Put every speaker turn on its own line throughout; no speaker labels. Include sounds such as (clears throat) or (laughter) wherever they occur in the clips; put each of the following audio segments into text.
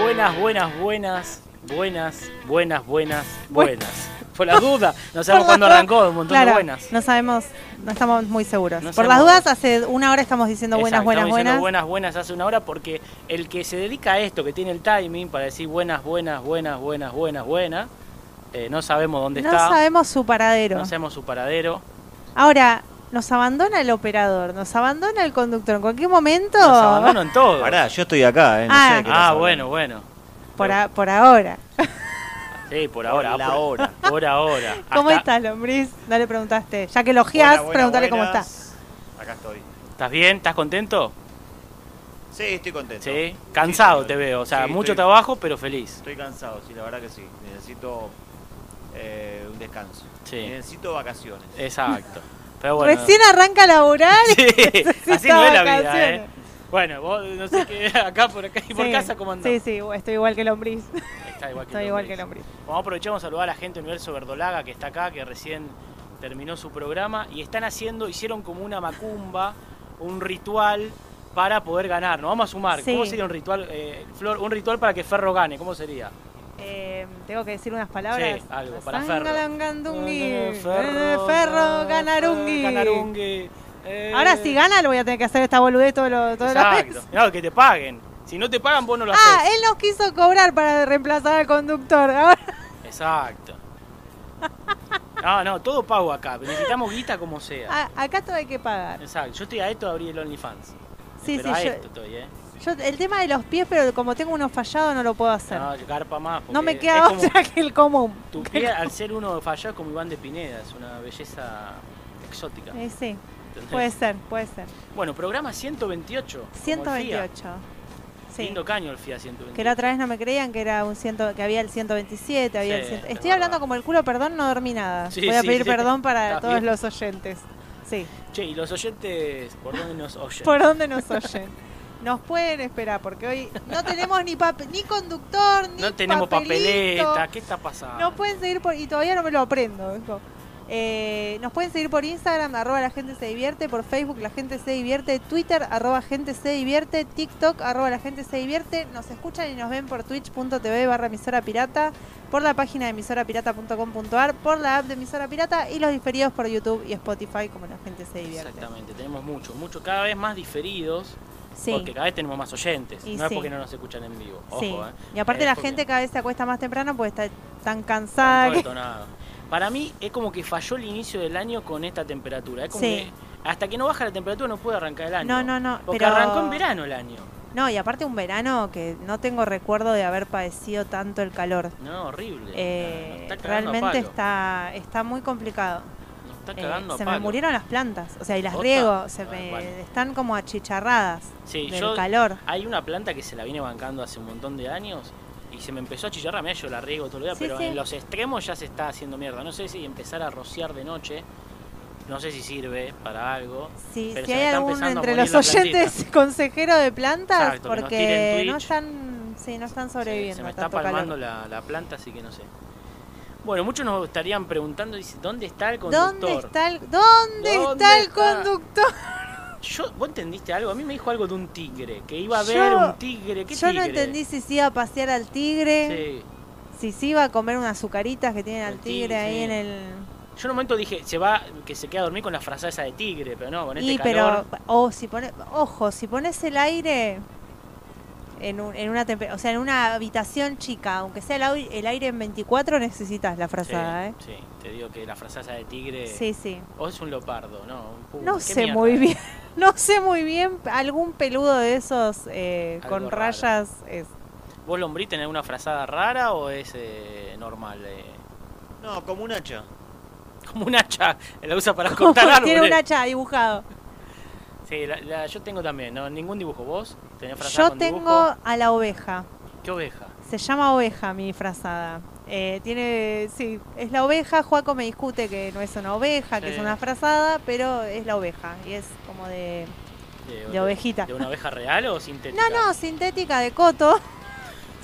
Buenas, buenas, buenas, buenas, buenas, buenas, buenas. Por las dudas, no
(laughs)
sabemos cuándo arrancó, un montón
Claro,
de buenas.
No sabemos, no estamos muy seguros.
No
Por las
sabemos.
dudas, hace una hora estamos diciendo buenas,
Exacto,
buenas,
estamos diciendo
buenas.
buenas, buenas hace una hora porque el que se dedica a esto, que tiene el timing para decir buenas, buenas, buenas, buenas, buenas, buenas, eh, no sabemos dónde
No
está,
sabemos su paradero.
no sabemos su paradero,
Ahora, nos abandona el operador, nos abandona el conductor. En cualquier momento,
nos abandonan todo.
Pará, yo estoy acá, ¿eh? No
Ah.
sé de qué
Ah,
estás
bueno, bueno.
por, a- por ahora.
Sí, por ahora.
Por la hora.
(laughs) Por ahora.
(laughs) ¿Cómo
Hasta-
estás, lombriz? No le preguntaste. Ya que elogias, preguntarle cómo está.
está. Acá estoy.
¿Estás bien? ¿Estás contento?
Sí, estoy contento.
Sí. Cansado
Sí,
te veo, o sea,
sí,
mucho
estoy-
trabajo, pero feliz.
Estoy cansado, sí, la verdad que sí. Necesito eh, un descanso.
Sí. Eh.
Necesito vacaciones.
Exacto. Pero bueno.
Recién arranca a laborar.
(laughs)
y
Sí, así
necesita
no es la vida,
vacaciones.
¿eh? Bueno, vos no sé qué, (laughs) acá por acá y por
Sí,
casa, ¿cómo andás?
Sí, sí, estoy igual que lombriz.
Está igual que
Estoy igual que
Lombriz.
lombriz.
Vamos aprovechamos a saludar a la gente de Universo Verdolaga que está acá, que recién terminó su programa y están haciendo, hicieron como una macumba, un ritual para poder ganar. Nos vamos a sumar.
Sí.
¿Cómo sería un ritual, eh, Flor? Un ritual para que Ferro gane. ¿Cómo sería?
Eh, tengo que decir unas palabras.
Sí, algo, para Ferro.
Zangalangandungui, eh,
Ferro,
Ferro, Ganarungui.
Ganarungui. Eh,
Ahora si gana lo voy a tener que hacer esta boludez todo lo, todas las
Exacto.
veces.
No, que te paguen. Si no te pagan, vos no (laughs) lo
Ah,
haces.
él nos quiso cobrar para reemplazar al conductor. Ahora-
Exacto. No, no, todo pago acá. pero Necesitamos guita como sea.
a- acá todo hay que pagar.
Exacto. Yo estoy a esto de abrir el OnlyFans.
Sí,
pero a
sí, yo-
esto estoy, ¿eh?
yo, el tema de los pies, pero como tengo uno fallado no lo puedo hacer. No,
No, garpa más. porque
me
es
queda
como-
otra que el común.
Tu pie,
(laughs)
al ser uno fallado, es como Iván de Pineda. Es una belleza exótica.
Eh, pues. sí,
¿entendés?
puede ser, puede ser.
Bueno, programa 128. como el FIA.
128. Sí.
Lindo caño el FIA 128.
Que la otra vez no me creían que era un ciento, que había el 127, había
Sí,
el 100.
es
Estoy
verdad.
hablando como el culo, perdón, no dormí nada.
Sí,
Voy a
sí,
pedir
sí.
perdón para
Está
todos
bien.
los oyentes. Sí.
Che, y los oyentes, ¿por dónde nos oyen?
¿Por dónde nos oyen? Nos pueden esperar porque hoy no tenemos ni pape- ni conductor, ni
No tenemos
papelito.
papeleta, ¿qué está pasando?
Nos pueden seguir por y todavía no me lo aprendo. dijo. Eh, nos pueden seguir por Instagram, arroba la gente se divierte, por Facebook la gente se divierte, Twitter, arroba gente se divierte, TikTok, arroba la gente se divierte, nos escuchan y nos ven por twitch.tv barra emisora pirata, por la página de emisorapirata.com.ar, por la app de emisora pirata y los diferidos por YouTube y Spotify como la gente se divierte.
Exactamente, tenemos mucho, mucho, cada vez más diferidos,
Sí.
porque cada vez tenemos más oyentes.
Y
no es
sí.
porque no nos escuchan en vivo. Ojo,
Sí.
eh.
Y aparte
Es
la
porque
gente cada vez se acuesta más temprano porque está tan
están
cansada.
todo
que-
detonado. Para mí es como que falló el inicio del año con esta temperatura. Es como
Sí.
que hasta que no baja la temperatura no puede arrancar el año.
No, no, no,
Porque
pero-
arrancó en verano el año.
No, y aparte un verano que no tengo recuerdo de haber padecido tanto el calor.
No, horrible. Nos
Eh,
está cagando a
realmente
palo.
está está muy complicado.
Nos está
Eh,
cagando a
se me
palo.
murieron las plantas, o sea, y las
¿Posta?
riego, se
Ah,
me
bueno.
están como achicharradas
Sí,
del
yo-
calor.
Hay una planta que se la viene bancando hace un montón de años y se me empezó a chillar. Mira, yo la riego todo el día,
Sí,
pero
sí.
en los extremos ya se está haciendo mierda. No sé si empezar a rociar de noche, no sé si sirve para algo.
Si,
pero
si
se me
hay
está
alguno
empezando a
entre
morir
los
la plantita.
oyentes (laughs) consejero de plantas,
Exacto, que nos
porque
tiren
no
Twitch.
están, sí, no están
Se,
sobreviviendo.
se me
a
está
tanto calor.
palmando la, la planta, así que no sé. Bueno, muchos nos estarían preguntando, dice, ¿dónde está el conductor?
¿Dónde está el dónde, está
¿Dónde
el
está?
conductor?
Yo, ¿Vos entendiste algo? A mí me dijo algo de un tigre, que iba a
Yo-
haber un tigre. ¿Qué
Yo no
tigre?
entendí si se iba a pasear al tigre.
Sí.
Si se iba a comer unas azucaritas que tienen al
El
tigre,
tigre,
ahí
sí.
en el.
Yo en un momento dije, se va, que se queda a dormir con la frazada esa de tigre, pero no, con este
y
calor.
pero, o si pone, ojo, si pones el aire en, un- en una tempe- o sea, en una habitación chica, aunque sea el, au- el aire en 24, necesitas la
Sí,
frazada, ¿eh?
sí, te digo que la frazada de tigre.
Sí, sí.
O es un leopardo, no. un puma,
No
qué
sé
mierda. eh.
muy bien, (laughs) no sé muy bien, algún peludo de esos eh,
Algo
con
raro.
rayas es.
¿Vos lombrí tenés una frazada rara o es eh, normal? eh? (laughs)
No, como un hacha.
Como un hacha, la usa para
(laughs)
cortar
Tiene
árboles.
un hacha dibujado.
Sí, la, la- yo tengo también, no, ningún dibujo. ¿Vos tenés frazada
Yo
con
tengo
dibujo?
a la oveja.
¿Qué oveja?
Se llama oveja mi frazada. Eh, tiene, sí, es la oveja. Juaco me discute que no es una oveja, que
Sí.
es una frazada, pero es la oveja y es como de,
De,
de ovejita.
¿De una oveja real o sintética?
No, no, sintética de coto. (laughs)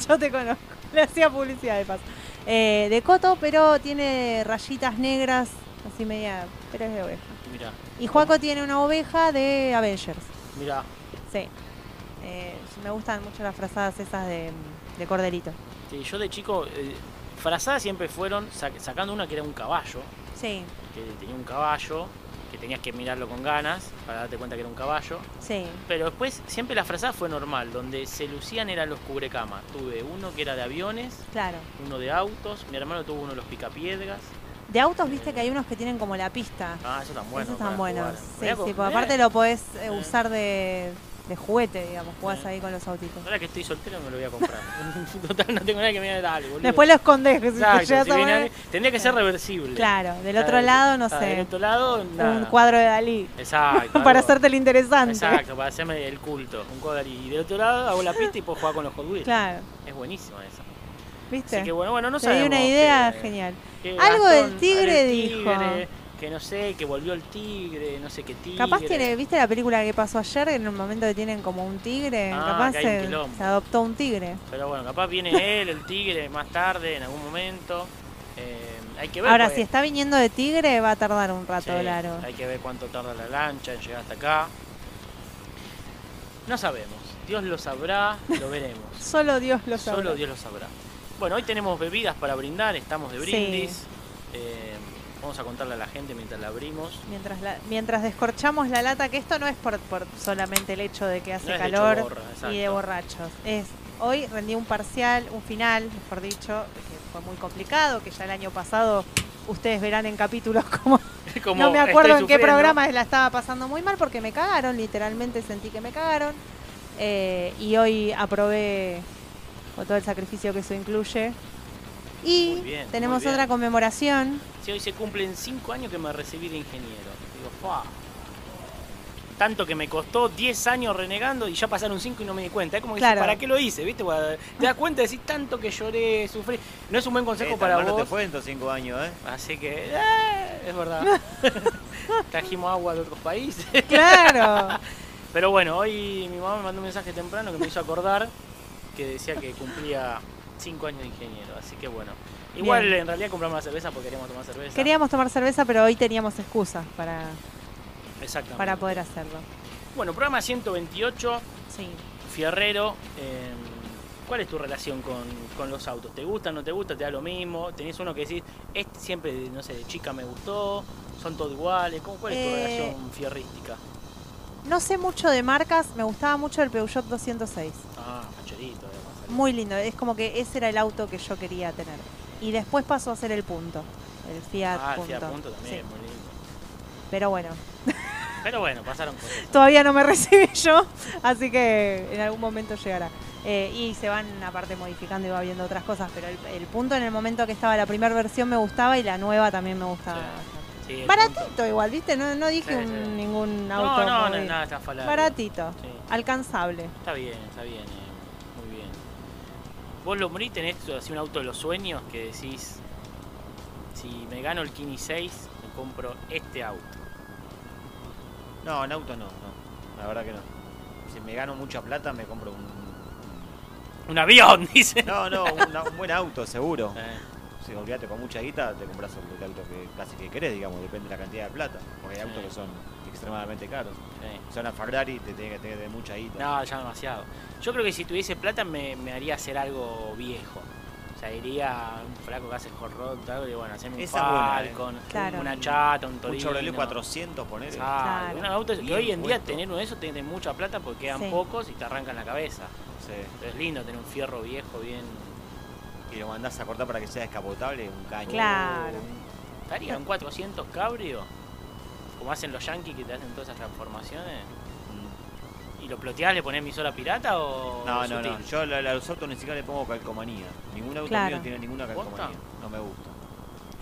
Yo te conozco, (laughs) le hacía publicidad de paso. Eh, de coto, pero tiene rayitas negras, así media, pero es de oveja.
Mira,
Y Juaco tiene una oveja de Avengers.
mira.
Sí. Eh, me gustan mucho las frazadas esas de, de corderito.
Sí, yo de chico, eh, frazadas siempre fueron, sac- sacando una que era un caballo,
Sí,
que tenía un caballo, que tenías que mirarlo con ganas para darte cuenta que era un caballo.
sí.
Pero después siempre la frazada fue normal, donde se lucían eran los cubrecamas. Tuve uno que era de aviones,
Claro.
uno de autos, mi hermano tuvo uno de los picapiedras.
De autos viste que hay unos que tienen como la pista.
Ah, eso tan bueno.
Esos están
para
buenos.
jugar.
Sí,
Mirá
sí,
co-
porque
mirá,
aparte lo podés eh,
Eh.
usar de, de juguete, digamos. Jugás
Eh.
ahí con los autitos.
Ahora que estoy soltero me lo voy a comprar. (laughs) Total, no tengo nada que me haga algo. boludo.
Después lo escondés. que si te
Exacto,
llegas
si
a
viene
poner-
alguien- tendría que ser reversible.
Claro, del
Claro,
otro lado, no
ah, Del
sé,
otro lado,
un
nada.
cuadro de Dalí.
Exacto.
(laughs)
algo-
Para hacerte el interesante.
Exacto, para hacerme el culto. Un cuadro. Y del otro lado hago la pista y puedo jugar con los Hot Wheels.
Claro,
Es buenísima esa.
¿viste?
Así que bueno, bueno, no
Te di
sabemos.
una idea
qué-
genial.
qué
Algo del tigre
algo del
dijo.
tigre, Que no sé, que volvió el tigre, no sé qué tigre.
Capaz tiene, ¿viste la película que pasó ayer? En un momento que tienen como un tigre.
Ah,
capaz
que hay un
se,
quilombo.
se adoptó un tigre.
Pero bueno, capaz viene él, el tigre, más tarde, en algún momento. Eh, hay que ver.
Ahora,
porque-
si está viniendo de tigre, va a tardar un rato,
Sí,
claro.
Hay que ver cuánto tarda la lancha en llegar hasta acá. No sabemos. Dios lo sabrá, lo veremos.
Solo (laughs) Dios lo sabe.
Solo Dios lo sabrá. Bueno, hoy tenemos bebidas para brindar, estamos de
Sí.
brindis. Eh, vamos a contarle a la gente mientras la abrimos. (laughs)
Mientras, la- mientras descorchamos la lata, que esto no es por, por solamente el hecho de que hace
No es de
calor
hecho borra, exacto.
y de borrachos. Es hoy rendí un parcial, un final, mejor dicho, que fue muy complicado, que ya el año pasado ustedes verán en capítulos (laughs) como,
Como
no me acuerdo en
estoy
qué
sufriendo.
programa la estaba pasando muy mal porque me cagaron, literalmente sentí que me cagaron. Eh, y hoy aprobé con todo el sacrificio que eso incluye. Y
Muy bien, muy
tenemos
bien. (laughs)
otra conmemoración.
Sí, hoy se cumplen cinco años que me recibí de ingeniero. Digo, "Fua". Tanto que me costó 10 años renegando y ya pasaron 5 y no me di cuenta. Es como que
Claro.
¿para qué lo hice? ¿Viste? Porque Te das cuenta de decir tanto que lloré, sufrí. No es un buen consejo
Eh, tan
para
mal no te
vos.
fue en estos cinco años, ¿eh?
Así que, eh, es
(laughs)
verdad. Trajimos agua de otros países.
Claro.
Pero bueno, hoy mi mamá me mandó un mensaje temprano que me hizo acordar que decía que cumplía 5 años de ingeniero. Así que bueno. Igual
Bien.
en realidad compramos la cerveza porque queríamos tomar cerveza.
Queríamos tomar cerveza, pero hoy teníamos excusas para,
Exactamente.
para poder hacerlo.
Bueno, programa 128,
Sí.
Fierrero. eh, ¿Cuál es tu relación con, con los autos? ¿Te gusta, no te gusta? ¿Te da lo mismo? ¿Tenés uno que decís, este siempre, no sé, de chica me gustó? ¿Son todos iguales? ¿Cómo, ¿Cuál es tu
Eh,
relación fierrística?
No sé mucho de marcas, me gustaba mucho el Peugeot 206.
Ah, macherito, además.
Muy lindo, es como que ese era el auto que yo quería tener. Y después pasó a ser el punto, el Fiat
Ah, el
Punto.
Fiat Punto también,
Sí,
muy lindo.
Pero bueno,
Pero bueno, pasaron cosas.
todavía no me (laughs) recibí yo, así que en algún momento llegará. Eh, y se van aparte modificando y va viendo otras cosas, pero el, el punto en el momento que estaba la primera versión me gustaba y la nueva también me gustaba.
Sí.
bastante.
Sí, el Punto.
Baratito igual, ¿viste? No, no dije
Sí,
un-
sí.
ningún auto.
No, no, no,
muy-
nada, está falado.
Baratito,
Sí,
alcanzable.
está bien, está bien, eh, muy bien. ¿Vos lo morís tenés así un auto de los sueños que decís, si me gano el Kini 6, me compro este auto?
No, en auto no, no. La verdad que no. Si me gano mucha plata, me compro un.
Un avión, (laughs) dice.
No, no, un, un buen auto,
(laughs)
seguro.
Eh,
Si olvidate con mucha guita, te compras el auto que casi que querés, digamos, depende de la cantidad de plata. Porque hay
Sí.
autos que son extremadamente caros.
sí.
O sea, una Ferrari te tiene que tener de mucha guita.
No, ya demasiado. Yo creo que si tuviese plata me, me haría hacer algo viejo. O sea, iría a un flaco que hace el hot rod, algo y bueno, hacerme un
Esa es buena, eh.
Falcon,
Claro.
una chata, un
un
torino.
Chevrolet 400, poner.
Ah,
Claro.
un auto que
Bien
hoy en día
puesto.
tener uno de esos tiene mucha plata porque quedan
Sí.
pocos y te arrancan la cabeza.
Sí.
Pero es lindo tener un fierro viejo bien.
Y lo mandás a cortar para que sea descapotable, un caño.
Claro.
Oh, ¿Estaría un 400 cabrio? Como hacen los yankees que te hacen todas esas transformaciones.
Mm.
¿Y lo ploteás, le ponés mi sola pirata o.?
No, no,
sutil?
no. Yo a los autos ni siquiera le pongo calcomanía. Ningún auto
Claro.
mío tiene ninguna
¿Posta?
calcomanía. No me gusta.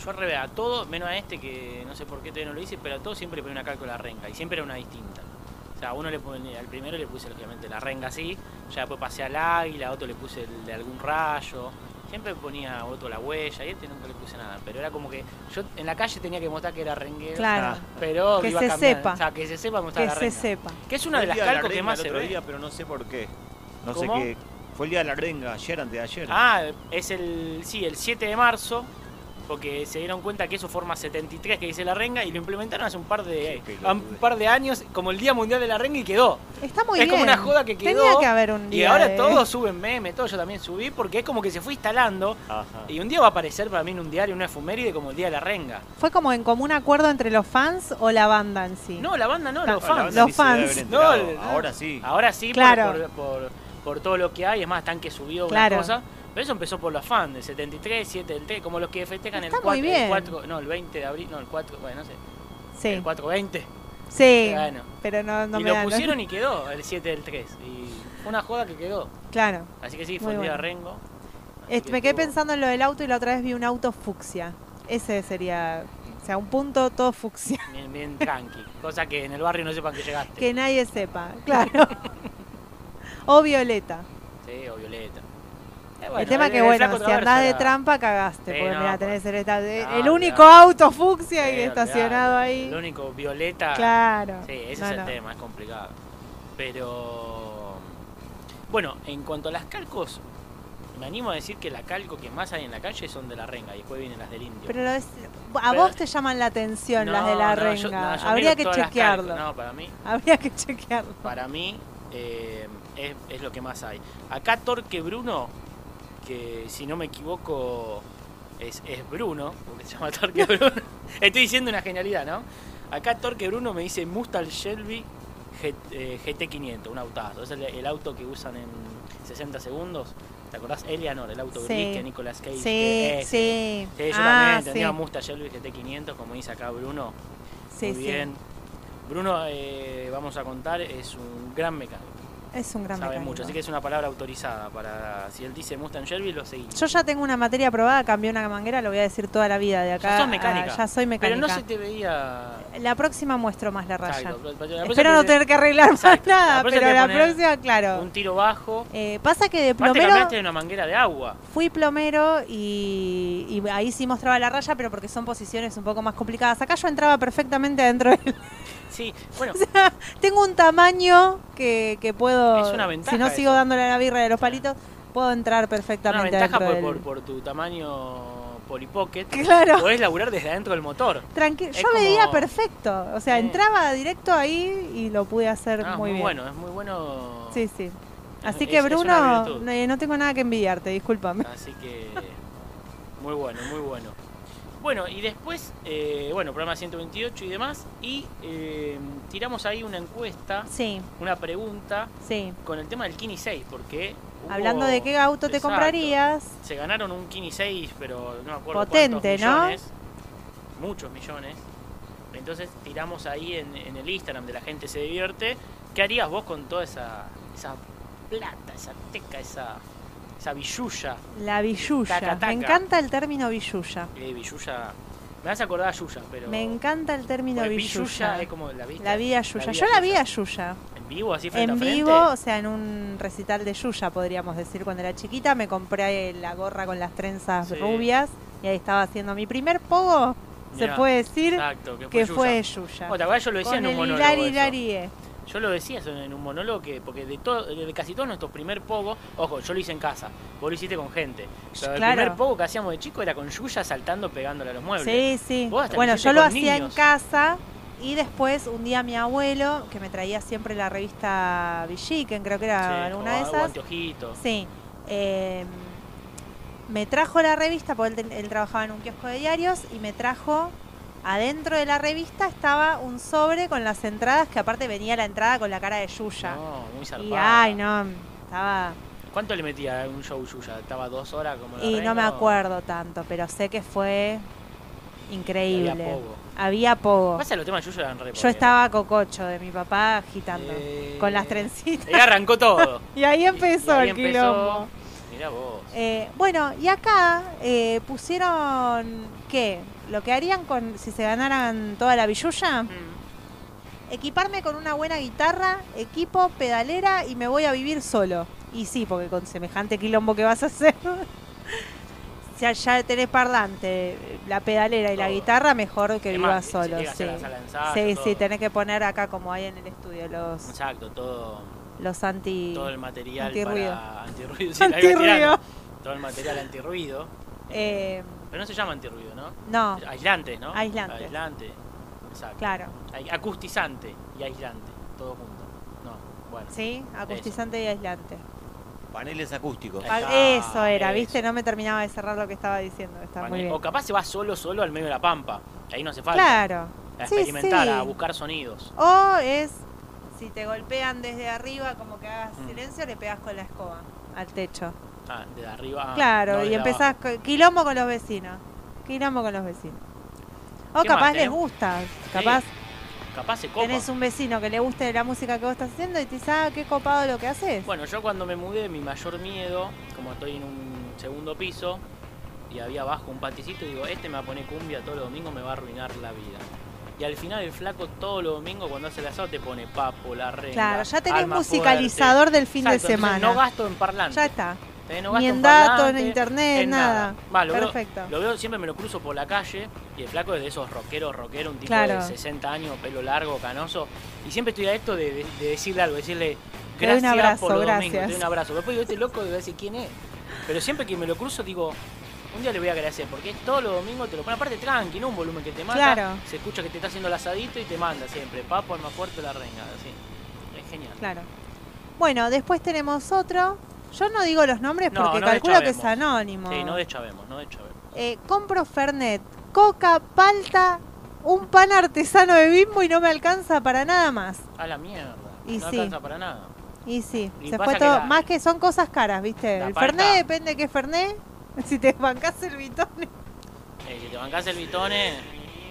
Yo al revés, a todo, menos a este que no sé por qué todavía no lo hice, pero a todo siempre le ponía una calco a la renga y siempre era una distinta. O sea, a uno le pone, al primero le puse lógicamente la renga así, ya después pasé al águila, a otro le puse el de algún rayo, siempre ponía a otro la huella y a este nunca le puse nada, pero era como que yo en la calle tenía que mostrar que era renguero,
Claro,
Ah,
pero
Que
iba
se
cambiando.
sepa.
O sea, que se sepa mostrar
que
la
se
renga.
sepa.
Que es una
Fue
de
el
las
día la
calcos que
renga
más
el
se
otro
ve.
día, pero no sé por qué. No
¿Cómo?
sé qué. Fue el día de la renga, ayer, antes de ayer.
Ah, es el, sí, el 7 de marzo, porque se dieron cuenta que eso forma 73 que dice la renga y lo implementaron hace un par de,
Qué
un par de años como el Día Mundial de la Renga y quedó.
Está muy
es
bien.
como una joda que quedó.
Tenía que haber un
y
día
ahora
de-
todos suben memes, todo yo también subí, porque es como que se fue instalando.
Ajá.
Y un día va a aparecer para mí en un diario, en una efeméride, como el Día de la Renga.
¿Fue como en común acuerdo entre los fans o la banda en sí? Ah,
No, la banda no,
Ta-
los
No, la
fans.
banda
Los
ni se debe haber
fans.
enterado.
No, Ah. el-
Ahora sí.
Ahora sí, por-
Claro.
por, por, por todo lo que hay, es más, están que subió
Claro.
una cosa. Pero eso empezó por los fans, del 73, 7 del 3, como los que festejan
Está
el,
muy
4, el
bien.
4, no, el 20 de abril, no, el 4, bueno, no sé,
sí,
el 420.
sí,
Bueno.
pero no, no
y
me
lo
dan-
pusieron y quedó el 7 del 3. Y fue una joda que quedó.
Claro.
Así que sí,
Muy
fue un día
bueno.
rengo. Así
Este,
que
me quedé
estuvo-
pensando en lo del auto y la otra vez vi un auto fucsia. Ese sería, o sea, un punto todo fucsia. (laughs)
Bien, bien tranqui. Cosa que en el barrio no sepan que llegaste.
Que nadie sepa,
(laughs)
claro. o violeta.
Sí, o Violeta. Eh,
el
bueno,
tema que,
el
bueno,
flaco
si
traversa
andás de
la-
trampa, cagaste.
Sí,
porque
no,
mirá,
pues-
tenés el, esta- el
Ah, olvidate.
único auto fucsia
Sí,
que estacionado
olvidate.
ahí.
El único Violeta.
Claro.
Sí, ese
No,
es el
no.
tema, es complicado. Pero. Bueno, en cuanto a las calcos, me animo a decir que la calco que más hay en la calle son de la renga y después vienen las del indio.
Pero lo es- a
Pero-
vos te llaman la atención las de la
no,
renga.
yo- no, yo
Habría
miro
que
todas las
chequearlo.
calcos. No, para mí,
Habría que chequearlo.
para mí eh, es, es lo que más hay. Acá Torque Bruno, que si no me equivoco es, es Bruno, porque se llama
(laughs)
Torque Bruno. Estoy diciendo una genialidad, ¿no? Acá Torque Bruno me dice Mustang Shelby G- eh, GT500, un autazo. Es el, el auto que usan en 60 segundos. ¿Te acordás? Eleanor, el auto
Sí.
gris que Nicolas Cage.
Sí,
que es.
sí.
Sí, yo
ah,
también tenía Mustang Shelby GT500, como dice acá Bruno.
sí.
Muy
sí,
bien. Bruno, eh, vamos a contar, es un gran mecánico.
sí. Es un gran
sabe
mecánico.
mucho, así que es una palabra autorizada para si él dice Mustang Shelby lo seguimos.
Yo ya tengo una materia aprobada, cambié una manguera, lo voy a decir toda la vida de acá.
Ya sos
a-
mecánica.
ya soy
Pero
mecánica.
no se te veía.
La próxima muestro más la raya.
Exacto, pero- pero la próxima
Espero no
te-
tener que arreglar más
Exacto. La
nada,
próxima
pero
te
la
poner
próxima, claro.
Un este. tiro bajo.
Eh, pasa que de
Más te
plomero
cambiaste de una manguera de agua.
fui plomero y, y ahí sí mostraba la raya, pero porque son posiciones un poco más complicadas. Acá yo entraba perfectamente adentro. de-
Sí, bueno,
(laughs) Tengo un tamaño que, que puedo,
Es una ventaja
si no sigo
eso.
dándole a la birra de los palitos, puedo entrar
una
perfectamente
ventaja
adentro
por,
del-
por, por tu tamaño polipocket.
(laughs) Claro.
Podés laburar desde adentro del motor.
Tranquilo,
Es
yo veía
como-
perfecto. O sea,
Sí.
entraba directo ahí y lo pude hacer
Ah, es
muy bien.
bueno, es muy bueno.
Sí, sí. Así
Es-
que,
es una
Bruno,
virtud.
no, no tengo nada que envidiarte, discúlpame.
Así que muy bueno, muy bueno. Bueno, y después, eh, bueno, programa 128 y demás, y eh, tiramos ahí una encuesta,
Sí,
una pregunta
sí.
con el tema del Kini 6, porque... hubo-
Hablando de qué auto te
Exacto.
comprarías,
Se ganaron un Kini 6, pero no me acuerdo
Potente,
cuántos
¿no?
millones, muchos millones. Entonces tiramos ahí en, en el Instagram de la gente se divierte, ¿qué harías vos con toda esa, esa plata, esa teca, esa, esa billulla?
la billulla.
Taca, taca.
Me encanta el término billulla.
Eh, Villuya. Me vas a acordar a Yuya, pero.
Me encanta el término
porque
billulla.
Villuya es como la viste.
La vi a Yuya.
La vi
Yo
a
la vi
Yuya.
a Yuya.
En vivo, así frente
En
a frente.
vivo, o sea, en un recital de Yuya, podríamos decir, cuando era chiquita, me compré la gorra con las trenzas
Sí.
rubias y ahí estaba haciendo mi primer pogo,
Mirá,
se puede decir,
Exacto, que fue.
que
Yuya.
fue Yuya.
Bueno, ¿te acordás? Yo lo decía
Con
en un
el
monólogo.
hilari,
eso.
hilari, eh.
Yo lo decía eso en un monólogo, que, porque de, todo, de casi todos nuestros primer pogo. Ojo, yo lo hice en casa. Vos lo hiciste con gente. Pero El
Claro.
primer pogo que hacíamos de chico era con Yuya saltando, pegándole a los muebles.
Sí, sí.
Vos hasta
Bueno,
hiciste
yo lo
con
hacía
niños.
en casa y después un día mi abuelo, que me traía siempre la revista Villiquen, creo que era
Sí, oh,
alguna
o-
de
o
esas.
anteojitos.
Sí. eh, me trajo la revista, porque él, te- él trabajaba en un kiosco de diarios, y me trajo. Adentro de la revista estaba un sobre con las entradas, que aparte venía la entrada con la cara de Yuya.
No, muy
y
zarpado.
ay, no, estaba.
¿Cuánto le metía a un show Yuya? ¿Estaba dos horas como la
Y no me
Rengo?
acuerdo tanto, pero sé que fue
Y
increíble.
había pogo.
Había pogo.
Pasa que los temas de Yuya eran re
Yo
poperos.
estaba cococho de mi papá agitando con las trencitas.
Y arrancó todo.
Y (laughs) ahí
Eh, Y
empezó
ahí
el
empezó.
quilombo.
Mirá vos.
Eh, bueno, y acá eh, pusieron que lo que harían con si se ganaran toda la billulla,
Mm.
equiparme con una buena guitarra, equipo, pedalera y me voy a vivir solo. Y sí, porque con semejante quilombo que vas a hacer, (laughs) ya, ya tenés parlante, la pedalera y la
Todo.
guitarra, mejor que
Es
vivas
más, se
solo.
llega a
sí,
hacer la sala de ensayo,
sí, sí,
todo.
tenés que poner acá como hay en el estudio los,
Exacto, todo,
los anti...
todo el material
Antirruido.
para antirruido. (laughs) sí, la iba
Antirruido.
tirando. Todo el material antirruido.
Eh,
Pero no se llama antirruido, ¿no?
No,
Aislante, ¿no?
Aislante.
Aislante. Exacto.
claro.
Ay- Acustizante y aislante, todo junto. No, bueno.
Sí, acustizante y aislante.
Paneles acústicos.
Ahí
Ah,
está,
eso era,
eso.
¿viste? No me terminaba de cerrar lo que estaba diciendo. Está muy
Pane-
bien.
O capaz se va solo, solo al medio de la pampa. Ahí no hace falta.
Claro.
A
Sí,
experimentar,
sí.
a buscar sonidos.
O es, si te golpean desde arriba, como que hagas
Mm.
silencio, le pegas con la escoba al techo.
Ah, de arriba. ah,
claro,
no, desde
y empezás co- quilombo con los vecinos. Quilombo con los vecinos. O
¿Qué más eh?
capaz les
tenemos?
gusta. Capaz
abajo. Capaz se copa.
tenés un vecino que le guste la música que vos estás haciendo y te dice, ah, qué copado lo que haces.
Bueno, yo cuando me mudé, mi mayor miedo, como estoy en un segundo piso y había abajo un paticito, digo, este me va a poner cumbia todos los domingos, me va a arruinar la vida. Y al final el flaco todos los domingos cuando hace el asado te pone papo, la renga.
claro, ya tenés
Alma
musicalizador del fin
Fuerte. Exacto,
de
entonces
semana.
No gasto en parlante.
ya está.
¿eh? No
Ni
gasto
en
en
datos,
parlante,
ni en internet,
en
nada.
Va, lo veo,
Perfecto.
lo veo, siempre me lo cruzo por la calle y el flaco es de esos rockeros, rockero, un tipo
Claro.
de 60 años, pelo largo, canoso. Y siempre estoy a esto de, de- de decirle algo, decirle
Te doy
gracias
un abrazo,
por los domingos,
gracias.
te doy un abrazo. Después digo, este loco debe decir quién es. Pero siempre que me lo cruzo digo, un día le voy a agradecer porque es todos los domingos te lo pone aparte tranqui, no un volumen que te mata.
Claro.
Se escucha que te está haciendo el asadito y te manda siempre, papo, alma fuerte, la reina, así. Es genial.
Claro. Bueno, después tenemos otro. Yo no digo los nombres
No,
porque
no
calculo que es
deschavemos.
anónimo.
Sí, no deschavemos, no deschavemos.
Eh, compro Fernet, coca, palta, un pan artesano de bimbo y no me alcanza para nada más.
A la mierda.
Y
no
sí.
alcanza para nada.
Y sí,
Y
se
pasa
fue
que
todo.
la-
Más que son cosas caras, ¿viste?
La
El
palta-
Fernet depende que Fernet. (laughs) Si te bancás el bitón,
Eh, si te bancás el eh. bitone,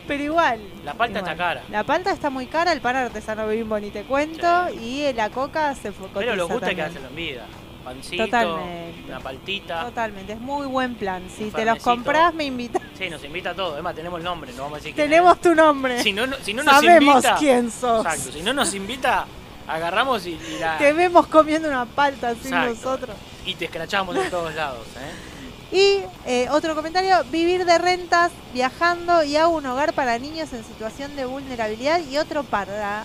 pero igual.
La palta está cara.
La palta está muy cara, el pan artesano de bimbo ni te cuento. Y eh, la coca se fue
pero lo
cotiza
gusta que
también.
hacen en vida. Pancito,
Totalmente.
una paltita.
Totalmente, es muy buen plan. Si
Un
te los
fernecito.
compras, me invitas.
Sí, nos invita a todo. Además, tenemos el nombre, no vamos a decir quién
Tenemos tu
es.
nombre.
Si no, no- si no nos
Sabemos
invita.
quién sos.
Exacto, si no nos invita, agarramos y, y la-
Te vemos comiendo una palta así
Exacto.
nosotros.
y te escrachamos de todos lados. ¿eh?
Y eh, otro comentario, vivir de rentas, viajando y hago un hogar para niños en situación de vulnerabilidad y otro para...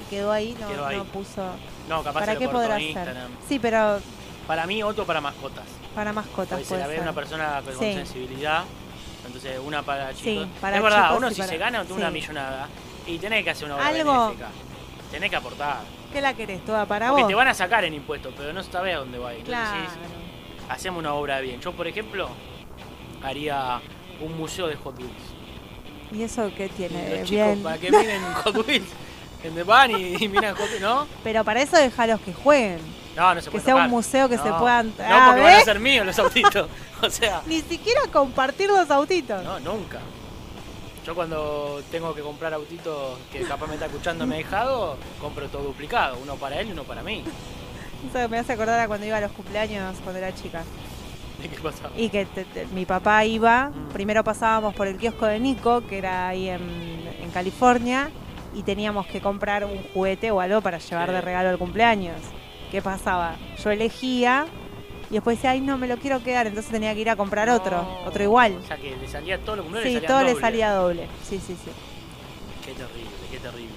y Quedó ahí, no,
Quedó ahí.
no puso...
No, capaz
¿Para
se
qué
lo cortó
podrá
en
ser?
Instagram.
Sí, pero
Para mí, otro para mascotas.
para mascotas
Porque se
puede
la ve
ser.
una persona con
Sí.
sensibilidad. Entonces, una para
Sí,
chicos.
para
es verdad,
chicos
uno
y
si
para-
se gana,
sí.
tiene una millonada. Y tenés que hacer una obra
Algo.
benéfica. Tenés que aportar.
¿Qué la querés? ¿Toda para
Porque
vos?
te van a sacar en impuestos, pero no sabés a dónde va a ir. Entonces
Claro.
decís, hacemos una obra bien. Yo, por ejemplo, haría un museo de Hot Wheels.
¿Y eso qué tiene?
Los chicos
Bien.
para que miren Hot
(laughs)
Wheels. En The Van y, y miran Hot Wheels, ¿no?
Pero para eso dejalos que jueguen.
No, no se
Que
puede
sea
tocar.
un museo que se
No,
puedan...
No,
Ah,
porque van a
¿ves?
ser míos los
(laughs)
autitos. (laughs) o sea,
Ni siquiera compartir los autitos.
no, nunca. Yo cuando tengo que comprar autitos que capaz me está escuchando me ha dejado, compro todo duplicado. Uno para él y uno para mí. (laughs)
Eso me hace acordar a cuando iba a los cumpleaños cuando era chica.
¿Y ¿Qué pasa?
Y que te- te- mi papá iba,
Mm.
primero pasábamos por el kiosco de Nico, que era ahí en, en California, y teníamos que comprar un juguete o algo para llevar
Sí.
de regalo al cumpleaños. ¿Qué pasaba? Yo elegía y después decía, ay, no, me lo quiero quedar, entonces tenía que ir a comprar otro,
No.
otro igual.
O sea que le salía todo lo que
sí,
le salía
todo le
doble.
salía doble. Sí, sí, sí.
Qué terrible, qué terrible.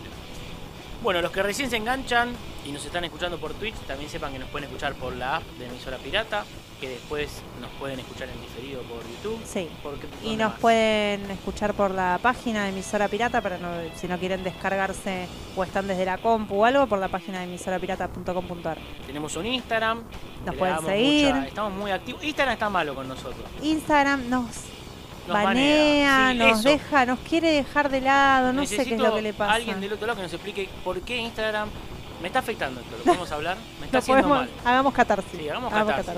Bueno, los que recién se enganchan y nos están escuchando por Twitch, también sepan que nos pueden escuchar por la app de emisora pirata, que después nos pueden escuchar en diferido por YouTube.
Sí.
Porque,
Y
¿dónde
nos
más?
pueden escuchar por la página de Emisora Pirata, para no, si no quieren descargarse o están desde la compu o algo, por la página de emisorapirata.com.ar.
Tenemos un Instagram.
Nos
que le
pueden
damos
seguir.
mucha- estamos muy activos. Instagram está malo con nosotros.
Instagram nos
Nos
banea,
Sí,
nos
eso.
deja, nos quiere dejar de lado, no sé qué es
Necesito
lo que le pasa.
alguien del otro lado que nos explique por qué Instagram... Me está afectando esto, lo podemos hablar. Me está
Lo
haciendo
podemos-
mal.
Hagamos catarsis.
Sí, hagamos catarsis.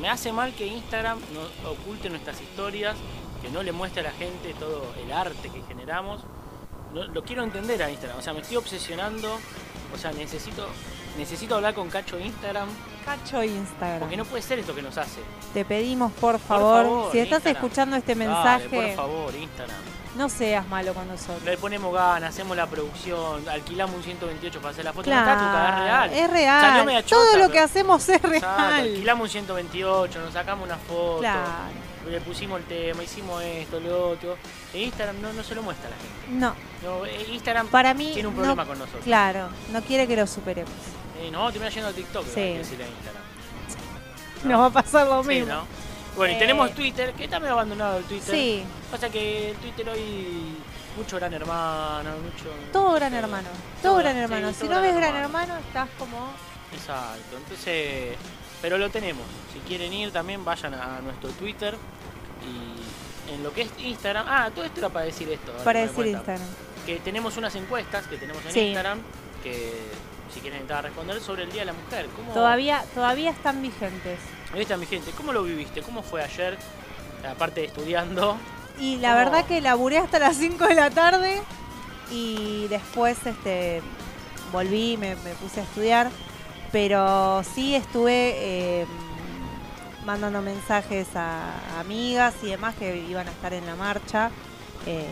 Me hace mal que Instagram nos oculte nuestras historias, que no le muestre a la gente todo el arte que generamos. No- lo quiero entender a Instagram, o sea, me estoy obsesionando, o sea, necesito necesito hablar con Cacho de Instagram,
Cacho Instagram.
porque no puede ser esto que nos hace.
Te pedimos, por favor,
favor,
si estás
Instagram.
escuchando este
Dale,
mensaje,
por favor, Instagram.
no seas malo con nosotros.
Le ponemos ganas, hacemos la producción, alquilamos un 128 para hacer la foto. No está trucada, es
Claro,
real.
es real.
media
Todo
chota,
lo
pero-
que hacemos es
Exacto,
real.
alquilamos un 128, nos sacamos una foto,
Claro.
le pusimos el tema, hicimos esto, lo otro. E Instagram no, no se lo muestra a la gente.
No,
No, eh, Instagram
para mí
tiene un
no-
problema con nosotros.
claro, no quiere que lo superemos.
Eh, nos vamos a terminar yendo a TikTok,
Sí.
sí. decirle a Instagram.
Nos va a pasar lo
Sí,
mismo.
¿no? Bueno, y
Eh,
tenemos Twitter, que está medio abandonado el Twitter.
Sí,
Pasa que el Twitter hoy mucho gran hermano, mucho...
todo gran hermano. Todo
Todo,
gran
sí,
hermano.
todo
si no
gran
ves gran
hermano.
hermano, estás como.
Exacto, entonces... Pero lo tenemos. Si quieren ir también vayan a nuestro Twitter. Y en lo que es Instagram... Ah, todo esto era para decir esto. ahora
Para
que me
decir
doy cuenta.
Instagram.
Que tenemos unas encuestas que tenemos en
Sí.
Instagram. Que si quieren entrar a responder sobre el Día de la Mujer. ¿Cómo,
Todavía, todavía están vigentes.
Ahí está mi gente, ¿cómo lo viviste? ¿Cómo fue ayer? Aparte de estudiando.
Y la
¿Cómo?
verdad que laburé hasta las (laughs) 5 de la tarde y después este volví, me, me puse a estudiar, pero sí estuve eh, mandando mensajes a amigas y demás que iban a estar en la marcha, eh,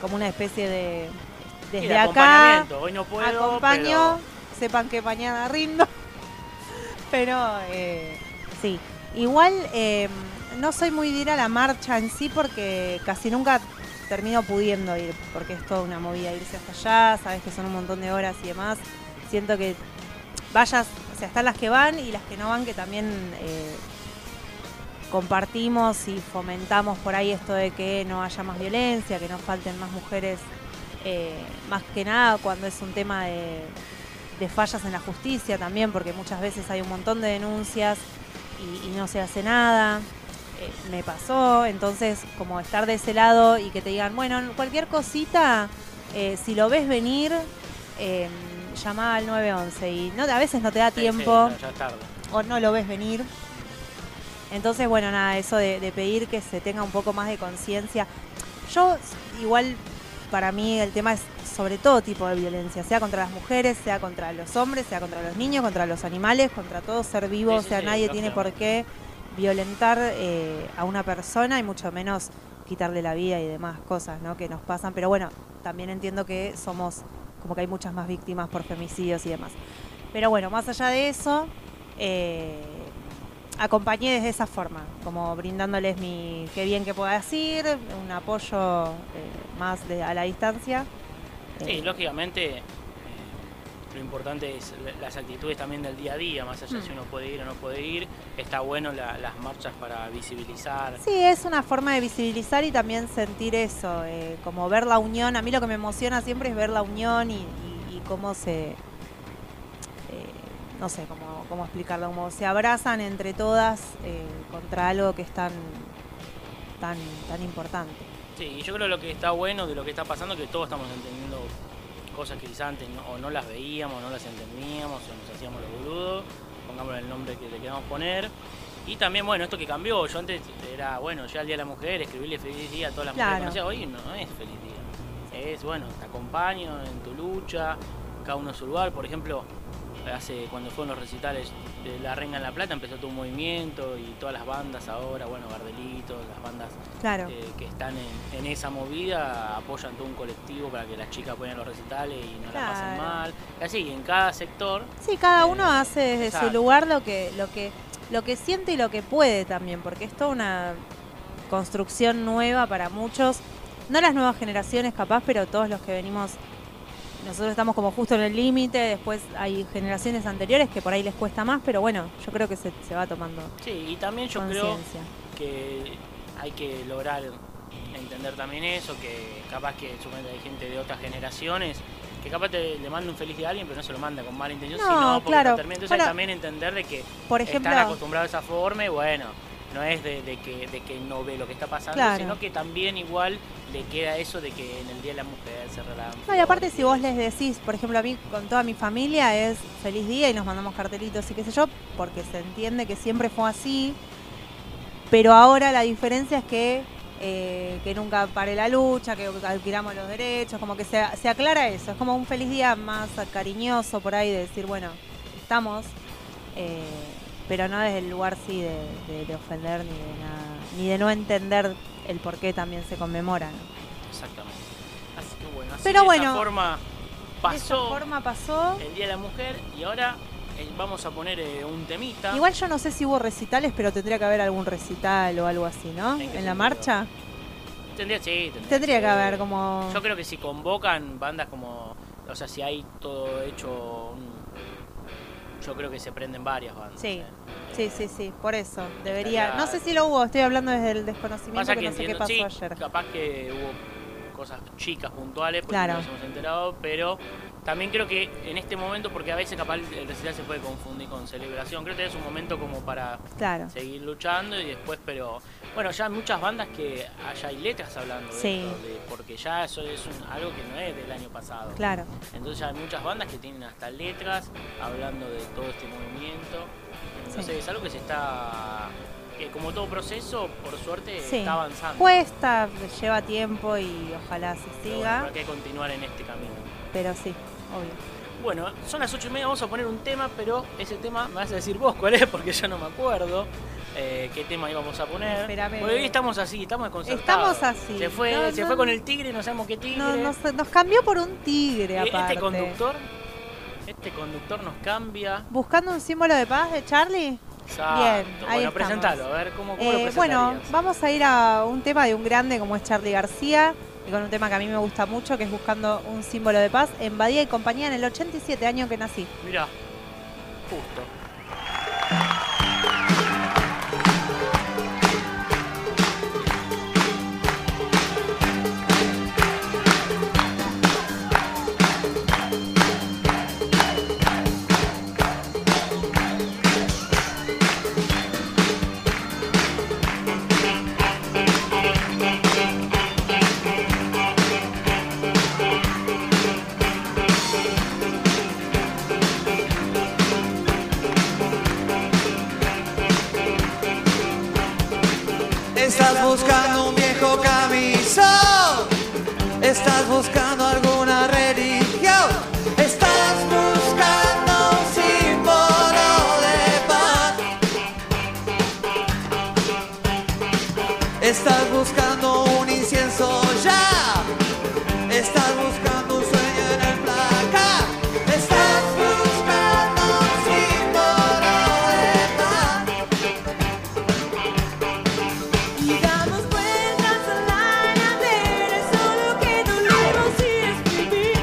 como una especie de...
y
Desde
de
acá
acompañamiento. Hoy no puedo.
acompaño, sepan que mañana rindo, (laughs) pero eh, sí. Igual eh, no soy muy de ir a la marcha en sí porque casi nunca termino pudiendo ir, porque es toda una movida irse hasta allá, sabes que son un montón de horas y demás. Siento que vayas, o sea, están las que van y las que no van que también eh, compartimos y fomentamos por ahí esto de que no haya más violencia, que no falten más mujeres, eh, más que nada cuando es un tema de, de fallas en la justicia también, porque muchas veces hay un montón de denuncias y, y no se hace nada. Eh, me pasó, entonces como estar de ese lado y que te digan, bueno, cualquier cosita, eh, si lo ves venir, eh, llamá al 911 y no, a veces no te da
pero- Sí, sí,
tiempo
no, ya es tarde.
o no lo ves venir. Entonces, bueno, nada, eso de, de pedir que se tenga un poco más de conciencia. Yo, s- igual, para mí el tema es sobre todo tipo de violencia, sea contra las mujeres, sea contra los hombres, sea contra los niños, contra los animales, contra todo ser vivo.
Sí,
o
sí,
sea,
sí,
nadie tiene por
lógicamente.
qué violentar eh, a una persona y mucho menos quitarle la vida y demás cosas ¿no? que nos pasan. Pero bueno, también entiendo que somos, como que hay muchas más víctimas por femicidios y demás. Pero bueno, más allá de eso, eh, acompañé desde esa forma, como brindándoles mi qué bien que puedas ir, un apoyo eh, más de- a la distancia.
Sí,
Eh,
lógicamente eh, lo importante es la- las actitudes también del día a día, más allá
Mm.
si uno puede ir o no puede ir. Está bueno la- las marchas para visibilizar.
Sí, es una forma de visibilizar y también sentir eso, eh, como ver la unión. A mí lo que me emociona siempre es ver la unión y, y- y cómo se, eh, no sé cómo, cómo explicarlo, como se abrazan entre todas eh, contra algo que es tan, tan, tan importante.
Sí, y yo creo lo que está bueno de lo que está pasando es que todos estamos entendiendo cosas que quizás antes no- o no las veíamos, no las entendíamos, o nos hacíamos los boludos, pongámosle el nombre que le queramos poner. Y también, bueno, esto que cambió, yo antes era, bueno, ya el Día de la Mujer, escribirle feliz día a todas las
Claro.
mujeres que conocía. hoy no es feliz día. Es, bueno, te acompaño en tu lucha, cada uno en su lugar, por ejemplo, hace cuando fueron los recitales de La Renga en La Plata empezó todo un movimiento y todas las bandas ahora, bueno, Gardelito, las bandas
Claro.
eh, que están en, en esa movida apoyan todo un colectivo para que las chicas puedan los recitales y no la pasen
Claro.
mal. Y así, en cada sector.
Sí, cada
Eh,
uno hace desde
exacto.
su lugar lo que, lo que, lo que siente y lo que puede también, porque es toda una construcción nueva para muchos, no las nuevas generaciones capaz, pero todos los que venimos, nosotros estamos como justo en el límite, después hay generaciones anteriores que por ahí les cuesta más, pero bueno, yo creo que se, se va tomando
Sí, y también yo creo
conciencia.
que hay que lograr entender también eso, que capaz que suponete, hay gente de otras generaciones que capaz te, le manda un feliz día a alguien, pero no se lo manda con mala intención,
No,
sino porque
claro.
está terminando. Entonces
Bueno,
también entender de que
Por ejemplo,
están acostumbrados a esa forma y bueno, no es de, de que, de que no ve lo que está pasando,
Claro.
sino que también igual le queda eso de que en el Día de la Mujer se relajan.
No, y aparte si vos les decís, por ejemplo, a mí con toda mi familia es feliz día y nos mandamos cartelitos y qué sé yo, porque se entiende que siempre fue así, pero ahora la diferencia es que, eh, que nunca pare la lucha, que adquiramos los derechos, como que se, se aclara eso, es como un feliz día más cariñoso por ahí de decir, bueno, estamos, eh, pero no desde el lugar sí de, de- de ofender ni de nada, ni de no entender el por qué también se conmemora. ¿no?
Exactamente. Así que bueno, así
Pero
de esa
bueno,
forma
De
pasó
esa forma pasó.
el Día de la Mujer y ahora eh, vamos a poner eh, un temita.
Igual yo no sé si hubo recitales, pero tendría que haber algún recital o algo así, ¿no?
¿En qué
En,
sentido?
la marcha.
Tendría, sí, tendría,
Tendría que
ser.
haber como...
Eh, Yo creo que si convocan bandas como. O sea, si hay todo hecho. un- yo creo que se prenden varias bandas.
Sí.
¿eh?
Sí,
Eh,
sí, sí, por eso. Debería.
Estaría-
No sé si lo hubo, estoy hablando desde el desconocimiento
Pasa
que
que
no sé qué
entiendo,
pasó
sí,
ayer.
capaz que hubo cosas chicas puntuales, porque
Claro.
no nos hemos enterado, pero también creo que en este momento, porque a veces capaz el recital se puede confundir con celebración, creo que es un momento como para
Claro.
seguir luchando y después, pero bueno, ya hay muchas bandas que allá hay letras hablando de
Sí.
esto, de- porque ya eso es un- algo que no es del año pasado.
Claro.
Entonces ya hay muchas bandas que tienen hasta letras hablando de todo este movimiento. Entonces
Sí.
es algo que se está, que como todo proceso, por suerte
Sí.
está avanzando.
Cuesta, lleva tiempo y ojalá se
Pero bueno,
siga,
habrá que continuar en este camino.
pero sí, obvio.
Bueno, son las 8 y media, vamos a poner un tema, pero ese tema me vas a decir vos cuál es, (laughs) porque yo no me acuerdo eh, qué tema íbamos a poner.
Espérame.
Porque hoy estamos así, estamos desconcertados.
Estamos así.
Se fue,
No,
se
no,
fue con
no.
el tigre, no sabemos qué tigre.
No, nos, nos cambió por un tigre
Eh,
aparte.
este conductor, este conductor nos cambia.
¿Buscando un símbolo de paz de Charlie?
Exacto.
Bien, ahí
Bueno,
estamos.
presentalo, a ver cómo, cómo lo
Eh, bueno,
presentarías?
vamos a ir a un tema de un grande como es Charlie García, y con un tema que a mí me gusta mucho, que es Buscando un símbolo de paz, en Badía y compañía en el 87 año que nací.
Mirá, justo.
Estás buscando un viejo camisón. Estás buscando alguna religión. Estás buscando un símbolo de paz. Estás buscando un incienso ya. Estás buscando un sueño en el placar. Estás buscando un símbolo de paz. Y damos vueltas al aire, solo que no leemos y escribir.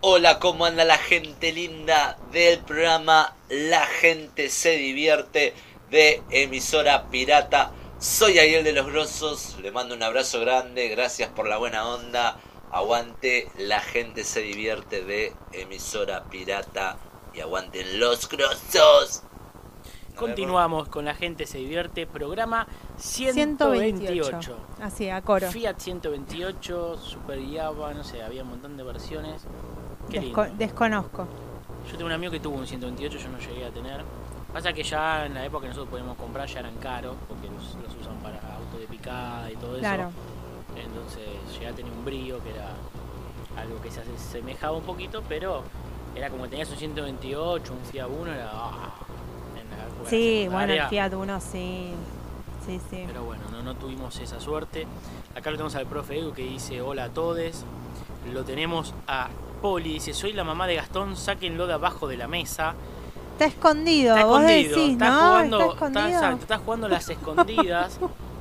hola, ¿cómo anda la gente linda del programa La gente se divierte de emisora pirata? Soy Ariel de los Grosos, le mando un abrazo grande, gracias por la buena onda, aguante La gente se divierte de emisora pirata y aguanten los Grosos.
Continuamos con La gente se divierte, programa
128.
128.
Así, a coro.
Fiat 128, Super Java, no sé, había un montón de versiones. Qué lindo.
Desco- desconozco.
Yo tengo un amigo que tuvo un 128, yo no llegué a tener. Pasa que ya en la época que nosotros podíamos comprar ya eran caros, porque los, los usan para autos de picada y todo eso.
Claro.
Entonces llegué a tener un brío que era algo que se asemejaba un poquito, pero era como que tenías un 128, un Fiat 1, era... ah, en la época
Sí, bueno, el
secundaria.
Fiat Uno sí. Sí, sí.
Pero bueno, no, no tuvimos esa suerte. Acá lo tenemos al profe Edu que dice hola a todos. Lo tenemos a Poli, dice soy la mamá de Gastón, sáquenlo de abajo de la mesa.
Está escondido,
Está
vos
escondido,
decís,
está
¿no?
jugando,
está
está-
escondido.
exacto, está jugando
(laughs)
a las escondidas.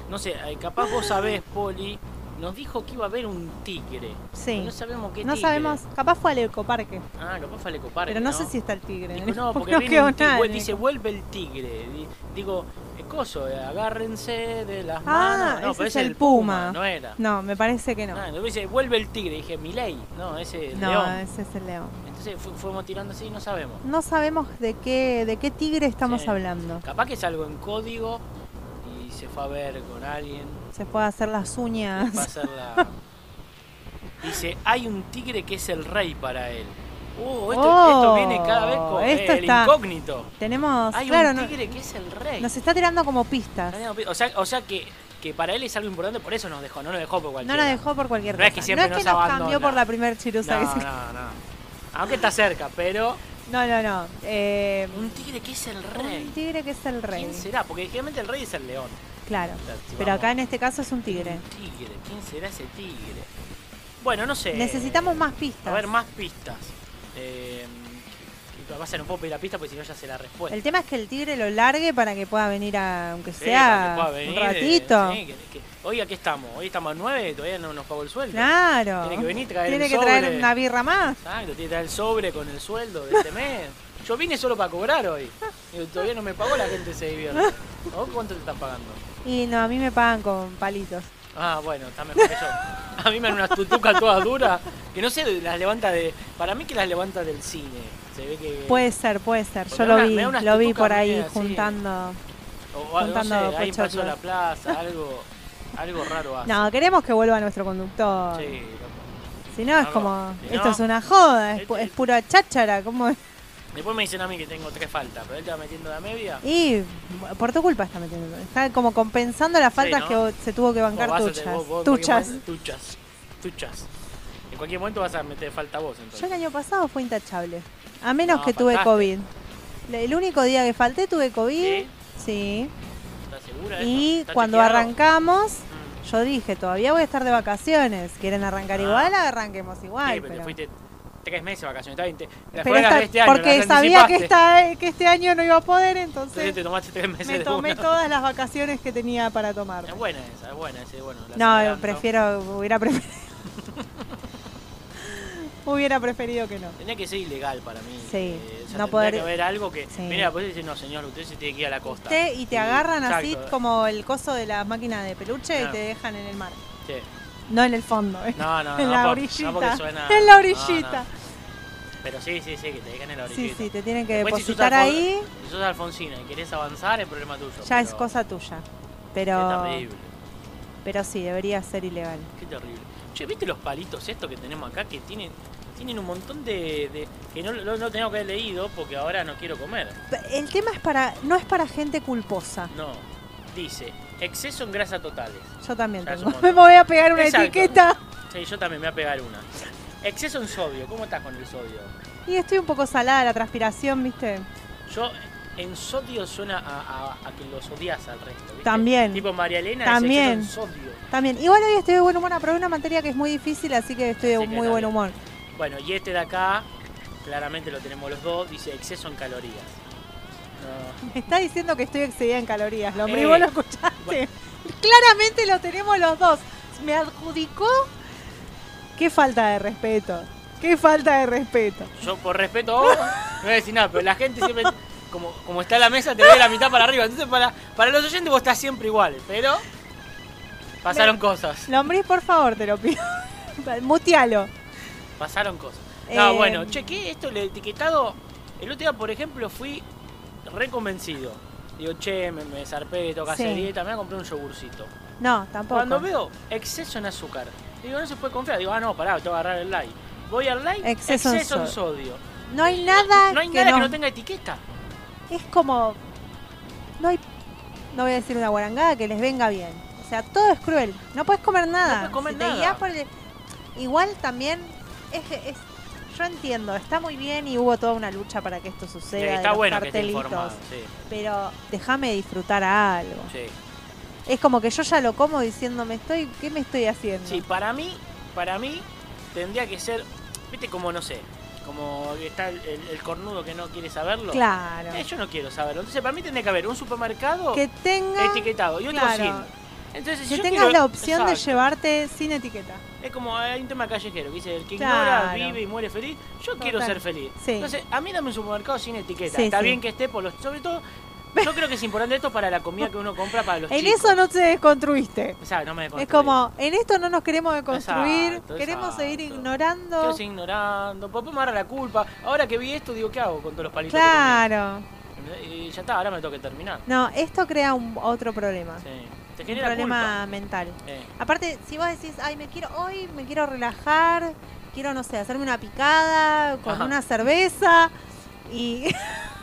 No sé, eh, capaz vos sabés, Poli, nos dijo que iba a haber un tigre.
sí.
No sabemos qué
No
tigre.
sabemos, capaz fue al ecoparque,
Ah, capaz fue al ecoparque,
pero no, sé si está el tigre.
Dijo,
(laughs)
no, porque
no
viene
quedó
un tigre,
nada en el
dice,
eco-
vuelve el tigre. Di- Digo, eh, coso, eh, agárrense de las
Ah,
manos. No,
ese
pero
es el
el puma.
puma.
no era.
No, me parece que no.
Ah, entonces dice, vuelve el tigre. Dije, Miley. No, ese es el
No,
león.
ese es el león.
Entonces fu- fuimos tirando así y no sabemos.
No sabemos de qué, de qué tigre estamos
Sí.
hablando.
Capaz que es algo en código y se fue a ver con alguien.
Se puede hacer las uñas.
Va a ser la... (laughs) Dice, hay un tigre que es el rey para él. Uh, esto, esto
Oh,
viene cada vez con
esto
el
está-
incógnito.
Tenemos,
Hay
claro,
un
no-
tigre que es el rey.
nos está tirando como pistas.
O sea, o sea que, que para él es algo importante, por eso nos dejó, no nos dejó por
No
cualquiera.
la dejó por cualquier
No
cosa.
es que siempre
no es que
nos
nos,
abandona.
cambió por la primer
No,
chirusa que se...
no, no. Aunque está cerca, pero...
No, no, no. Eh,
Un tigre que es el
un
rey.
tigre que es el rey.
¿Quién será? Porque generalmente el rey es el león.
Claro.
O sea, si
Pero
vamos-
acá en este caso es un tigre.
Un tigre. ¿Quién será ese tigre? Bueno, no sé.
Necesitamos más pistas.
Eh, A ver, más pistas. Eh, además, no puedo pedir la pista porque si no ya sé la respuesta.
El tema es que el tigre lo largue para que pueda venir, a, aunque
pues. Sí,
sea
para que pueda
un
venir, eh,
ratito.
sí, que- que- hoy aquí estamos. Hoy estamos a 9, todavía no nos pagó el sueldo.
Claro.
Tiene que venir, traer
Tiene
el
que traer
sobre.
una birra más.
Exacto, tiene que traer el sobre con el sueldo de este mes. Yo vine solo para cobrar hoy. Digo, todavía no me pagó la gente se divierte. ¿A vos cuánto te están pagando?
Y no, a mí me pagan con palitos.
Ah, bueno, está mejor que yo. A mí me dan unas tutucas todas duras que no sé, las levanta de. Para mí que las levanta del cine. Se ve que.
Puede ser, puede ser.
Porque
Yo
me da
lo
una-
vi,
me da unas
lo vi
tutucas
por ahí
medio así.
juntando.
o, o, no sé,
juntando
ahí pasó
pochoclos.
la plaza, algo, algo raro hace.
No, queremos que vuelva nuestro conductor.
Sí, loco.
Si no, es
No,
como,
si
esto
no-
es una joda, es,
Este-
pu- es pura cháchara. ¿cómo es?
Después me dicen a mí que tengo tres faltas, pero él te va metiendo la media.
Y bu- por tu culpa está metiendo. Está como compensando las faltas
¿no?
que vos- se tuvo que bancar
Vos vas a- vos-
tuchas.
vos en cualquier
tuchas.
momento- tuchas. Tuchas. En cualquier momento vas a meter falta vos,
Yo el
entonces.
año pasado fue intachable. A menos
No,
que tuve
faltaste.
COVID. Le- El único día que falté tuve COVID.
¿Sí?
Sí.
¿Estás segura? de esto?
Y
¿Está
cuando
chequeado?
arrancamos,
Mm.
yo dije, todavía voy a estar de vacaciones. ¿Quieren arrancar
Ah.
igual? Arranquemos igual.
Sí, pero te
pero
fuiste tres meses de vacaciones. Está bien, te, las
Pero
fue las
esta-
de este año,
porque
las
sabía que,
anticipaste.
esta, que este año no iba a poder,
Entonces
entonces
te tomaste tres meses
me
de
tomé
una.
todas las vacaciones que tenía para tomar.
Es buena esa, es buena ese, bueno. las
No,
adelanto.
prefiero,
(laughs)
hubiera preferido. hubiera preferido que no.
Tenía que ser ilegal para mí.
Sí,
eh, o sea,
no
tendría
poder-
que haber algo que.
Sí.
Mira, pues dice, no, señor, usted se tiene que ir a la costa.
Te- y te agarran así
Exacto.
como el coso de la máquina de peluche y
Claro.
te dejan en el mar.
Sí.
No en el fondo, ¿eh?
No,
(laughs)
no, no.
en la
por-
orillita.
no porque suena-
(laughs) en la
no,
orillita.
no. Pero sí, sí, sí, que te dejan en la
Sí,
orillita.
sí, te tienen que
Después, si sos
depositar
alfon-
ahí,
Si sos Alfonsina y querés avanzar, es problema tuyo.
ya
pero-
es cosa tuya.
Qué
Pero,
terrible,
pero sí, debería ser ilegal.
qué terrible. Che, ¿viste los palitos estos que tenemos acá que tienen. Tienen un montón de. de- que no, no, no tengo que haber leído porque ahora no quiero comer.
P- El tema es para, no es para gente culposa.
No. Dice, exceso en grasa totales.
Yo también
Ya es
(laughs) tengo.
un
Me
montón.
voy a pegar una
Exacto.
etiqueta
Sí, yo también me voy a pegar una. Exceso en sodio. ¿Cómo estás con el sodio?
y estoy un poco salada de la transpiración, ¿viste?
Yo, en sodio suena a, a- a que los odias al resto. ¿viste?
También.
Tipo María Elena
También.
es exceso en sodio.
También. Igual hoy estoy de buen humor, aprobé una materia que es muy difícil, así que estoy de
Así que
muy
está
buen
bien.
humor.
Bueno, y este de acá, claramente lo tenemos los dos, dice exceso en calorías. No.
Me está diciendo que estoy excedida en calorías, lo
Eh,
vos lo escuchaste.
bueno.
(laughs) Claramente lo tenemos los dos. Me adjudicó. Qué falta de respeto. Qué falta de respeto.
Yo por respeto a vos, no voy a decir nada, pero la gente siempre, como, como está la mesa, te ve la mitad para arriba. Entonces para, para los oyentes vos estás siempre igual, pero pasaron cosas.
Lombriz, por favor, te lo pido. (laughs) Mutealo.
Pasaron cosas. No,
Eh,
bueno, chequé esto, el etiquetado. El otro día, por ejemplo, fui reconvencido. Digo, che, me, me zarpé, toca
Sí.
hacer dieta, me voy a comprar un yogurcito.
No, tampoco.
Cuando veo exceso en azúcar, digo, no se puede confiar. Digo, ah, no, pará, tengo que agarrar el light. Voy al light,
Exceso
exceso,
en
en sodio.
no hay nada,
No hay
que,
nada
no,
que no tenga etiqueta.
Es como. No hay. No voy a decir una guarangada que les venga bien. O sea, todo es cruel. No puedes comer nada.
puedes comer
Si te
nada.
guías por el- Igual también. Es, es- yo entiendo, está muy bien y hubo toda una lucha para que esto suceda.
Sí,
de
está
los
bueno que esté
cartelitos,
informado. Sí,
Pero déjame disfrutar algo.
sí.
Es como que yo ya lo como diciendo, me estoy, ¿qué me estoy haciendo?
Sí, para mí, para mí tendría que ser, viste, como no sé, como está el, el- el cornudo que no quiere saberlo.
Claro.
Eh, yo no quiero saberlo. Entonces, para mí tendría que haber un supermercado
Que tenga,
etiquetado y otro
claro.
sin. Entonces, si
que
yo
tengas
quiero-
la opción de
Exacto.
llevarte sin etiqueta.
Es como hay un tema callejero que dice: el que
Claro.
ignora, vive y muere feliz. Yo quiero
Total.
ser feliz.
Sí.
Entonces, a mí dame un supermercado sin etiqueta.
Sí,
Está
sí.
bien que esté, por los, sobre todo, yo creo que es importante esto para la comida que uno compra para los
(laughs) En
chicos.
eso no te desconstruiste.
O sea, no me
Es
desconstruí.
como, en esto no nos queremos deconstruir,
Exacto,
queremos
exacto.
seguir
Yo
ignorando.
sigo ignorando, papá me agarra la culpa. Ahora que vi esto, digo, ¿qué hago con todos los palitos? que
Claro.
comí? Y ya está, ahora me tengo que terminar.
No, esto crea un, otro problema.
Sí. Te
Un
genera
problema mental.
culpa.
(laughs)
Eh, (laughs)
Aparte, si vos decís, ay, me quiero hoy, me quiero relajar, quiero, no sé, hacerme una picada con
Ajá.
una cerveza y... (laughs)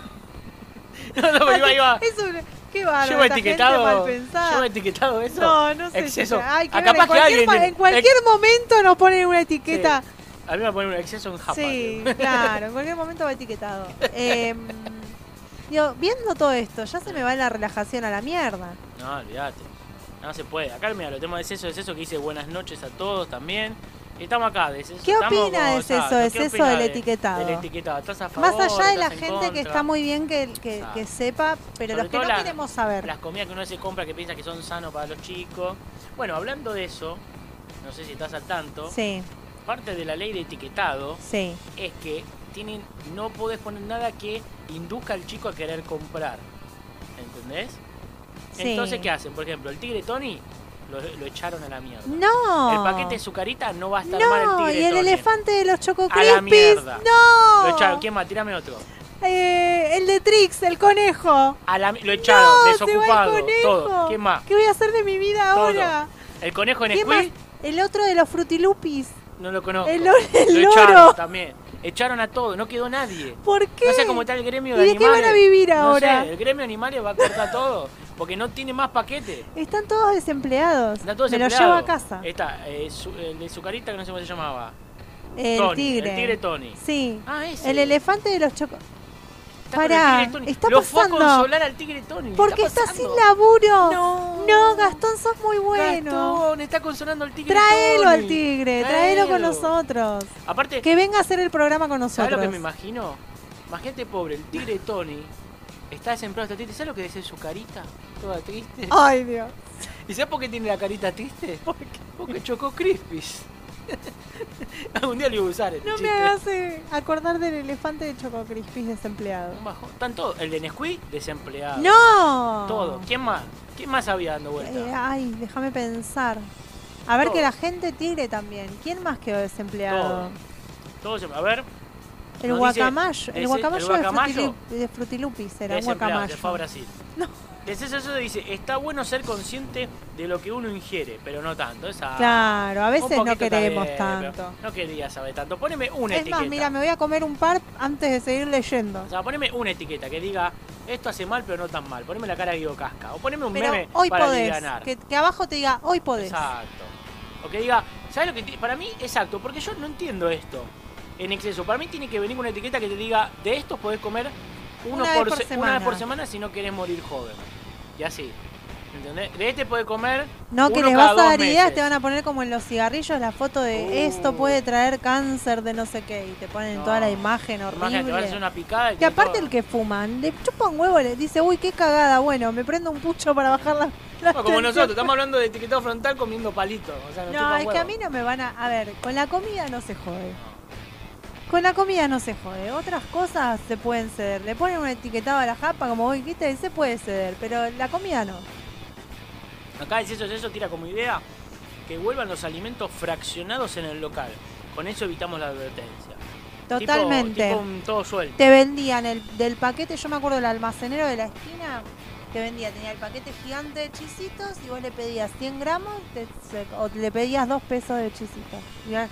No, no, pero iba, iba.
es un... Qué bárbaro,
Llevo
esta gente mal
etiquetado.
pensada.
Llevo etiquetado eso.
No, no sé.
Exceso.
si- Ay, qué
Ah,
bárbaro.
capaz que
en cualquier,
alguien-
pa- en cualquier momento nos ponen una etiqueta.
A mí me ponen un exceso en japa.
Sí,
digo.
(laughs) claro, en cualquier momento va etiquetado. Eh, digo, viendo todo esto, ya se me va la relajación a la mierda.
No, olvídate. No se puede. Acá, mira, lo tenemos de Exceso de Exceso que dice buenas noches a todos también. Y estamos acá, de Exceso.
¿Qué
estamos
opina
como-
de Exceso
exacto,
de
¿qué
Exceso
opina
del
de-
etiquetado?
Del etiquetado. ¿Estás a favor?
Más allá de la
estás en
gente que
contra?
está muy bien que, que,
Exacto.
que sepa, pero
Sobre
los que
todo
no
la-
queremos saber.
las comidas que uno se compra que piensa que son sanos para los chicos. Bueno, hablando de eso, no sé si estás al tanto,
Sí,
parte de la ley de etiquetado
sí.
es que tienen, no podés poner nada que induzca al chico a querer comprar. ¿Entendés?
Sí.
Entonces, ¿qué hacen? Por ejemplo, el tigre Tony lo, lo echaron a la mierda.
No.
El paquete de su carita no va a estar mal el
No,
tigre
y el
Tony.
elefante de los Choco
A la
Crispies.
mierda.
No.
Lo echaron, ¿quién más? Tírame otro.
Eh, el de Trix, el conejo.
A la mi- lo echaron,
no,
desocupado,
se va el conejo.
todo. ¿Quién más?
¿Qué voy a hacer de mi vida
Todo.
ahora?
El conejo en
¿Quién más?
Squid
El otro de los frutilupis.
no lo conozco.
El, or- el
lo
loro.
echaron también. Echaron a todo, no quedó nadie.
¿Por qué?
No sé cómo está el gremio
¿Y
de
de qué
animales.
van a vivir
No
ahora?
sé, el gremio de animales va a cortar todo porque no tiene más paquete.
Están todos desempleados.
Está todo
Me lo
desempleado.
llevo a casa.
Está, eh, su- el de su carita que no sé cómo se llamaba.
El
Tony,
tigre.
El tigre Tony.
Sí.
Ah, ese.
El elefante de los chocos.
Está con el
Pará,
tigre Tony.
está
Lo
pasando.
fue a consolar al tigre Tony.
Porque
está
está sin
pasando.
laburo.
No.
No, Gastón, sos muy bueno.
Gastón, está consolando al tigre
Traelo
Tony.
al tigre, traelo con
Traelo.
nosotros.
Aparte,
Que venga a hacer el programa con
¿sabes lo
nosotros.
que me imagino? Imagínate, pobre, el tigre Tony está desempleado, está triste. ¿Sabes lo que dice su carita? Toda triste.
Ay, Dios.
¿Y sabes por qué tiene la carita
(laughs)
triste? Porque chocó Crispis. (laughs) Algún día lo iba a usar este
No me
chiste.
hagas eh, acordar del elefante de Choco Crispis desempleado.
Un bajón. Están todos. El de Nesquik, desempleado.
¡No!
Todo. ¿Quién más? ¿Quién más había dando
Eh,
vuelta?
ay, déjame pensar. A ver
Todo.
que la gente tire también. ¿Quién más quedó desempleado?
Todo. Todos. A ver.
El
Nos dice-
guacamayo.
ese-
El guacamayo,
el guacamayo.
de, frutilup- de frutilupis era un
desempleado.
guacamayo.
Se fue a Brasil.
(laughs) No.
Es eso, eso dice, está bueno ser consciente de lo que uno ingiere, pero no tanto. Esa,
Claro, a
Ah, un
veces no
poquito está
queremos
bien,
tanto.
pero No quería saber tanto. Poneme una
Es
etiqueta.
más, mira, me voy a comer un par antes de seguir leyendo.
O sea, poneme una etiqueta que diga esto hace mal pero no tan mal. Poneme la cara de Guido Casca. O poneme un
Pero
meme
hoy
para
podés.
ganar.
Que, que abajo te diga, hoy podés.
Exacto. O que diga, ¿sabes lo que ti- Para mí, exacto, porque yo no entiendo esto en exceso. Para mí tiene que venir una etiqueta que te diga, de estos podés comer uno
Una vez por
se-
semana.
una vez por semana si no querés morir joven. Y así. ¿Entendés? De este podés comer.
No,
uno
que les
cada
vas a
dos
dar ideas,
meses.
te van a poner como en los cigarrillos la foto de
Uh.
esto puede traer cáncer de no sé qué y te ponen
No.
toda la imagen horrible.
Imagínate, te vas a hacer una picada. y
Que aparte
todo-
el que fuman, le chupa un huevo, le dice, uy, qué cagada, bueno, me prendo un pucho para bajar la...
No,
la (laughs)
como
tensión".
nosotros, estamos hablando de etiquetado frontal comiendo palitos. O sea, nos
No,
chupan
es que
huevo.
a mí no me van a... A ver, con la comida no se jode. Con la comida no se jode, otras cosas se pueden ceder. Le ponen un etiquetado a la japa, como vos dijiste, y se puede ceder, pero la comida no.
Acá el Cieso eso tira como idea que vuelvan los alimentos fraccionados en el local. Con eso evitamos la advertencia. Tipo-
Totalmente.
tipo un todo suelto.
Te vendían el, del paquete, yo me acuerdo del almacenero de la esquina, te vendía, tenía el paquete gigante de chisitos y vos le pedías 100 gramos te- se- o le pedías 2 pesos de chisitos. Y al-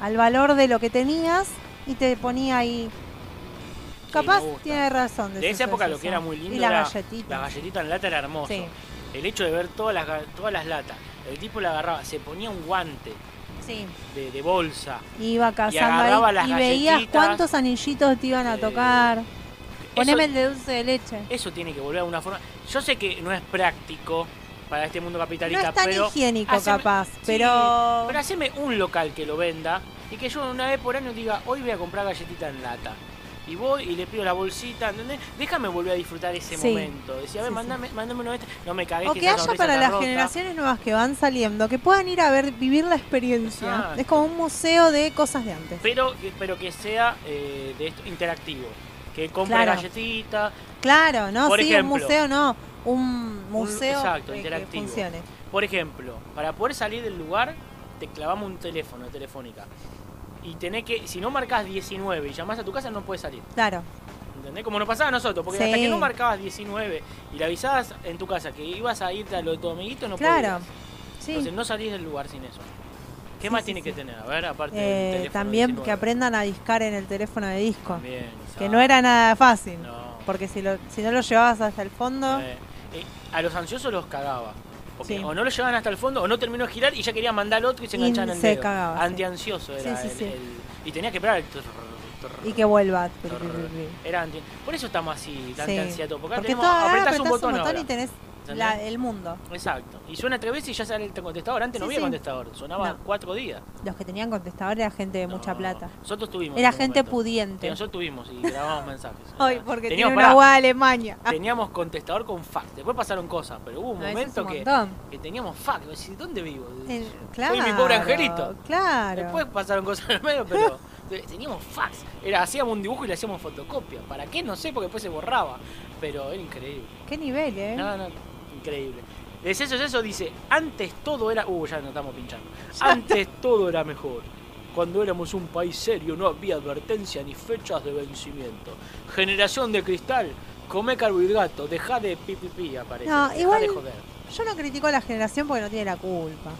al valor de lo que tenías y te ponía ahí. Capaz
me gusta.
tiene razón.
De esa
Cieso
época
eso.
lo que era muy lindo
Y la
era
galletita.
la galletita en lata era hermoso.
Sí,
El hecho de ver todas las, ga- todas las latas. El tipo la agarraba, se ponía un guante
sí.
de, de bolsa.
Iba cazando
agarraba
ahí
las
y veías
galletitas.
cuántos anillitos te iban a
Eh,
tocar. Poneme
Eso,
el de dulce de leche.
eso tiene que volver a una forma. Yo sé que no es práctico para este mundo
No
capitalista,
es tan
pero,
higiénico
haceme-
capaz,
sí,
pero...
pero haceme un local que lo venda y que yo una vez por año diga, hoy voy a comprar galletita en lata. Y voy y le pido la bolsita, ¿entendés? Déjame volver a disfrutar ese
Sí.
momento. Decía, a ver,
Sí, sí.
mandame, mandame uno de estos. No me cagué.
O que haya para las
generaciones
generaciones nuevas que van saliendo, que puedan ir a ver, vivir la experiencia.
Exacto.
Es como un museo de cosas de antes.
pero, pero que sea eh, de esto, interactivo. Que compre
Claro.
galletita.
Claro, ¿no?
Por
sí,
ejemplo.
un museo no, un museo eh,
exacto,
que- que,
interactivo.
funcione.
Por ejemplo, para poder salir del lugar, te clavamos un teléfono de telefónica. Y tenés que, si no marcas 19 y llamás a tu casa, no puedes salir.
Claro,
¿Entendés? Como nos pasaba a nosotros, porque hasta
Sí.
que no marcabas 19 y le avisabas en tu casa que ibas a irte a lo de tu amiguito, no
claro.
podías.
Sí.
Entonces no salís del lugar sin eso. ¿Qué
Sí,
más
sí,
tiene
sí.
que tener? A ver, aparte
Eh,
del teléfono
también
19.
que aprendan a discar en el teléfono de disco,
También,
que
exacto.
no era nada fácil.
No.
Porque si, lo, si no lo llevabas hasta el fondo,
Eh, eh, a los ansiosos los cagaba. Porque
Sí.
o no lo llevaban hasta el fondo, o no terminó de girar y ya quería mandar al otro y se
Y
enganchaban en el
se
dedo.
cagaba, sí.
Antiansioso era
Sí, sí,
el-
sí.
el- Y tenía que esperar el trrr, trrr.
y que vuelva.
Era anti... Por eso estamos así, tan
Sí.
ansiato. Porque,
Porque
tenemos,
todo, ahora
apretás un botón, ahora,
y tenés
¿entendés?
la- el mundo.
Exacto. Y suena tres veces y ya sale el contestador. Antes no
Sí,
había
sí.
contestador. Sonaba
No.
cuatro días.
Los que tenían contestador era gente de mucha
No.
plata.
Nosotros tuvimos.
Era
en un
gente
momento.
pudiente.
Sí, Nosotros tuvimos y grabábamos (laughs) mensajes.
Ay, porque tiene
Teníamos-
una
pará,
voz de Alemania. Ah,
Teníamos contestador con fax. Después pasaron cosas, pero hubo un
no, eso es
momento
un
que...
montón.
que teníamos fax. Yo decía, ¿Dónde vivo?
En-
Soy mi pobre angelito.
Claro.
Después pasaron cosas en el medio, pero (laughs) teníamos fax. Era, hacíamos un dibujo y le hacíamos fotocopia. ¿Para qué? No sé, porque después se borraba. Pero era increíble.
Qué nivel, ¿eh?
No, no, increíble. De eso, eso dice, antes todo era... Uh, ya nos estamos pinchando.
(laughs)
Antes todo era mejor. Cuando éramos un país serio no había advertencia ni fechas de vencimiento. Generación de cristal, come carbohidrato, deja de pipipi aparece.
No,
dejá
igual-
de joder.
Yo no critico a la generación porque no tiene la culpa.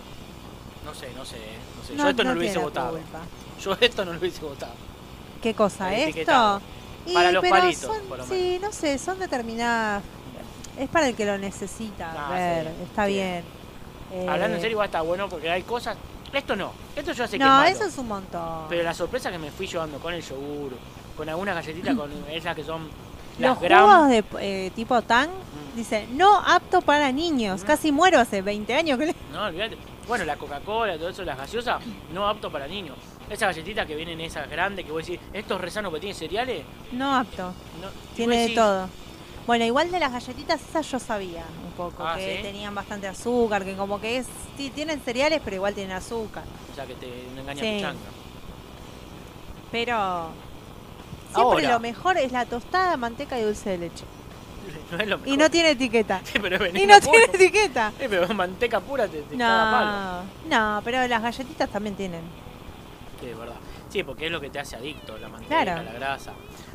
No sé, no sé, no sé.
No,
Yo esto no,
no
lo
tiene
hubiese
la
votado.
culpa.
Yo esto no lo hubiese votado.
¿Qué cosa?
El
¿Esto?
etiquetado. Para los palitos,
son-
por lo
sí, no sé, son determinadas. Es para el que lo necesita.
Ah,
ver,
sí,
está
sí.
bien. Eh,
Hablando en serio, igual está bueno porque hay cosas. Esto no. Esto yo sé que es
No,
malo.
eso es un montón.
Pero la sorpresa que me fui llevando con el yogur, con algunas
(clears throat)
galletitas, con esas que son
Los
las
jugos
gram.
de eh, tipo tan
Mm,
dice no apto para niños.
Mm.
Casi muero hace 20 años que le-
No, olvídate. Bueno, la Coca-Cola, todo eso, las gaseosas, no apto para niños. Esas galletitas que vienen esas grandes que voy a decir, estos resanos que tienen cereales,
No apto.
no, y
Tiene
vos
de
decís,
todo. Bueno, igual de las galletitas esas yo sabía un poco,
Ah,
que
¿sí?
tenían bastante azúcar, que como que es, sí, tienen cereales, pero igual tienen azúcar.
O sea, que te engañan
Sí.
tu changa.
Pero siempre
Ahora.
lo mejor es la tostada, manteca y dulce de leche.
(laughs) No es lo mejor.
Y no tiene etiqueta.
Sí, (laughs) pero es
Y
veneno
no
puro.
tiene etiqueta.
(laughs) Eh, pero manteca pura te, te caga palo.
No, no, pero las galletitas también tienen.
Sí, es verdad. Sí, porque es lo que te hace adicto, la manteca,
Claro.
la grasa.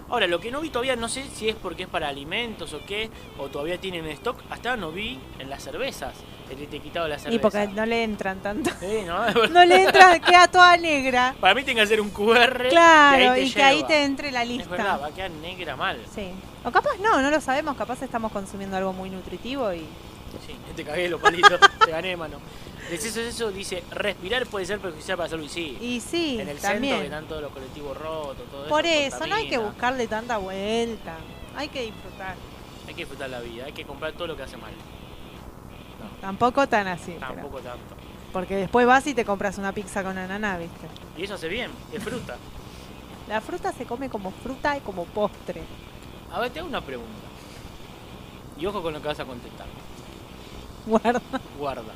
Ahora, lo que no vi todavía, no sé si es porque es para alimentos o qué, o todavía tienen en stock, hasta ahora no vi en las cervezas, el etiquetado de la cerveza.
Y porque no le
(laughs)
entran tanto.
Sí, no, es verdad.
No le entra, queda
(laughs)
toda negra.
Para mí tiene que hacer un QR.
Claro, y que ahí
lleva.
te entre la
Es verdad, va
lista.
a quedar negra mal.
Sí. O capaz no, no lo sabemos, capaz estamos consumiendo algo muy nutritivo y
Sí, este te cagué los
(laughs)
palitos, te gané, mano. Decís eso, eso dice, respirar puede ser perjudicial para la salud, y sí.
Y sí,
en el centro que
también.
están todos los colectivos rotos, todo eso.
Por eso, no hay
contamina.
que buscarle tanta vuelta. Hay que disfrutar.
Hay que disfrutar la vida, hay que comprar todo lo que hace mal.
Tampoco tan así. pero-
Tampoco tanto.
porque después vas y te compras una pizza con ananá, ¿viste?
Y eso hace bien, es fruta.
La fruta se come como fruta y como postre. (laughs)
A ver, te hago una pregunta. Y ojo con lo que vas a contestar.
Guarda.
Guarda.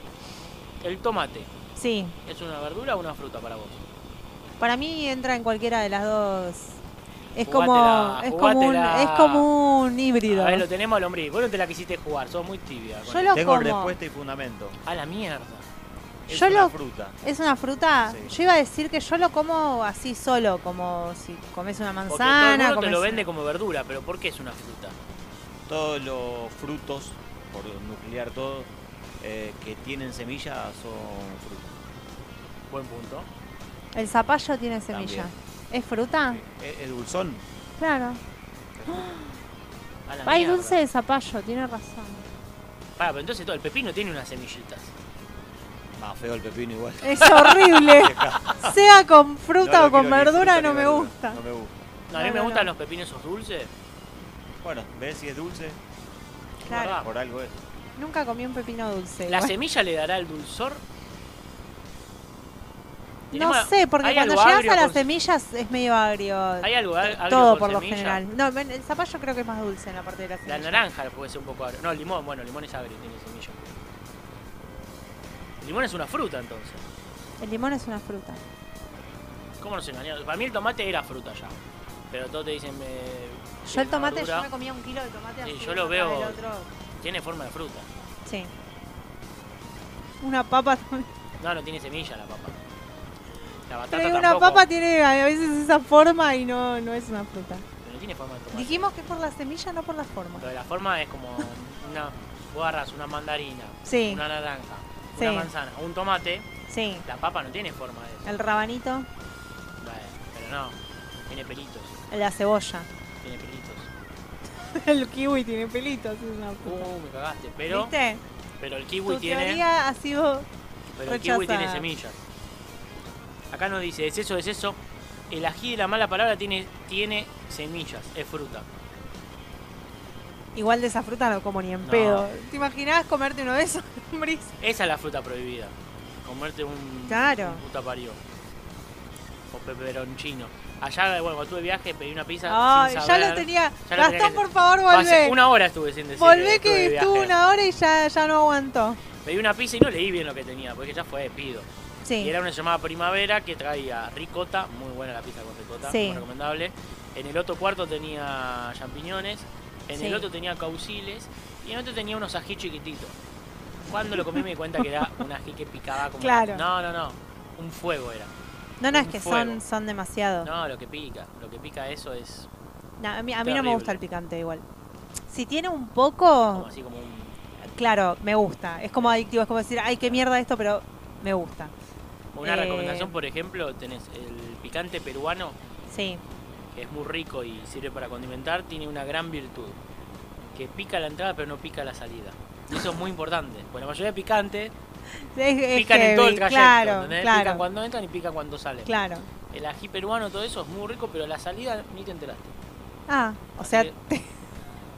El tomate,
Sí,
¿es una verdura o una fruta para vos?
Para mí entra en cualquiera de las dos. Es
Jugátela,
como, es como un,
jugátela.
es como un híbrido.
A ver, lo tenemos al hombre. Vos no te la quisiste jugar, sos muy tibia. con
Yo
el-
lo
Tengo
como.
respuesta y fundamento.
A la mierda.
Es
Yo
una
lo-
fruta.
Es una fruta.
Sí.
Yo iba a decir que yo lo como así solo, como si comes una
Porque todo el
manzana.
mundo te lo
comes-
vende como verdura, pero ¿por qué es una fruta?
Todos los frutos, por nuclear todo, eh, que tienen semillas son frutas.
Buen punto.
El zapallo tiene semilla. ¿Es fruta?
¿Es, es Eh, dulzón?
Claro.
A la
Hay
mierda.
dulce de zapallo, tiene razón.
Pará, pero entonces todo, el pepino tiene unas semillitas.
Más feo el pepino igual.
Es
(laughs)
horrible. sea con (laughs) fruta
No
o
lo
con
quiero ni
verdura,
fruta ni
no me
verdura,
gusta.
No me gusta.
No, a mí
No,
me
no,
gustan
no.
los pepinos esos dulces.
Bueno, ves si es dulce,
Claro.
¿verdad?
por algo es.
Nunca comí un pepino dulce. Pues,
¿La
igual.
semilla le dará el dulzor?
No
Tenemos-
sé, porque
¿hay
cuando
algo
llegas
agrio
a las
con-
semillas es medio agrio.
¿Hay algo ag- agrio
Todo
con
por lo
semilla?
general. No, ven, el zapallo creo que es más dulce en la parte de la semilla.
La naranja puede ser un poco agrio. No, el limón, bueno, el limón es agrio, tiene semilla. El limón es una fruta entonces.
El limón es una fruta.
¿Cómo nos engañaron? Para mí el tomate era fruta ya. Pero todos te dicen. eh,
Yo
tiene
el tomate,
verdura,
yo me comía un kilo de tomate.
Sí,
así,
yo lo
acá
veo-
del otro.
Tiene forma de fruta.
Sí. Una papa también.
No, no tiene semilla la papa. La batata
Pero una
tampoco.
papa tiene a veces esa forma y no, no es una fruta.
pero no tiene forma de tomate.
Dijimos que es por la semilla, no por la forma.
Lo de la forma es como una. Vos agarrás una mandarina,
Sí,
una naranja,
Sí.
una manzana, un tomate.
sí.
La papa no tiene forma de eso.
El rabanito,
Vale, Pero no, tiene pelitos.
la cebolla.
Tiene pelitos.
(laughs) El kiwi tiene pelitos. es una fruta.
Uh, me cagaste. Pero,
¿Viste?
pero el kiwi
Tu
tiene.
teoría ha sido
Pero el kiwi
Rechazada.
tiene semillas. Acá nos dice, es eso, es eso. El ají de la mala palabra tiene, tiene semillas, es fruta.
igual de esa fruta, no como ni en
No.
pedo. ¿Te imaginabas comerte uno de esos, (laughs) Briz?
Esa es la fruta prohibida. Comerte un,
Claro.
un puta parió. O peperoncino. Allá, bueno, cuando tuve viaje pedí una pizza
Ay,
sin
ya
saber.
lo tenía.
ya lo
Gastón,
tenía que-
por favor,
Pasé-
volvé.
Una hora estuve sin decir
Volvé
estuve de
que estuvo
viaje.
una hora y ya, ya no aguantó.
Pedí una pizza y no leí bien lo que tenía, porque ya fue, pido. Y
Sí.
era una llamada primavera que traía ricota, muy buena la pizza con ricota,
Sí.
muy recomendable. En el otro cuarto tenía champiñones, en
Sí.
el otro tenía cauciles y en el otro tenía unos ají chiquititos. Cuando lo comí me di cuenta que era un ají que picaba como...
Claro.
No, no, no. Un fuego era.
No, no, es
un
que
fuego.
son, son demasiado. No.
No, lo que pica. Lo que pica eso es
a mí, a mí no me
Terrible.
gusta el picante igual. Si tiene un
como
poco,
así como un...
claro, me gusta. Es como adictivo, es como decir, ay, qué mierda esto, pero me gusta.
Una
Eh.
recomendación, por ejemplo, tenés el picante peruano,
Sí,
que es muy rico y sirve para condimentar, tiene una gran virtud, que pica la entrada pero no pica la salida. Y Eso es muy importante, porque la mayoría de picantes
es, es
pican en todo el
heavy,
trayecto,
Claro,
¿entendés? pican
claro,
cuando entran y pican cuando salen.
claro.
El ají peruano, todo eso es muy rico, pero la salida ni te enteraste.
Ah, o sea,
que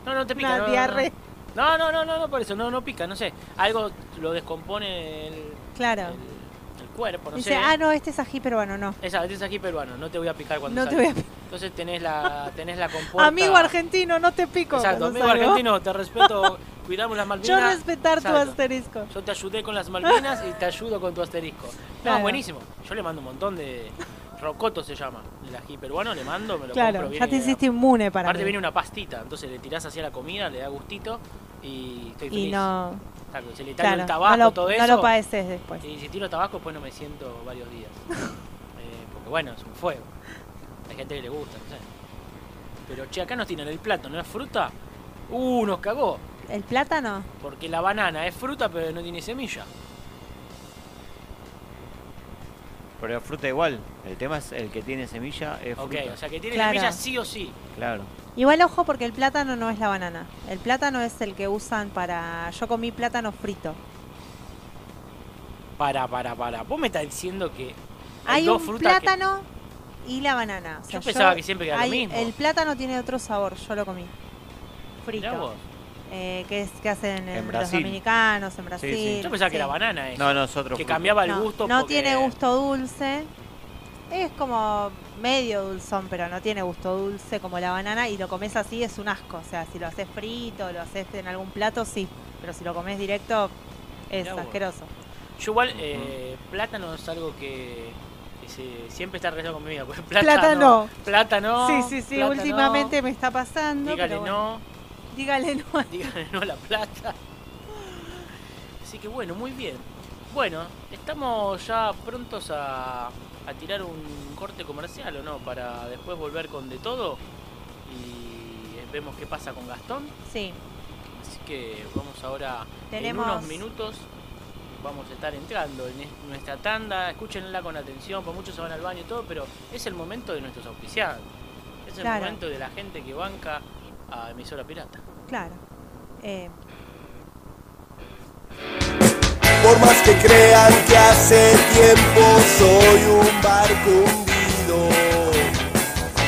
No, no te pica.
una
no, no, no.
diarrea.
No, no, no, no, no, por eso, no, no pica, no sé. Algo lo descompone el,
Claro.
el- el cuerpo, Eh, no
Dice,
sé.
ah, no, este es ají peruano, no.
Esa, este es ají peruano, no te voy a picar cuando
No te
sale.
voy a
Entonces tenés la, tenés la compuerta.
(laughs) Amigo argentino, no te pico.
Exacto,
cuando
amigo
salgo.
argentino, te
(laughs)
respeto, cuidamos las
Yo
Malvinas.
respetar tu
Exacto.
asterisco.
Yo te ayudé con las Malvinas y te ayudo con tu asterisco. No,
Claro.
buenísimo. Yo le mando un montón de. Rocoto se llama. El ají peruano le mando, me lo
Claro,
compro.
ya
viene-
te hiciste inmune para
Aparte
mí.
viene una pastita, entonces le tirás hacia la comida, le da gustito y estoy feliz.
Y no,
Exacto, se le tira
claro,
el tabaco,
no, lo,
todo
no
eso.
lo padeces después.
y si tiro tabaco, después no me siento varios
(laughs)
días. Eh, porque bueno, es un fuego. Hay gente que le gusta, no sé. Pero che, acá nos tiran el plato, ¿no es fruta? Uh, nos cagó.
El plátano,
Porque la banana es fruta, pero no tiene semilla.
Pero fruta igual. El tema es el que tiene semilla es
Ok,
fruta.
o sea que tiene
Claro.
semilla sí o sí.
Claro.
igual ojo porque el plátano no es la banana. El plátano es el que usan para. Yo comí plátano frito.
Para, para, para. Vos me estás diciendo que hay,
Hay
dos
un
frutas. que-
plátano y la banana. O sea,
Yo pensaba que siempre era lo
hay-
mismo.
El plátano tiene otro sabor, yo lo comí.
Mirá
Frito.
vos.
eh, que, es, que hacen en
En
los
Brasil.
dominicanos, en Brasil.
sí.
Yo pensaba que
sí.
era banana eso.
No, nosotros.
que cambiaba el
No,
gusto.
No
porque-
tiene gusto dulce. Es como medio dulzón, pero no tiene gusto dulce como la banana. Y lo comes así es un asco. O sea, si lo haces frito, lo haces en algún plato, sí. Pero si lo comes directo, es
Mirá vos.
asqueroso.
Yo igual, eh, plátano es algo que Dice, siempre está relacionado con mi vida. Pues, plata,
Plata
no.
no.
Plata no.
sí, sí, sí,
plata
últimamente me está pasando.
No. Dígale
pero bueno.
no.
Dígale no. (laughs)
(laughs) Díganle no a la plata. Así que bueno, muy bien. Bueno, estamos ya prontos a, a tirar un corte comercial o no, para después volver con de todo y vemos qué pasa con Gastón.
Sí,
Así que vamos ahora
Tenemos-
en unos minutos. Vamos a estar entrando en es- nuestra tanda. Escúchenla con atención, porque muchos se van al baño y todo, pero es el momento de nuestros auspiciados. Es el
Claro.
momento de la gente que banca a Emisora Pirata.
claro. Eh,
Por más que crean que hace tiempo soy un barco hundido.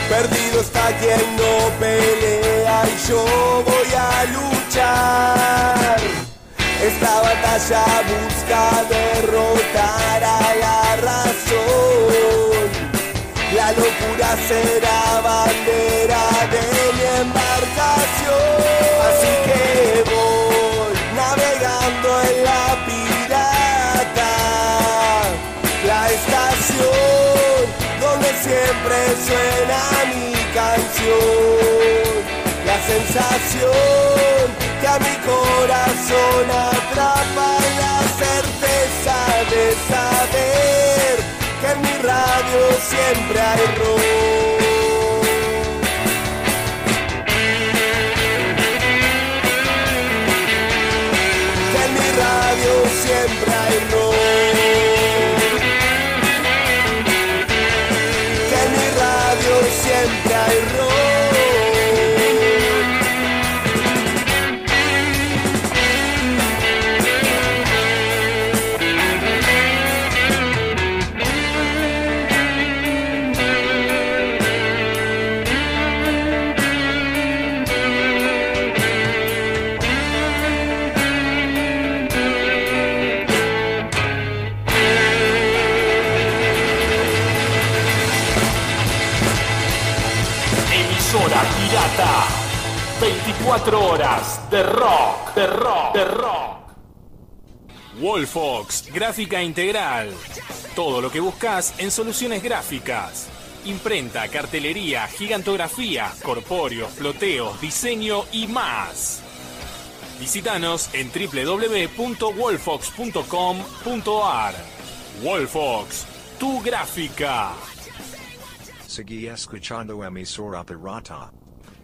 Perdido está quien no pelea y yo voy a luchar. Esta batalla busca derrotar a la razón. La locura será bandera de mi embarcación. Así que voy navegando en la pirata. La estación donde siempre suena mi canción. La sensación que a mi corazón atrapa la certeza de saber que en mi radio siempre hay rock. Que en mi radio siempre hay rock. Que en mi radio siempre hay rock.
Emisora pirata. 24 horas de rock, de rock, de rock. Wolfox, gráfica integral. Todo lo que buscas en soluciones gráficas. Imprenta, cartelería, gigantografía, corpóreos, floteos, diseño y más. Visítanos en www.wolfox.com.ar. Wolfox, tu gráfica.
Seguí escuchando emisora pirata.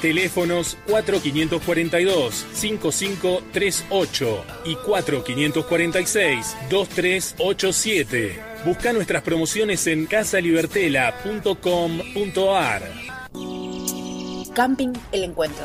Teléfonos 4542-5538 y 4546-2387. Busca nuestras promociones en casalibertela.com.ar.
Camping El Encuentro.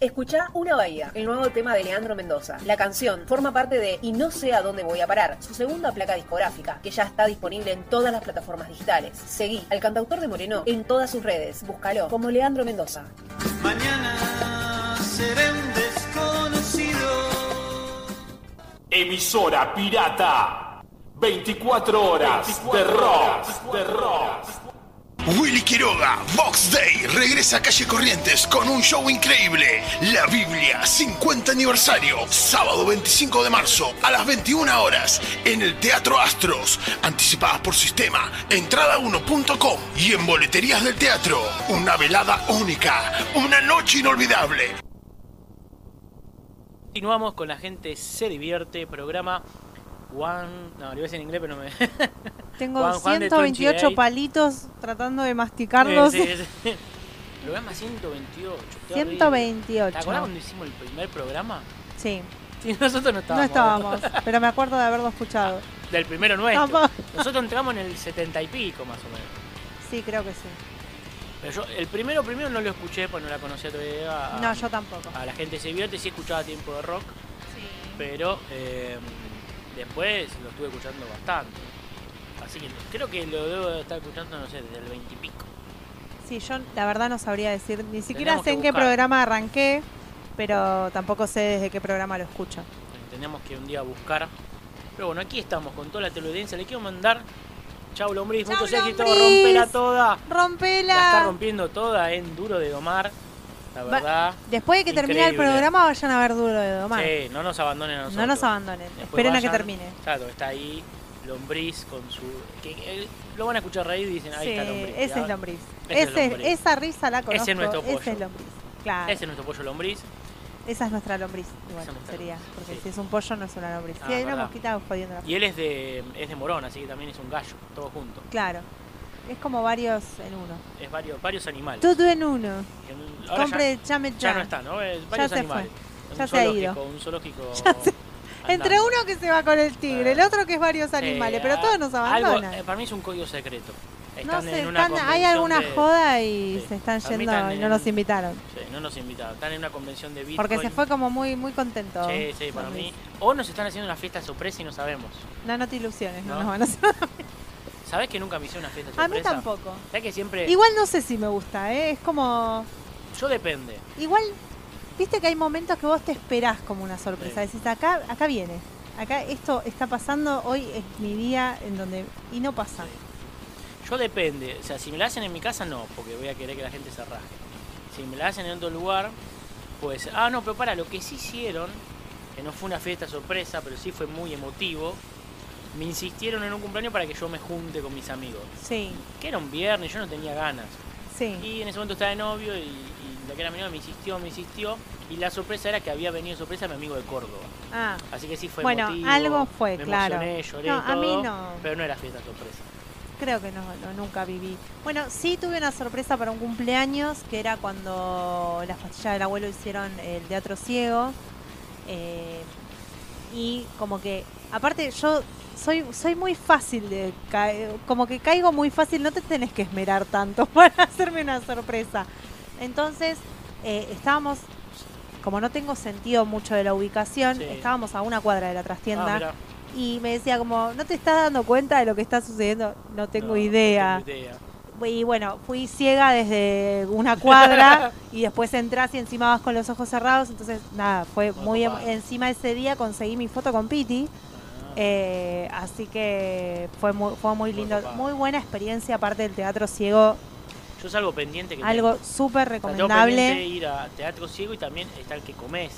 Escucha Una Bahía, el nuevo tema de Leandro Mendoza. La canción forma parte de Y no sé a dónde voy a parar, su segunda placa discográfica, que ya está disponible en todas las plataformas digitales. Seguí al cantautor de Moreno en todas sus redes. Búscalo como Leandro Mendoza.
Mañana seré un desconocido.
Emisora pirata. 24 horas de rock. De rock.
Willy Quiroga, Box Day, regresa a Calle Corrientes con un show increíble. La Biblia, 50 aniversario, sábado 25 de marzo a las 21 horas en el Teatro Astros. Anticipadas por sistema, entrada1.com y en boleterías del teatro. Una velada única, una noche inolvidable.
Continuamos con la gente se divierte, programa Juan, no, lo iba a decir en inglés, pero no me... (laughs)
Tengo
Juan- Juan de
128
28.
palitos tratando de masticarlos. (laughs)
Sí, sí, sí. Programa 128. qué horrible.
128.
¿Te acordás cuando hicimos el primer programa?
Sí.
Sí, nosotros no
No
estábamos.
estábamos, pero me acuerdo de haberlo escuchado.
Del primero nuestro.
Tampoco.
Nosotros entramos en el 70 y pico más o menos.
Sí, creo que sí.
Pero yo, el primero, primero no lo escuché, pues no la conocía todavía.
No, yo tampoco.
A la gente se divierte, sí escuchaba tiempo de rock. Pero eh, después lo estuve escuchando bastante. Así que creo que lo debo de estar escuchando, no sé, desde el 20 y pico.
Sí, yo la verdad no sabría decir, ni siquiera
Tendríamos
sé
que
en qué
buscar.
programa arranqué, pero tampoco sé desde qué programa lo escucho.
Tenemos que un día buscar. Pero bueno, aquí estamos con toda la teleaudiencia. Le quiero mandar. Chau, lombriz,
Chau,
muchos éxitos.
lombriz.
Rompela toda.
¡Rompela!
La está rompiendo toda en Duro de Domar. La
Va-
verdad.
Después de que termine el
increíble.
programa, vayan a ver Duro de Domar.
Sí, no nos abandonen a nosotros.
No nos abandonen.
Después
Esperen a que
vayan.
termine.
Claro, está ahí Lombriz con su. que- que- lo van a escuchar reír y dicen, ahí
Sí,
está Lombriz.
ese
Ya-
es Lombriz.
Ese es
Ese-
Lombriz.
Esa risa la conozco.
Ese es nuestro pollo.
Ese es Lombriz. Claro.
Ese es nuestro pollo Lombriz.
Esa es nuestra lombriz. Igual,
Esa es nuestra
sería. Porque
sí.
si es un pollo, no es una lombriz.
Ah,
si hay una
verdad.
mosquita jodiendo la
Y él es de, es de Morón, así que también es un gallo, todo junto.
Claro. Es como varios en uno.
Es varios, varios animales.
Todo en uno.
En- ahora
Compre,
ya,
llame
ya no está, ¿no? Es
Ya
varios
se fue.
animales. Es
Ya
un
se ha
zoológico,
ido.
Un
(laughs)
zoológico.
Entre
andando.
uno que se va con el tigre, el otro que es varios animales,
Eh,
pero todos nos
algo-
abandonan.
eh, para mí es un código secreto.
no
Están
sé,
en una
están- hay
convención
alguna
de-
joda y se están
Para mí
yendo
están
y
en-
no nos invitaron.
Sí, no nos invitaron. Están en una convención de Bitcoin.
Porque se fue como muy muy contento.
Sí, sí, para mí. O nos están haciendo una fiesta sorpresa y no sabemos.
No, no te ilusiones, no,
No.
nos van a hacer. (laughs)
¿Sabes que nunca me hice una fiesta sorpresa? Eh.
A mí tampoco.
¿Sabés que siempre.
Igual no sé si me gusta, ¿eh? Es como...
Yo depende.
Igual, viste que hay momentos que vos te esperás como una sorpresa. Decís, acá, acá viene. Acá esto está pasando, hoy es mi día en donde... Y no pasa.
Yo depende. O sea, si me la hacen en mi casa, no, porque voy a querer que la gente se raje. Si me la hacen en otro lugar, pues. Ah, no, pero para, lo que sí hicieron, que no fue una fiesta sorpresa, pero sí fue muy emotivo, me insistieron en un cumpleaños para que yo me junte con mis amigos.
Sí,
Que era un viernes, yo no tenía ganas.
sí.
Y en ese momento estaba de novio y, y la que era mi novia me insistió, me insistió. Y la sorpresa era que había venido de sorpresa mi amigo de Córdoba.
Ah,
Así que sí fue
Bueno,
emotivo,
algo fue,
me
claro.
Emocioné, lloré
No,
y
a mí
todo,
no.
Pero no era fiesta sorpresa.
creo que no, no, nunca viví. Bueno, sí tuve una sorpresa para un cumpleaños, que era cuando las pastillas del abuelo hicieron el Teatro Ciego. Eh, y como que, aparte yo soy, soy muy fácil de caer, como que caigo muy fácil, no te tenés que esmerar tanto (laughs) para hacerme una sorpresa. Entonces, eh, estábamos, como no tengo sentido mucho de la ubicación,
Sí.
estábamos a una cuadra de la trastienda.
Ah, mirá.
y me decía como, ¿no te estás dando cuenta de lo que está sucediendo? No tengo idea. Y bueno, fui ciega desde
(laughs)
una cuadra y después entras y encima vas con los ojos cerrados. Entonces, nada, fue muy... em- Encima ese día conseguí mi foto con Piti.
Ah.
Eh, así que fue muy, fue muy lindo.
copado.
Muy buena experiencia aparte del teatro
Ah.
ciego.
Yo es algo pendiente que
Algo
tengo.
súper
O sea, tengo pendiente
recomendable.
ir a Teatro Ciego y también está el que comes.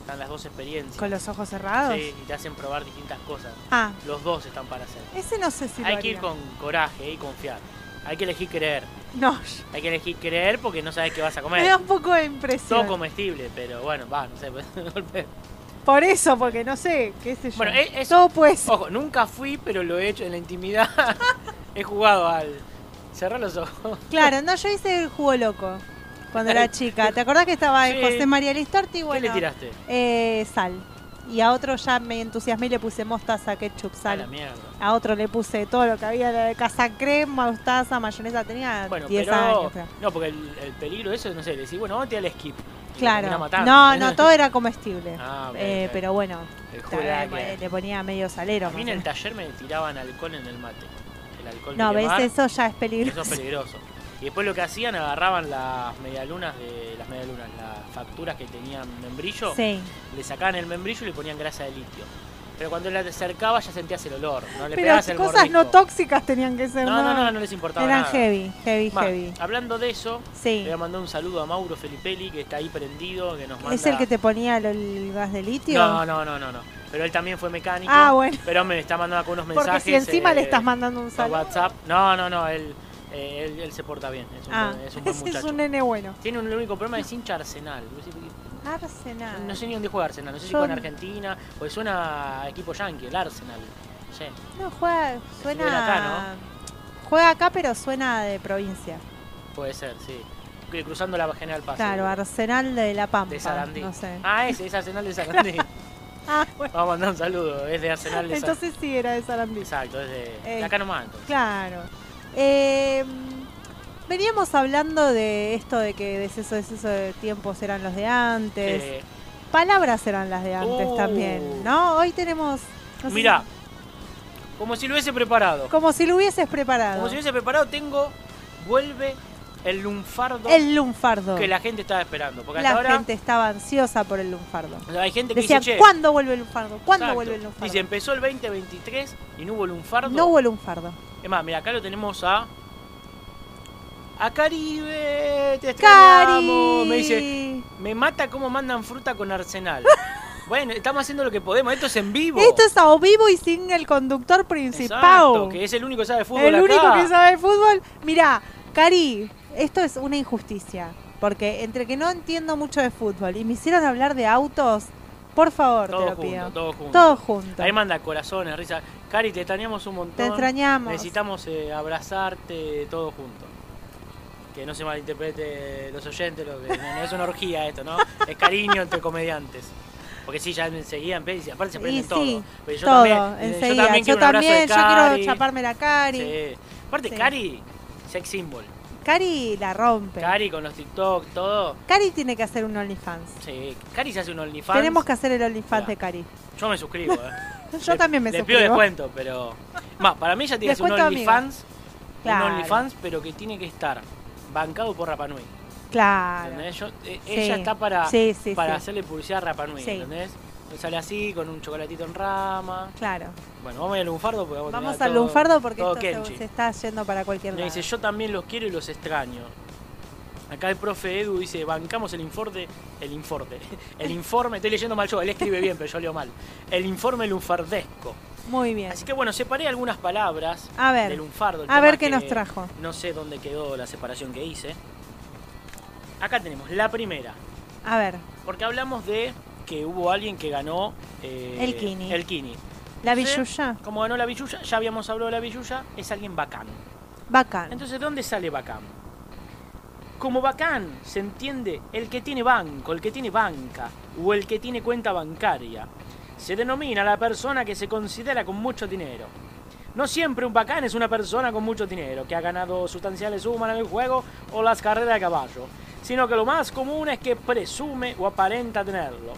Están las dos experiencias.
¿Con los ojos cerrados?
Sí, y te hacen probar distintas cosas.
Ah.
Los dos están para hacer.
Ese no sé si lo
Hay que
haría.
ir con coraje eh, y confiar. Hay que elegir creer.
No,
Hay que elegir creer porque no sabes qué vas a comer.
me da un poco de impresión.
Todo comestible, pero bueno, va, no sé. (laughs) pues, de golpe.
Por eso, porque no sé, qué sé yo.
Bueno, e- eso.
Todo puede ser.
Ojo, nunca fui, pero lo he hecho en la intimidad. (laughs) He jugado al. Cerrar los ojos.
Claro, no, yo hice el jugo loco cuando era chica. ¿Te acordás que estaba en
Eh, Sí.
José María Listorti?
¿Qué
Bueno,
le tiraste?
Eh, sal. Y a otro ya me entusiasmé y le puse mostaza, ketchup,
A la
sal.
mierda.
A otro le puse todo lo que había de casa crema, mostaza, mayonesa. Tenía
Bueno,
10
pero.
años. pero-
No, porque el, el peligro de eso es, no sé, le decís, bueno, vamos a tirar el skip. Y lo terminás
Claro.
matando.
No,
(laughs)
no, todo era comestible.
Ah, ok,
Eh,
ok.
Pero bueno,
El
ta-
jugo era
eh,
que-
le ponía medio salero.
A mí en
más o
el taller me tiraban alcohol en el mate. El alcohol
No,
de
ves,
quemar,
eso ya es peligroso. (laughs)
Eso es peligroso. Y después lo que hacían, agarraban las medialunas de las medialunas, las facturas que tenían membrillo,
Sí.
le sacaban el membrillo y le ponían grasa de litio. Pero cuando la te acercaba ya sentías el olor. No le
Pero
pegabas
cosas
el mordisco.
no tóxicas tenían que ser.
No, no, no, no les importaba
Eran
nada.
heavy, heavy,
Va,
heavy.
Hablando de eso,
Sí.
le voy a mandar un saludo a Mauro Felipelli, que está ahí prendido, que nos manda...
¿Es el que te ponía lo- el gas de litio?
No, no, no, no, no. Pero él también fue mecánico.
Ah, bueno.
Pero me está mandando acá unos
Porque
mensajes.
si encima le
eh,
estás mandando un
por
saludo.
WhatsApp. No, no, no, él, eh, él, él se porta bien. Es un,
Ah,
buen- es un buen
(laughs) ese es
muchacho.
un nene bueno.
Tiene un el único problema es hincha Arsenal.
Arsenal.
No sé ni dónde juega Arsenal. No sé si
Ah. Yo-
juega en Argentina, pues suena a equipo yankee, el Arsenal. Sí.
No, juega, suena...
Juega acá,
Juega acá, pero suena de provincia.
Puede ser, sí. Que Cruzando la General Paz.
Claro,
Ah, seguro.
Arsenal de La Pampa.
De Sarandí.
No sé. Ah,
Ah, ese es Arsenal de
(laughs)
Sarandí. Vamos a mandar un saludo. Es de Arsenal de Sarandí.
Entonces sí, era de Sarandí.
Exacto, es de, de
Eh,
acá nomás. entonces.
Claro. Eh, veníamos hablando de esto de que deceso, deceso de tiempos eran los de antes.
Eh,
Palabras eran las de antes
Uh.
también, ¿no? Hoy tenemos... no sé
Mirá, como si lo hubiese preparado.
si- como si lo hubieses preparado.
Como si hubiese preparado, tengo. Vuelve el lunfardo.
El lunfardo.
Que la gente estaba esperando. Porque
La
hasta ahora.
gente estaba ansiosa por el lunfardo.
o sea, hay gente que
Decían,
dice. "Che,
¿cuándo vuelve el lunfardo? ¿Cuándo
exacto".
vuelve el lunfardo?
Dice, empezó el 2023 y no hubo lunfardo.
No hubo lunfardo.
Es más, mira, acá lo tenemos a. A Caribe, te
Cari.
extrañamos. Me dice, me mata cómo mandan fruta con
(laughs)
Arsenal. bueno, estamos haciendo lo que podemos. Esto es en vivo.
Esto es a vivo y sin el conductor principal.
Exacto, que es el único que sabe de fútbol.
El único
acá.
que sabe de fútbol. Mirá, Cari, esto es una injusticia. Porque entre que no entiendo mucho de fútbol y me hicieron hablar de autos, por favor,
Todo
te lo
junto,
pido.
todo junto.
Todo junto.
Ahí manda corazones, risa. Cari, te extrañamos un montón.
Te extrañamos.
Necesitamos eh, abrazarte todo junto. Que no se malinterprete los oyentes, lo que, no, no es una orgía esto, ¿no? Es cariño entre comediantes. Porque sí, ya enseguida empieza, y aparte se
y
aprenden todo.
sí,
Pero yo
todo,
también, eh,
enseguida.
yo también quiero un abrazo de
también, yo
Cari.
quiero chaparme la Cari.
Sí. Aparte,
Sí.
Cari, sex symbol.
Cari la rompe.
Cari con los TikTok, todo.
Cari tiene que hacer un OnlyFans.
Sí, Cari se hace un OnlyFans.
Tenemos que hacer el OnlyFans
(laughs)
de Cari.
Yo me suscribo, eh.
Yo
Le-
también me
le
suscribo.
pido descuento, pero. Más, para mí ya tienes un
Descuento, amiga.
OnlyFans.
Claro.
Un OnlyFans, pero que tiene que estar bancado por Rapa Nui.
Claro.
¿entendés? Yo- eh,
Sí.
Ella está para,
Sí, sí,
para
sí.
hacerle publicidad a Rapa Nui,
Sí.
¿entendés? Sale así, con un chocolatito en rama.
Claro.
Bueno, vamos a ir al lunfardo porque vamos, a
Vamos
tener
al
todo-
lunfardo porque
todo
esto se-
Kenchi.
se, está yendo para cualquier
Le
lado.
dice, yo también los quiero y los extraño. Acá el profe Edu dice, bancamos el informe, el informe, (laughs) el informe, estoy leyendo mal yo, él escribe bien, pero yo leo mal. El informe lunfardesco.
Muy bien.
Así que bueno, separé algunas palabras
A ver.
del lunfardo. el
A
tema
ver qué
que
nos trajo.
No sé dónde quedó la separación que hice. Acá tenemos la primera,
A ver,
porque hablamos de que hubo alguien que ganó eh,
El Kini.
El Kini.
la
Entonces,
billulla,
Como ganó la Villuya, ya habíamos hablado de la Villuya, es alguien bacán.
bacán.
Entonces, ¿de dónde sale bacán? Como bacán se entiende el que tiene banco, el que tiene banca o el que tiene cuenta bancaria. Se denomina a la persona que se considera con mucho dinero. No siempre un bacán es una persona con mucho dinero, que ha ganado sustanciales sumas en el juego o las carreras de caballo, sino que lo más común es que presume o aparenta tenerlo.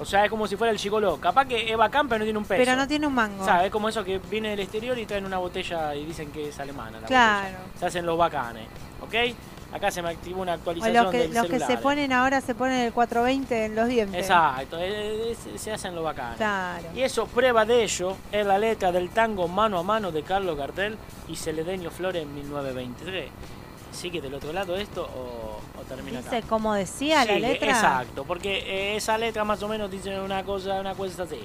O sea, es como si fuera el chicolo. Capaz que es bacán, pero no tiene un peso.
Pero no tiene un mango.
¿Sabes? Es como eso que viene del exterior y traen una botella y dicen que es alemana. la
Claro.
botella. Se hacen los bacanes. ¿Ok? Acá se me activó una
O
actualización
los que,
del
los que se
celular.
ponen ahora se ponen el 420 en los dientes.
Exacto, es- es- se hacen los bacanes.
Claro.
Y eso, prueba de ello, es la letra del tango Mano a Mano de Carlos Gardel y Celedeño Flores en 1923. ¿Sigue del otro lado esto o, o termina acá?
Dice, como decía la
Sigue,
letra.
e- Exacto, porque eh, esa letra más o menos dice una cosa, una cosa así.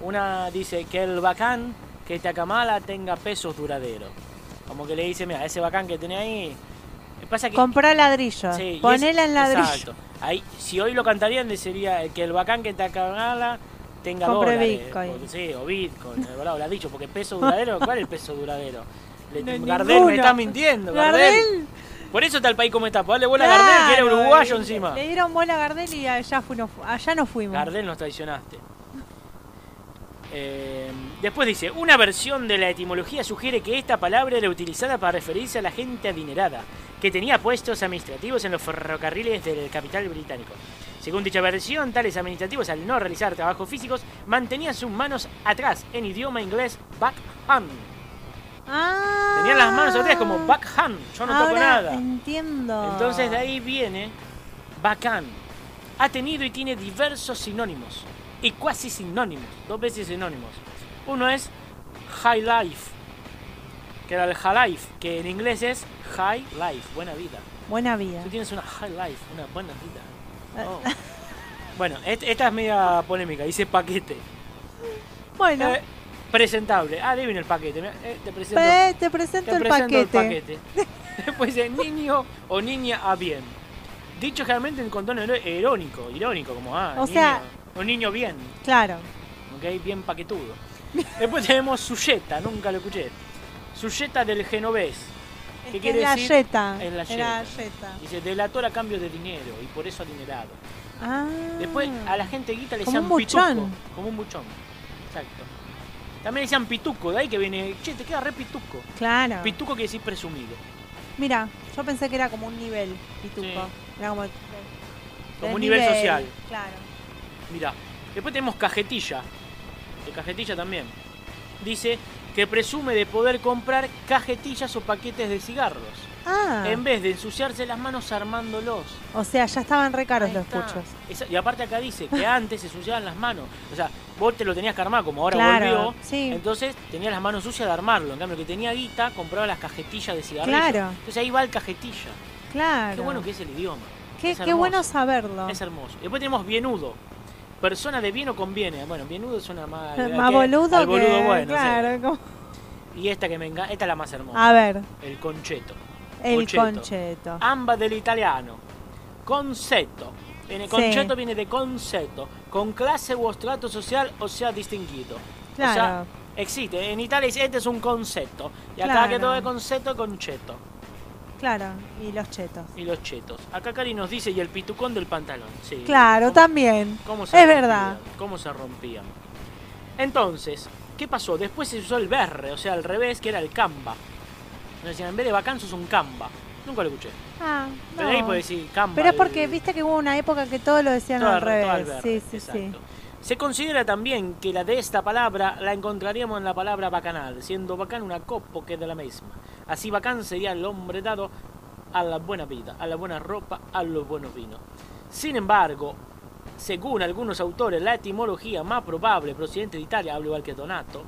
Una dice que el bacán que te acamala tenga pesos duraderos. Como que le dice, mira, ese bacán que tenés ahí. eh, Pasa que,
Comprá ladrillo.
Sí, y
ponela
es-
en ladrillo.
Exacto. Ahí, si hoy lo cantarían, le sería eh, que el bacán que te acamala tenga
Compre
dólares.
Bitcoin.
porque- sí, o Bitcoin, de verdad, lo has dicho, porque peso
(laughs)
duradero, ¿cuál es el peso duradero? Le,
No,
Gardel
ninguno.
me está mintiendo, Gardel.
Gardel.
Por eso está el país como está, para darle bola
Claro,
a Gardel, que era uruguayo
le-
encima.
Le dieron bola a Gardel y allá, fu- no fu- allá no fuimos.
Gardel nos traicionaste. Eh, después dice, una versión de la etimología sugiere que esta palabra era utilizada para referirse a la gente adinerada, que tenía puestos administrativos en los ferrocarriles del capital británico. Según dicha versión, tales administrativos al no realizar trabajos físicos mantenían sus manos atrás, en idioma inglés backhand.
Ah,
Tenían las manos atrás como backhand, yo no toco
ahora
nada.
Entiendo.
Entonces de ahí viene bacán. Ha tenido y tiene diversos sinónimos. y cuasi sinónimos, dos veces sinónimos. Uno es High Life, que era el High Life, que en inglés es High Life, buena vida.
Buena vida.
Tú tienes una High Life, una buena vida. Oh. bueno, et- esta es media polémica, dice paquete.
Bueno.
Eh, presentable. Ah, adivina el paquete. mirá, eh, te presento,
Pe- te presento el paquete.
paquete. (laughs) Después de niño o niña a bien. Dicho generalmente en contorno irónico, irónico, como ah, niño,
O sea-
o niño bien,
Claro.
ok, bien paquetudo. Después tenemos suyeta, nunca lo escuché. Suyeta del genovés. ¿Qué
Es
quiere
la
decir?
yeta.
Es la
Es
yeta.
la yeta.
Dice, delator a cambio de dinero y por eso adinerado.
Ah.
Después a la gente guita le
Como
decían
un buchón.
pituco. Como un buchón. Exacto. También le decían pituco, de ahí que viene, che, te queda re pituco.
Claro.
Pituco quiere decir presumido.
Mira, yo pensé que era como un nivel, pituco. Era como.
Como
tenés
un nivel social.
Claro.
Mirá. Después tenemos cajetilla. De cajetilla también. Dice que presume de poder comprar cajetillas o paquetes de cigarros.
Ah.
En vez de ensuciarse las manos armándolos.
O sea, ya estaban re caros los
Está.
puchos.
Esa- y aparte acá dice que antes se ensuciaban las manos. O sea, vos te lo tenías que armar como ahora
Claro,
volvió.
sí.
Entonces tenías las manos sucias de armarlo. En cambio, el que tenía guita compraba las cajetillas de cigarrillos.
Claro.
Entonces ahí va el cajetilla.
Claro.
Qué bueno que es el idioma.
Qué-
Es
qué
hermoso.
bueno saberlo. (laughs)
Es hermoso. Después tenemos bienudo. Persona de bien o conviene. Bueno, bienudo suena más...
Más
que-
boludo
al boludo
que-
bueno. sí.
claro, como-
Y esta que me encanta, esta es la más hermosa.
A ver.
El concheto. Ah.
El concheto.
Amba dell'italiano. Conceto. Viene,
Sí.
conceto viene de conceto. Con clase o estrato social, o sea, distinguido. O sea,
Claro.
existe. En Italia dice, este es un concepto. Y acá
Claro.
que todo es concepto, concheto.
Claro. Y los chetos.
Y los chetos. Acá Cari nos dice, y el pitucón del pantalón. Sí.
Claro, también.
¿Cómo se
es
rompían?
verdad.
¿Cómo se rompían? Entonces, ¿qué pasó? Después se usó el berre, o sea, al revés, que era el camba. Nos decían, en vez de vacanzo es un camba. Nunca lo escuché.
Ah,
Pero ahí
no.
puede decir camba.
Pero es
el-
porque viste que hubo una época que todos lo decían
Todo
al
al re- todo al
revés.
verde,
sí, sí,
exacto. Se considera también que la de esta palabra la encontraríamos en la palabra bacanal, siendo bacán una copo que es de la misma. Así bacán sería el hombre dado a la buena vida, a la buena ropa, a los buenos vinos. Sin embargo, según algunos autores, la etimología más probable procedente de Italia, hablo igual que Donato,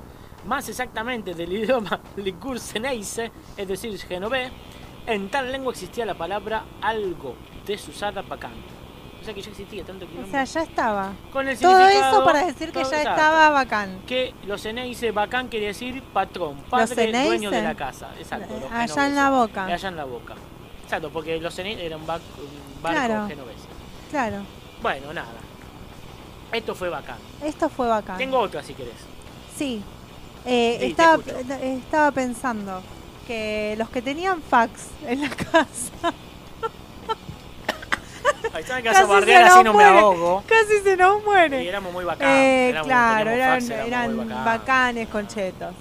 más exactamente del (laughs) idioma ligursenense, es decir, genovés, en tal lengua existía la palabra algo, desusada bacán. O sea que ya existía tanto
sí.
quilombo.
O sea, ya estaba.
Con el
Todo eso
significado-
para decir que
todo-
ya
exacto.
estaba bacán.
Que los Eneises bacán quiere decir patrón, padre,
Eneises.
dueño de la casa. Exacto. los
Allá en
genoveses.
la boca.
Allá en la boca. Exacto, porque los Eneises eran ba- un barco
Claro.
genovés.
Claro.
Bueno, nada. Esto fue bacán.
Esto fue bacán.
Tengo otra si querés.
Sí. Eh,
Sí, te
estaba,
escucho.
eh, estaba pensando que los que tenían fax en la (laughs) casa.
Ahí saben que
Casi
a bardear
se
así
nos
no me
muere. (laughs)
ahogo.
Casi se nos muere.
Y éramos muy bacán.
Eh,
Éramos-
claro,
teníamos
eran,
fax, éramos
eran
muy bacán.
bacanes conchetos.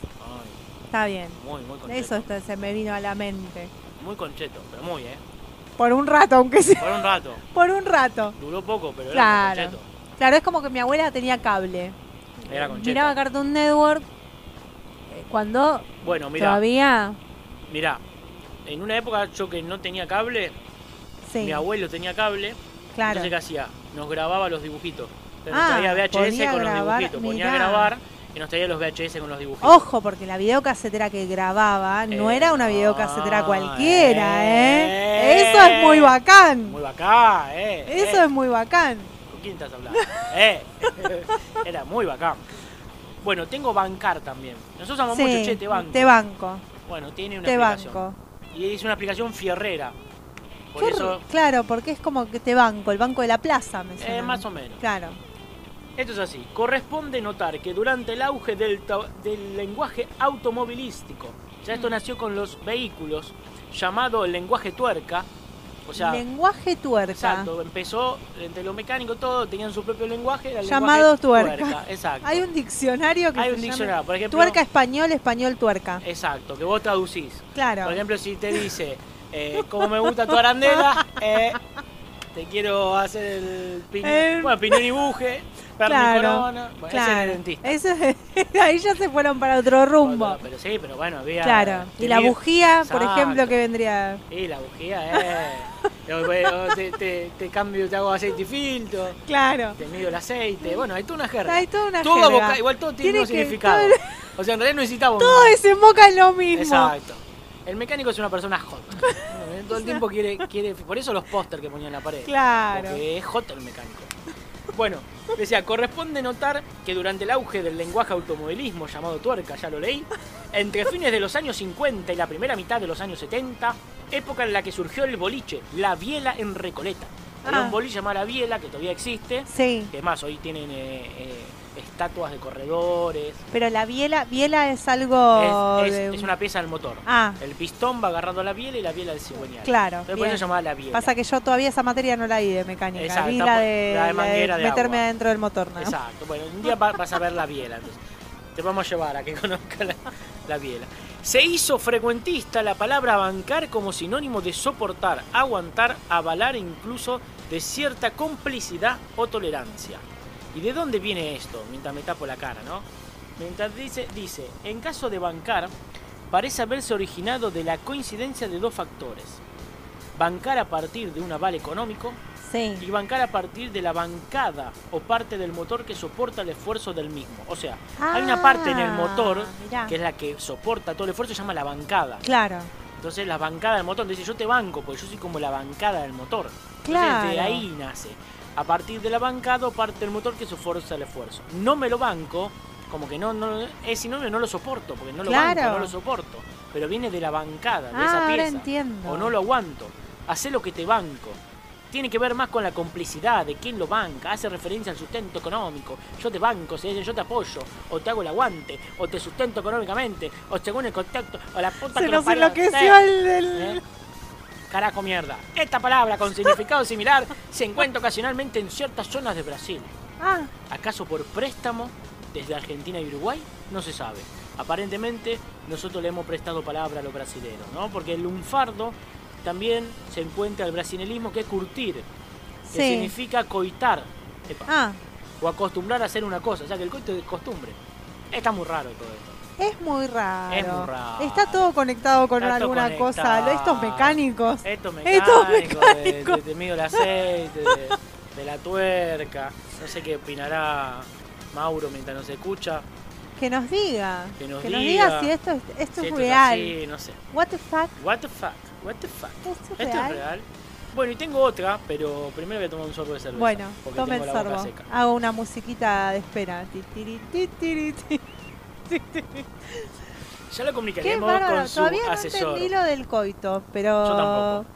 Está bien.
Muy, muy concheto.
Eso esto se me vino a la mente.
Muy concheto, pero muy, ¿eh?
Por un rato, aunque sea. (laughs)
Por un rato.
Por un rato.
Duró poco, pero era
Claro.
concheto.
Claro, es como que mi abuela tenía cable.
Era concheto.
Miraba Cartoon Network eh, cuando
Bueno, mirá.
todavía...
Mirá, en una época yo que no tenía cable,
Sí.
mi abuelo tenía cable,
Claro.
entonces ¿qué hacía? Nos grababa los dibujitos. Entonces
Ah,
nos traía VHS
podía
con
grabar,
los dibujitos, ponía
mirá.
a grabar y nos traía los VHS con los dibujitos.
Ojo, porque la videocasetera que grababa no era
Eh,
una videocasetera cualquiera, ¿eh? Eso es muy bacán.
Muy bacán, eh.
Eso
eh.
es muy bacán.
¿Con quién estás hablando? (laughs) eh. Era muy bacán. Bueno, tengo bancar también. Nosotros usamos
Sí,
mucho, che, te banco.
Te banco.
Bueno, tiene una
te
aplicación.
banco.
Y es una aplicación fierrera. Por
Qué
eso eh,
r- Claro, porque es como que te banco, el banco de la plaza, me suena.
más o menos.
Claro.
Esto es así. Corresponde notar que durante el auge del, ta- del lenguaje automovilístico, ya
Mm.
esto nació con los vehículos, llamado el lenguaje tuerca, o sea,
lenguaje tuerca.
exacto, empezó entre los mecánicos, todos tenían su propio lenguaje, era el
Llamado
lenguaje
tuerca.
Exacto,
Hay un diccionario que
Hay
se
un
llama
diccionario, por ejemplo-
tuerca español, español tuerca.
exacto, que vos traducís.
Claro.
Por ejemplo, si te dice, eh, como me gusta tu arandela, eh, te quiero hacer el piñón,
Eh.
bueno, piñón y buje, perno y corona, bueno, ese era el
claro.
dentista.
Eso es- (laughs) ahí ya se fueron para otro rumbo.
Pero sí, pero bueno, había...
Claro. Y la
tenía-
bujía, por
Exacto.
ejemplo, que vendría.
Y la bujía, eh. (laughs) Digo, bueno, te, te- te cambio, te hago aceite y filtro.
Claro.
Te mido el aceite. Bueno, hay toda una jerga.
Hay toda una
Todo
jerga.
aboca- igual todo tiene,
Tiene
un
que-
significado.
todo-
O sea, en realidad no necesitamos.
Todo desemboca en lo mismo.
Exacto. El mecánico es una persona
(laughs)
hot. ¿Eh? Todo el tiempo quiere, quiere. Por eso los póster que ponían en la pared.
Claro.
Porque es hot el mecánico. Bueno, decía, corresponde notar que durante el auge del lenguaje automovilismo llamado tuerca, ya lo leí, entre fines de los años 50 y la primera mitad de los años 70, época en la que surgió el boliche, la biela en Recoleta. Era
Ah.
un boliche llamado la biela que todavía existe.
Sí.
Que más, hoy tienen eh, eh, estatuas de corredores.
Pero la biela, biela es algo.
Es, es-
Oh, de-
es una pieza del motor.
Ah.
El pistón va agarrando la biela y la biela del cigüeñal.
Claro.
Entonces, por eso
bien.
se llamaba la biela.
Pasa que yo todavía esa materia no la vi de mecánica.
Exacto,
vi
está
la
por- la
de,
de
la de
manguera de
meterme
agua.
adentro del motor. ¿no?
Exacto, bueno, un día va- vas a ver la biela. entonces. Te vamos a llevar a que (laughs) conozca la, la biela. Se hizo frecuentista la palabra bancar como sinónimo de soportar, aguantar, avalar e incluso de cierta complicidad o tolerancia. ¿Y de dónde viene esto? Mientras me tapo la cara, ¿no? Mientras dice, dice, en caso de bancar, parece haberse originado de la coincidencia de dos factores. Bancar a partir de un aval económico y bancar a partir de la bancada o parte del motor que soporta el esfuerzo del mismo. O sea, hay una parte en el motor
Ah, mirá.
que es la que soporta todo el esfuerzo, se llama la bancada.
Claro.
Entonces la bancada del motor, dice yo te banco, porque yo soy como la bancada del motor. Entonces,
Claro.
de ahí nace. A partir de la bancada o parte del motor que soporta el esfuerzo. No me lo banco, como que no, no es sinónimo, no lo soporto, porque no lo
Claro.
banco, no lo soporto. Pero viene de la bancada, de
Ah,
esa
ahora
pieza.
entiendo.
O no lo aguanto. Hacé lo que te banco. Tiene que ver más con la complicidad de quién lo banca. Hace referencia al sustento económico. Yo te banco, se dice, yo te apoyo, o te hago el aguante, o te sustento económicamente, o según el contacto, o la puta
Se
que lo
nos
parió.
enloqueció
Eh,
el- el-
eh. Carajo mierda. Esta palabra con significado similar se encuentra ocasionalmente en ciertas zonas de Brasil.
Ah,
¿Acaso por préstamo desde Argentina y Uruguay? No se sabe. Aparentemente nosotros le hemos prestado palabra a los brasileños, ¿no? Porque el lunfardo también se encuentra el brasileñismo que es curtir, que
Sí.
significa coitar, epa,
ah,
o acostumbrar a hacer una cosa, o sea que el coito es costumbre. Está muy raro todo esto.
es muy raro.
Es muy raro.
Está todo conectado con
Está todo
alguna cosa.
conectado.
lo- Estos mecánicos.
Esto me
Estos
mecánico, de, de, de mido el aceite, de, de la tuerca, no sé qué opinará Mauro mientras nos escucha.
Que nos diga.
Que nos diga
diga si esto es, esto
si
es
esto es
real.
así, no sé.
What the fuck?
What the fuck? What the fuck?
¿Esto es
Esto
real?
es real. Bueno, y tengo otra, pero primero voy a tomar un sorbo de cerveza.
Bueno,
porque
tome
tengo
el
la boca
sorbo.
seca.
Hago una musiquita de espera. Ti, tiri, ti,
(laughs)
tiri, ti, ti, tiri.
Ya lo
Qué
comunicaremos
bárbaro.
con su
Todavía no
asesor.
entendí lo del coito, pero.
Yo tampoco.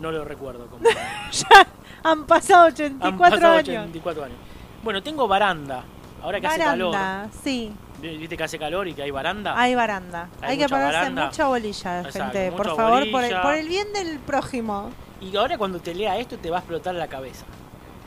No lo recuerdo. Como...
ya han pasado 84
Han pasado
años.
84 años. Bueno, tengo baranda. Ahora que hace
Baranda,
calor. Eh,
sí,
¿Viste que hace calor y que hay baranda?
hay baranda.
Hay
Hay, que
mucha
ponerse
baranda.
mucha bolilla,
Exacto,
gente.
mucha
Por favor, por el,
bolilla.
por el bien del prójimo.
Y ahora cuando te lea esto te va a explotar la cabeza.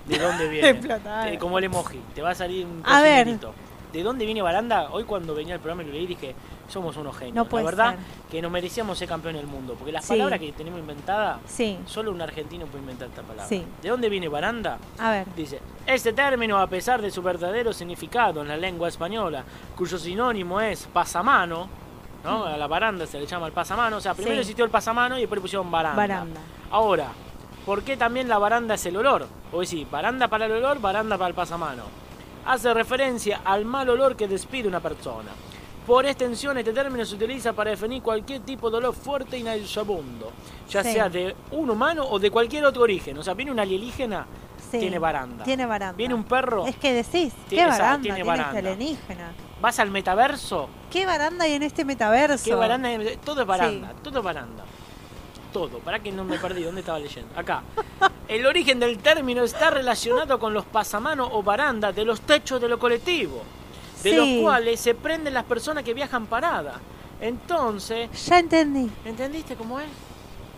¿De
(laughs)
dónde
Te
viene?
explota,
Eh,
eh.
como el emoji. Te va a salir un
A ver.
cocinerito. ¿De dónde viene Baranda? Hoy cuando venía el programa y lo leí dije, somos unos genios.
No puede
la verdad que nos merecíamos ser campeón del mundo. Porque las
Sí.
palabras que tenemos inventadas,
Sí.
solo un argentino puede inventar esta palabra.
Sí.
¿De dónde viene Baranda?
A ver.
Dice, este término, a pesar de su verdadero significado en la lengua española, cuyo sinónimo es pasamano, ¿no? A la baranda se le llama el pasamano. O sea, primero
Mm. Sí.
existió el pasamano y después le pusieron baranda.
Baranda.
Ahora, ¿por qué también la baranda es el olor? O decir, baranda para el olor, baranda para el pasamano. Hace referencia al mal olor que despide una persona. Por extensión, este término se utiliza para definir cualquier tipo de olor fuerte y nauseabundo, ya
Sí.
sea de un humano o de cualquier otro origen. O sea, viene un alienígena,
Sí,
tiene baranda.
Tiene baranda.
Viene un perro,
Es que decís,
Tiene-
qué
o sea,
baranda
tiene
tiene,
baranda.
este alienígena.
vas al metaverso,
Qué baranda hay en este metaverso.
Qué baranda, todo es baranda, todo es baranda. Todo, para que no me perdí, ¿dónde estaba leyendo? Acá. El origen del término está relacionado con los pasamanos o barandas de los techos de lo colectivo, de
Sí.
los cuales se prenden las personas que viajan paradas. Entonces,
Ya entendí.
¿entendiste cómo es?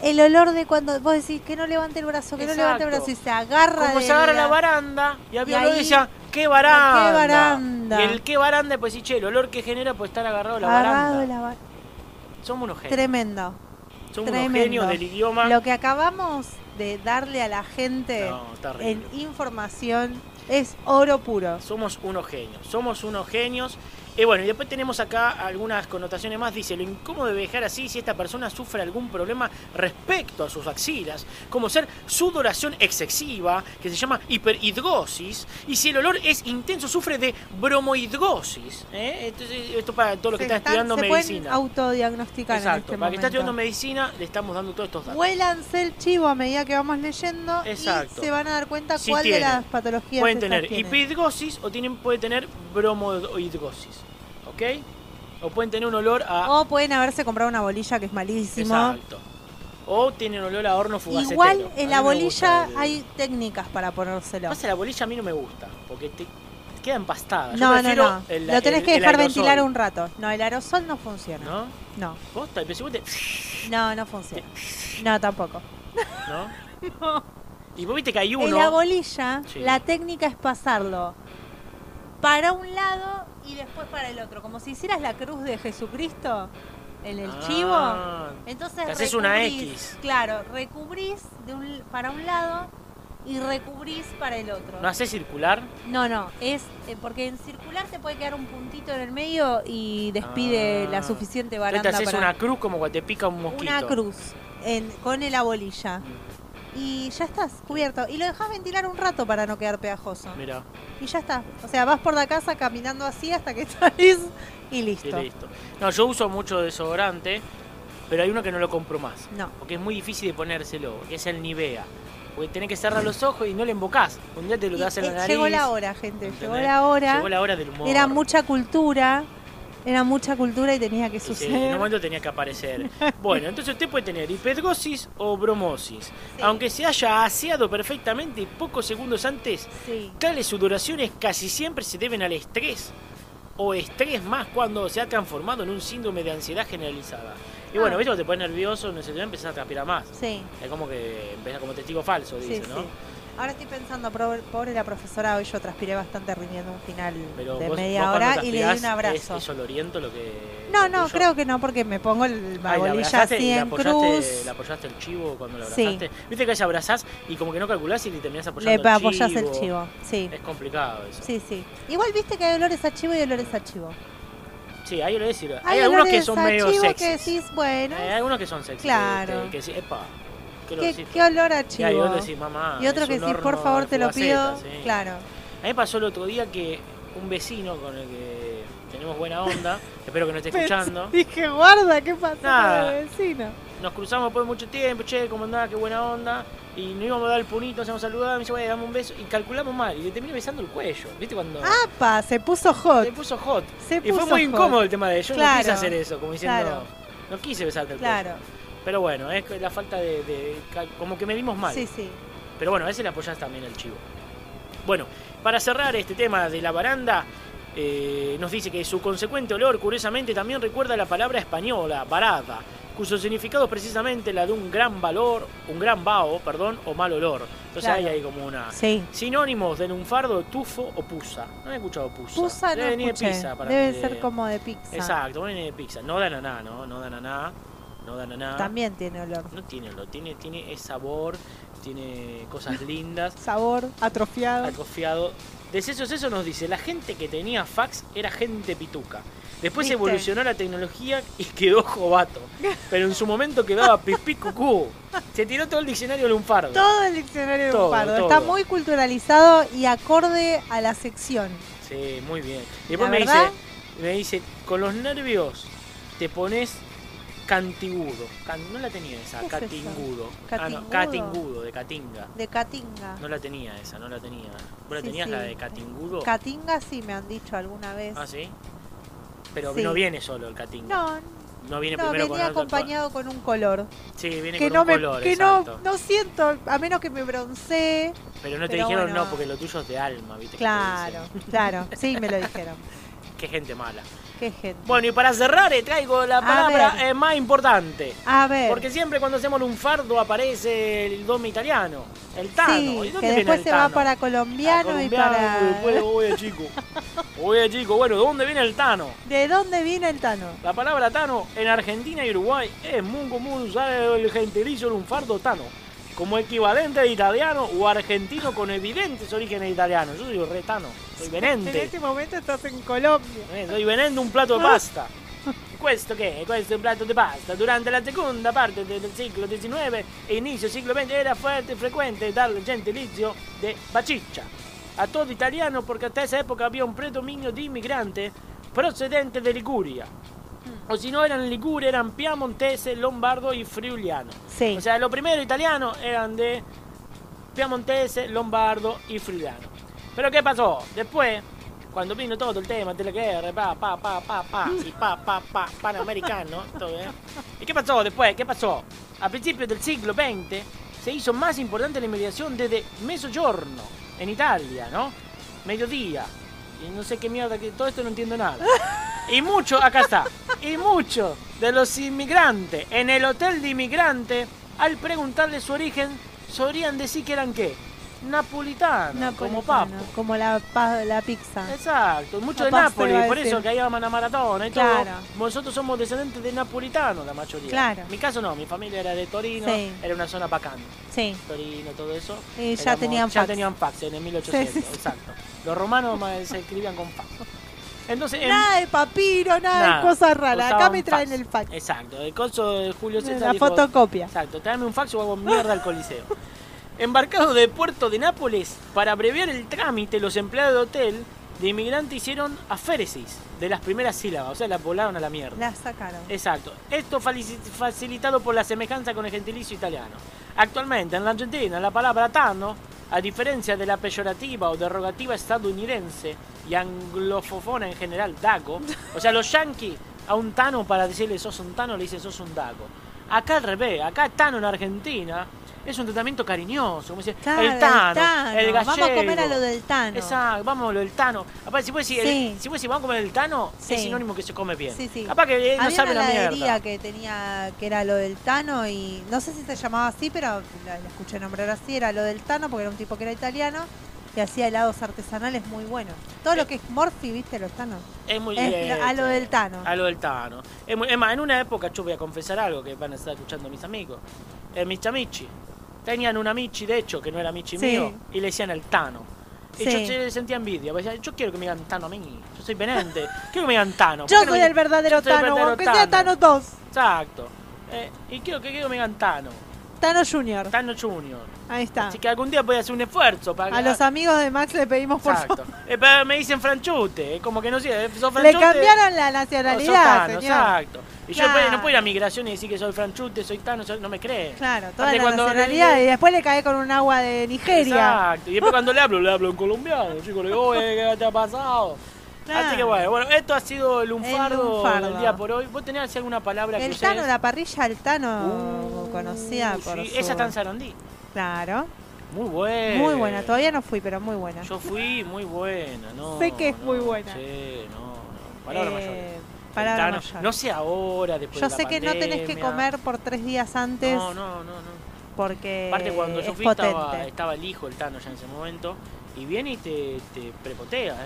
El olor de cuando vos decís que no levante el brazo, que no levante el
Exacto.
brazo y se agarra
Como
de
se agarra la baranda y
Y
había olor y
ahí-
decía, ¡qué baranda!
¡Qué baranda!
Y el qué baranda, pues sí, che, el olor que genera por estar agarrado a la
Agarrado
baranda. Eh.
la baranda.
Somos unos genios.
Tremendo.
Somos
Tremendo.
unos genios del idioma.
Lo que acabamos de darle a la gente
No, está horrible.
en información es oro puro.
Somos unos genios, somos unos genios. Y bueno, y después tenemos acá algunas connotaciones más. Dice, lo incómodo de viajar así si esta persona sufre algún problema respecto a sus axilas, como ser sudoración excesiva, que se llama hiperhidrosis, y si el olor es intenso, sufre de bromohidrosis. ¿eh? Entonces, esto para todos los que
Se
están
están-
estudiando
se pueden
medicina.
autodiagnosticar en
Exacto,
este
para que está estudiando
momento.
medicina le estamos dando todos estos datos.
Huélanse el chivo a medida que vamos leyendo
Exacto.
y se van a dar cuenta
Si
cuál de
tienen,
las patologías
Pueden
estas
tener
tienen.
hiperhidrosis o tienen, puede tener bromohidrosis. ¿Ok? O pueden tener un olor a.
O pueden haberse comprado una bolilla que es malísimo.
Exacto. O tienen olor a horno fugacetero.
Igual
A mí
en
me
la
gusta
bolilla
el-
hay técnicas para ponérselo.
Pasa, la bolilla a mí no me gusta, porque te te queda empastada. Yo
No, no,
prefiero
no.
el-
Lo tenés
el-
que
el
dejar
aerosol.
ventilar un rato. No, el aerosol no funciona.
¿No?
No.
Posta, pero si vos te- (laughs)
No, no funciona. No, tampoco. (laughs)
¿No? Y vos viste que hay
En la
uno.
bolilla,
Sí.
la técnica es pasarlo para un lado y después para el otro. Como si hicieras la cruz de Jesucristo en el
Ah.
chivo. Entonces
Te haces una
recubrís-
X.
Claro, recubrís de un- para un lado y recubrís para el otro.
¿No hace circular?
No, no, es eh, porque en circular te puede quedar un puntito en el medio y despide
Ah.
la suficiente
Entonces
baranda
te haces
para
una cruz como cuando te pica un mosquito.
una cruz en- con la bolilla. Y ya estás cubierto. Y lo dejas ventilar un rato para no quedar pegajoso.
Mira,
Y ya está. O sea, vas por la casa caminando así hasta que (laughs) salís y
y
listo.
listo. No, yo uso mucho desodorante, pero hay uno que no lo compro más.
No.
Porque es muy difícil de ponérselo, que es el Nivea. Porque tenés que cerrar los ojos y no le embocás. Un día te lo das en la
Eh,
nariz.
llegó la hora, gente. Llegó
¿entendés?
la hora.
Llegó la hora del humor.
Era mucha cultura. Era mucha cultura y tenía que
Sí, en un
suceder.
momento tenía que
(laughs)
aparecer. Bueno, entonces usted puede tener hipergosis o bromosis. Aunque se haya aseado perfectamente pocos segundos antes, tales sudoraciones casi siempre se deben al estrés o estrés más cuando se ha transformado en un síndrome de ansiedad generalizada. Y bueno,
Ah.
¿viste? Cuando te pones nervioso, no sé, empezás a transpirar más.
Sí.
Es como que empezás como testigo falso,
Sí,
dice,
sí.
¿no?
Ahora estoy pensando, pobre, pobre la profesora, hoy yo transpiré bastante rindiendo un final
Pero
de
vos-
media
vos cuando
hora y le di
transpirás,
un abrazo.
¿Es, es oloriento lo que.?
No,
lo
no,
tuyo?
creo que no, porque me pongo el- la
Ay, la
bolilla
abrazaste
así
y la
en
apoyaste,
cruz.
la apoyaste el chivo cuando lo
Sí.
abrazaste. Viste que a veces abrazás y como que no calculás y le terminás apoyando
Le
el chivo.
apoyás el chivo, sí.
Es complicado eso.
Sí, sí. Igual viste que hay olores a chivo y olores a chivo.
Sí, hay, olores y- hay, algunos que
olores
son
a
medio
chivo
sexy.
que decís, bueno,
Hay algunos que son sexy.
Claro.
Que, que, que sí, epa, qué olor, sí.
¿qué, qué olor
Y
a
hay
chivo?
otros que decís, mamá,
Y otro
es
que
un
decís, por
horno
favor,
de
te lo pido.
fugaceta, sí.
Claro.
A mí me pasó el otro día que un vecino con el que tenemos buena onda, espero que no
(laughs)
esté escuchando,
Dije, guarda, ¿qué pasó
Nada.
con el vecino?
nos cruzamos después de mucho tiempo, che, cómo andaba, qué buena onda, y nos íbamos a dar el punito, nos íbamos a saludar, me dice, "Güey, dame un beso, y calculamos mal, y le terminé besando el cuello, ¿viste? Cuando
Pa, se puso hot.
se puso hot.
Ah, Se
y fue
puso
muy
hot.
incómodo el tema de yo no quise
Claro,
hacer eso, como diciendo,
claro.
no quise besarte el
Claro.
cuello. Pero bueno, es que la falta de, de- ca- como que medimos mal.
Sí, sí.
Pero bueno, a veces le apoyás también al chivo. Bueno, para cerrar este tema de la baranda, eh, nos dice que su consecuente olor, curiosamente, también recuerda la palabra española, barada, cuyo significado es precisamente la de un gran valor, un gran vaho, perdón, o mal olor. Entonces
Claro.
ahí hay como una...
Sí.
Sinónimos de lunfardo, tufo o pusa. No he escuchado pusa.
Pusa no
Debe venir de
escuché.
pizza para
Debe
que-
ser como de pizza.
Exacto, viene de pizza. No da naná, ¿no? No da naná. No da naná.
También tiene olor.
No tiene olor, tiene, tiene es sabor, tiene cosas lindas,
Sabor atrofiado.
atrofiado. De eso eso nos dice, la gente que tenía fax era gente pituca. Después
¿Viste?
evolucionó la tecnología y quedó jovato. Pero en su momento quedaba pipí cucú. Se tiró todo el diccionario lunfardo.
Todo el diccionario de
Todo,
Lunfardo.
todo.
Está muy culturalizado y acorde a la sección.
Sí, muy bien. Después
La
me dice,
verdad-
me dice, con los nervios te pones cantigudo. Can- no la tenía esa,
¿Qué es eso?
catingudo. Ah, no,
¿Catingudo?
catingudo, de catinga.
De Catinga.
No la tenía esa, no la tenía. ¿Vos la
Sí,
tenías la
sí.
de catingudo?
Catinga sí me han dicho alguna vez.
Ah, sí. Pero
Sí.
no viene solo el catinga.
No,
No viene
no,
primero
venía
con otro-
acompañado con un color.
Sí, viene
Que
con
no
un
me
color,
que no,
exacto.
no siento, a menos que me broncee.
Pero no te
pero
dijeron
bueno.
no, porque lo tuyo es de alma, ¿viste? que te
Claro,
dicen?
claro. Sí, me lo dijeron.
Qué gente mala.
Qué gente.
Bueno, y para cerrar, eh, traigo la palabra
ver.
eh, más importante.
A ver.
Porque siempre cuando hacemos lunfardo aparece el dome italiano, el tano. ¿Y
sí,
dónde
que
viene
después
el
se va
tano?
para colombiano,
Colombiano,
y para.
después, oye,
(laughs)
chico. Oye, chico, bueno, ¿de dónde viene el tano?
¿De dónde vino el Tano?
La palabra tano en Argentina y Uruguay es muy común usar el gentilicio lunfardo tano como equivalente de italiano o argentino con evidentes orígenes italianos. Yo soy retano, soy
En
venente.
este momento estás en Colombia.
Eh, Soy venendo un plato di pasta. Questo che è? Questo è un piatto di pasta. Durante la seconda parte de- del siglo XIX e inizio siglo XX era forte e frequente dal gentilizio de baciccia. A todo italiano perché a questa epoca había un predominio di immigrante procedente de Liguria. O si no eran ligure, eran piamontese, lombardo y friuliano.
Sí.
O sea, lo primero italiano eran de piamontese, lombardo y friuliano. Pero ¿qué pasó? Después, cuando vino todo el tema de la guerra, pa, pa, pa, pa, pa, y pa, pa, pa, panamericano, todo, ¿eh? ¿Y qué pasó después? ¿Qué pasó? A principios del siglo XX se hizo más importante la inmigración desde mezzogiorno en Italia, ¿no? Mediodía. Y no sé qué mierda, que todo esto no entiendo nada. Y mucho, acá está, y muchos de los inmigrantes en el hotel de inmigrante, al preguntarle su origen, solían decir que eran qué? Napolitano, como papo.
Napolitano, Como la, pa- la pizza.
Exacto, mucho de
Papá se iba
Nápoles,
a
por
decir.
eso que ahí aman a Maratona y
Claro.
todo. Nosotros somos descendientes de napolitanos, la mayoría.
Claro.
Mi caso no, mi familia era de Torino,
Sí.
era una zona bacana.
Sí.
Torino, todo eso.
Y Eh, ya tenían
ya
fax.
tenían fax en el 1800,
Sí, sí, sí.
exacto. Los romanos más se escribían con fax. Entonces, em,
Nada de papiro, nada, de cosas raras. Acá
usaban
me traen el fax.
Exacto, el coso de Julio César.
La
dijo,
fotocopia.
Exacto, tráeme un fax o hago mierda al coliseo. Embarcado de Puerto de Nápoles, para abreviar el trámite, los empleados de hotel de inmigrante hicieron aféresis de las primeras sílabas, o sea, las volaron a la mierda.
La sacaron.
Exacto. Esto falici- facilitado por la semejanza con el gentilicio italiano. Actualmente en la Argentina la palabra tano, a diferencia de la peyorativa o derogativa estadounidense y anglofofona en general,
(laughs)
dago, o sea, los yanquis a un tano para decirle sos un tano le dicen sos un dago. Acá al revés, acá tano en Argentina es un tratamiento cariñoso, como dice,
Claro,
el tano, el, gallego.
Vamos a comer a lo del Tano.
Exacto, vamos, lo del Tano. Aparte, si vos decís,
Sí.
el- si vos decís, vamos a comer el Tano,
Sí.
es sinónimo que se come bien.
Sí, sí.
Capaz que eh, no
Había
sabe
una
la
heladería
mierda.
que tenía que era lo del Tano y no sé si se llamaba así, pero la, la escuché nombrar así, era lo del Tano porque era un tipo que era italiano y hacía helados artesanales muy buenos. Todo
Eh.
lo que es Morphy, ¿viste? Los Tano.
Es muy
Es
bien,
a lo
sí.
del Tano.
A lo del Tano. Es, muy- es más, en una época, yo voy a confesar algo que van a estar escuchando mis amigos. Eh, mis chamichi. Tenían un amichi, de hecho, que no era amichi
Sí.
mío, y le decían el Tano. Y
Sí.
yo se- sentía envidia, porque decía, yo quiero que me digan Tano a mí, yo soy venente, (laughs) quiero que me digan Tano. ¿por
Yo
qué no
soy
me-
el verdadero
yo soy el
Tano,
verdadero
aunque
Tano.
sea Tano 2,
Exacto. Eh, y quiero que, quiero que me digan Tano,
Tano Junior.
Tano Junior.
Ahí está.
Así que algún día voy a hacer un esfuerzo para
A los amigos de Max le pedimos por
Exacto.
favor.
Eh, pero me dicen franchute, es como que no sé, eh, sos
Le
franchute.
cambiaron
o
la
sos
nacionalidad,
tano,
señor.
exacto. Y yo
Claro.
después no puedo ir a migración y decir que soy franchute, soy tano, soy- no me creen.
Claro, toda
Aparte
la
cuando-
nacionalidad y después le cae con un agua de Nigeria.
Exacto. Y después cuando le hablo, le hablo en colombiano, chico, le digo, "Oye, ¿qué te ha pasado? Así que bueno, bueno, esto ha sido el lunfardo,
lunfardo.
del día por hoy. ¿Vos tenés así alguna palabra que
El
ustedes- Uh,
Tano, la parrilla del Tano, conocida por
Sí,
su-
esa está en Sarandí.
Claro.
Muy buena.
Muy buena, todavía no fui, pero muy buena.
Yo fui muy buena, ¿no?
Sé que es
no,
muy buena.
Sí, no, no. Palabra
Eh,
mayor.
palabra
Tano,
mayor.
No sé ahora, después
Yo
de la
sé que no tenés que
pandemia.
comer por tres días antes.
No, no, no, no.
Porque
Aparte, cuando yo
es
fui
potente.
estaba, estaba el hijo, el Tano, ya en ese momento. Y viene y te, te prepotea, ¿eh?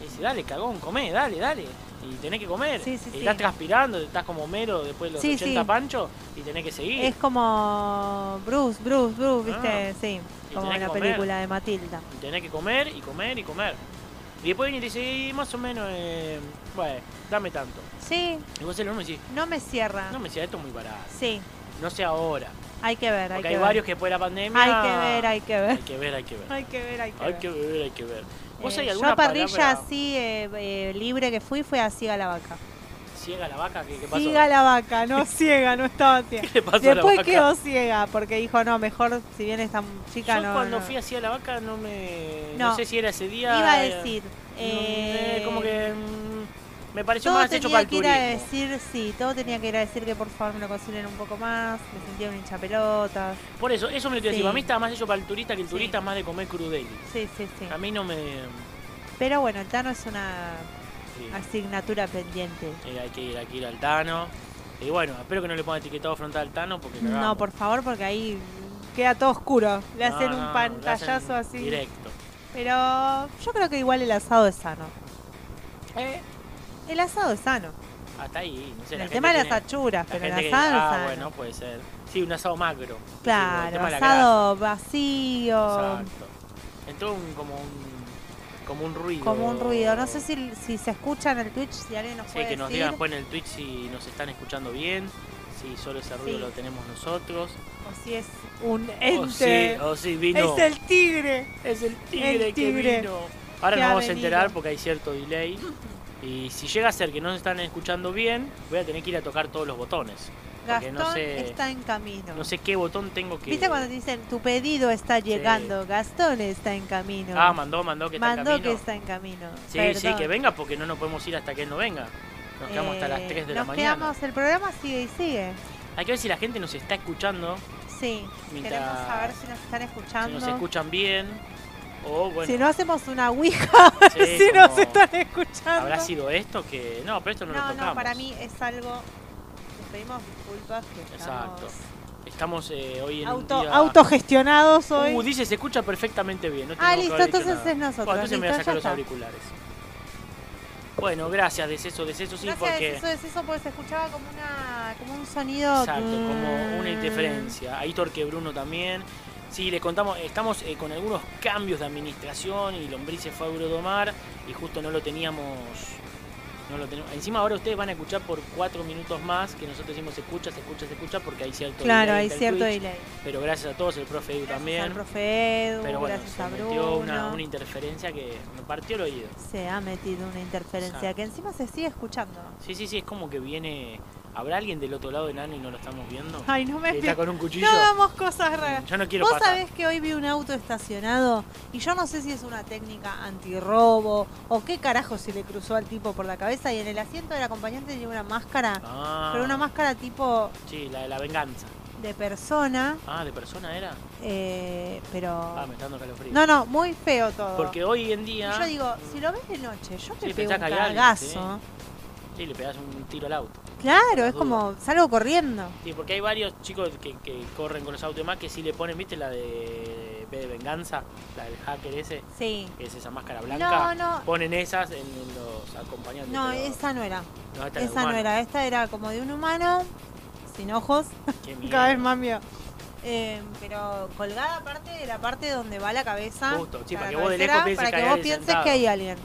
Y dice, dale, cagón, comé, dale, dale. Y tenés que comer.
Sí, sí,
y
sí.
estás transpirando, estás como mero después de los
Sí,
80
sí.
panchos y tenés que seguir.
Es como Bruce, Bruce, Bruce, ¿viste? sí,
Ah. Y
como
tenés
en la
que comer.
película de Matilda.
Y tenés que comer y comer y comer. Y después viene y te dice, "Y más o menos, eh, bueno, dame tanto.
Sí,
Y vos se lo decís,
no me cierra.
no me decía, esto es muy barato.
Sí,
No sé ahora.
hay que ver, hay
Porque
que
hay
ver.
varios que después de la pandemia.
Hay que ver, hay que ver. (laughs)
Hay que ver, hay que ver.
Hay que ver, hay que
Hay
ver.
que ver, hay que ver. ¿Vos
Eh,
hay
yo
alguna
a parrilla
palabra
así eh, eh, libre que fui fue a Ciega la Vaca.
ciega la vaca? ¿Qué, qué pasó? (laughs)
Ciega la Vaca, no ciega, no estaba ciega.
le pasó a la
Después
vaca?
quedó ciega porque dijo, no, mejor si bien esta chica
Yo
no...
cuando
no".
fui así a la vaca no me... No,
No.
sé si era ese día...
Iba a
eh,
decir...
no,
eh,
eh, como que mm, me pareció
todo
más hecho para el
tenía que ir a
turismo.
decir, sí, todo tenía que ir a decir que por favor me lo cocinen un poco más, me sentía un hinchapelotas.
Por eso, eso me lo quiero decir.
Sí.
Para mí estaba más hecho para el turista que el turista es más de comer crudeli.
Sí, sí, sí.
A mí no me...
Pero bueno, el Tano es una
Sí.
asignatura pendiente.
eh, hay, que ir, hay que ir al Tano. Y bueno, espero que no le pongan etiquetado frontal al Tano porque...
No,
cagamos.
por favor, porque ahí queda todo oscuro. Le
No,
hacen
no, le
un pantallazo así.
Directo.
Pero yo creo que igual el asado es sano.
Eh,
El asado es sano.
Hasta ahí, no sé.
El
la gente
tema de las
tiene-
achuras, pero
gente
la
que-
salsa,
Ah, bueno, puede ser. Sí, un asado macro. Sí, bueno, el
Claro,
tema de la
asado vacío,
Exacto. Entró un, como un como un ruido.
como un ruido. No sé si, si se escucha en el Twitch, si alguien nos
Sí,
puede
que nos
decir.
digan pues. después en el Twitch si nos están escuchando bien, si solo ese ruido
Sí.
lo tenemos nosotros.
O si es un
O
ente.
si- o si vino.
Este Es el tigre.
Es el
tigre,
que vino. Ahora
que
nos
ha
vamos a
venido.
enterar porque hay cierto delay. Y si llega a ser que no nos están escuchando bien, voy a tener que ir a tocar todos los botones. Porque
Gastón
no sé,
está en camino.
no sé qué botón tengo que...
¿Viste cuando te dicen tu pedido está llegando? Gastón está en camino.
Ah, mandó, mandó que está en
Mandó
camino.
que está en camino.
Sí, sí,
Perdón.
que venga porque no nos podemos ir hasta que él no venga. Nos quedamos hasta las
Eh,
3 de la
nos
mañana.
quedamos, el programa sigue y sigue.
Hay que ver si la gente nos está escuchando,
Sí,
Mientras-
queremos saber si nos están
si
escuchando.
nos escuchan bien. O bueno,
Si no hacemos una ouija, (laughs) a ver
Sí,
si
como-
nos están escuchando.
¿habrá sido esto que.? No, pero esto no, lo
no,
tocamos.
no, para mí es algo. Les pedimos disculpas que
Exacto.
estamos
Estamos eh, hoy en. un
auto-
día-
autogestionados hoy.
Uh, dice, se escucha perfectamente bien. No tengo
Ah,
que
listo,
haber dicho
entonces
nada.
es nosotros,
Bueno, entonces me voy a
listo,
sacar
ya
los
está.
auriculares. Bueno, gracias, deceso, deceso, sí,
Gracias,
porque.
eso es eso, porque se escuchaba como una como un sonido.
Exacto,
Ah.
como una interferencia. Ahí Torque Bruno también. Sí, les contamos, estamos eh, con algunos cambios de administración y Lombrices fue a Eurodomar y justo no lo teníamos. No lo tenemos. Encima ahora ustedes van a escuchar por cuatro minutos más que nosotros decimos se escucha, se escucha, se escucha porque hay cierto
Claro,
delay
hay
del
cierto
Twitch.
delay.
Pero gracias a todos, el profe Edu también.
al profe Edu,
Pero bueno,
gracias
se
a
metió una,
Bruno.
una interferencia que me partió el oído.
Se ha metido una interferencia
Exacto.
que encima se sigue escuchando.
Sí, sí, sí, es como que viene. ¿Habrá alguien del otro lado del ano y no lo estamos viendo?
Ay, no me
Que está
fui-
con un cuchillo.
No hagamos cosas raras.
Yo no quiero
Vos
pasar.
sabés que hoy vi un auto estacionado y yo no sé si es una técnica antirrobo o qué carajo se le cruzó al tipo por la cabeza y en el asiento del acompañante lleva una máscara,
Ah.
pero una máscara tipo
Sí, la de la venganza.
de persona,
Ah, de persona era.
eh, pero
Ah, me está dando calofrío.
no, no, muy feo todo.
Porque hoy en
Y
día.
yo digo, si lo ves de noche, yo me
Sí,
pego
pensás
un
que hay alguien,
cagazo.
sí. Sí, le pegas un tiro al auto.
Claro,
las
es como salgo corriendo.
Sí, porque hay varios chicos que, que corren con los autos y más que sí le ponen, viste, la de B de venganza, la del hacker ese.
Sí.
Que es esa máscara blanca.
No, no.
Ponen esas en los acompañantes.
No,
pero-
esa no era.
No, esta era de
esa no
humano.
era, esta era como de un humano, sin ojos,
Qué miedo.
(laughs) cada vez más miedo. Eh, pero colgada aparte de la parte donde va la cabeza.
Justo, sí,
la
para que vos de
cabecera,
lejos pienses que
para que
hay
vos
alguien
pienses
sentado.
que hay alguien.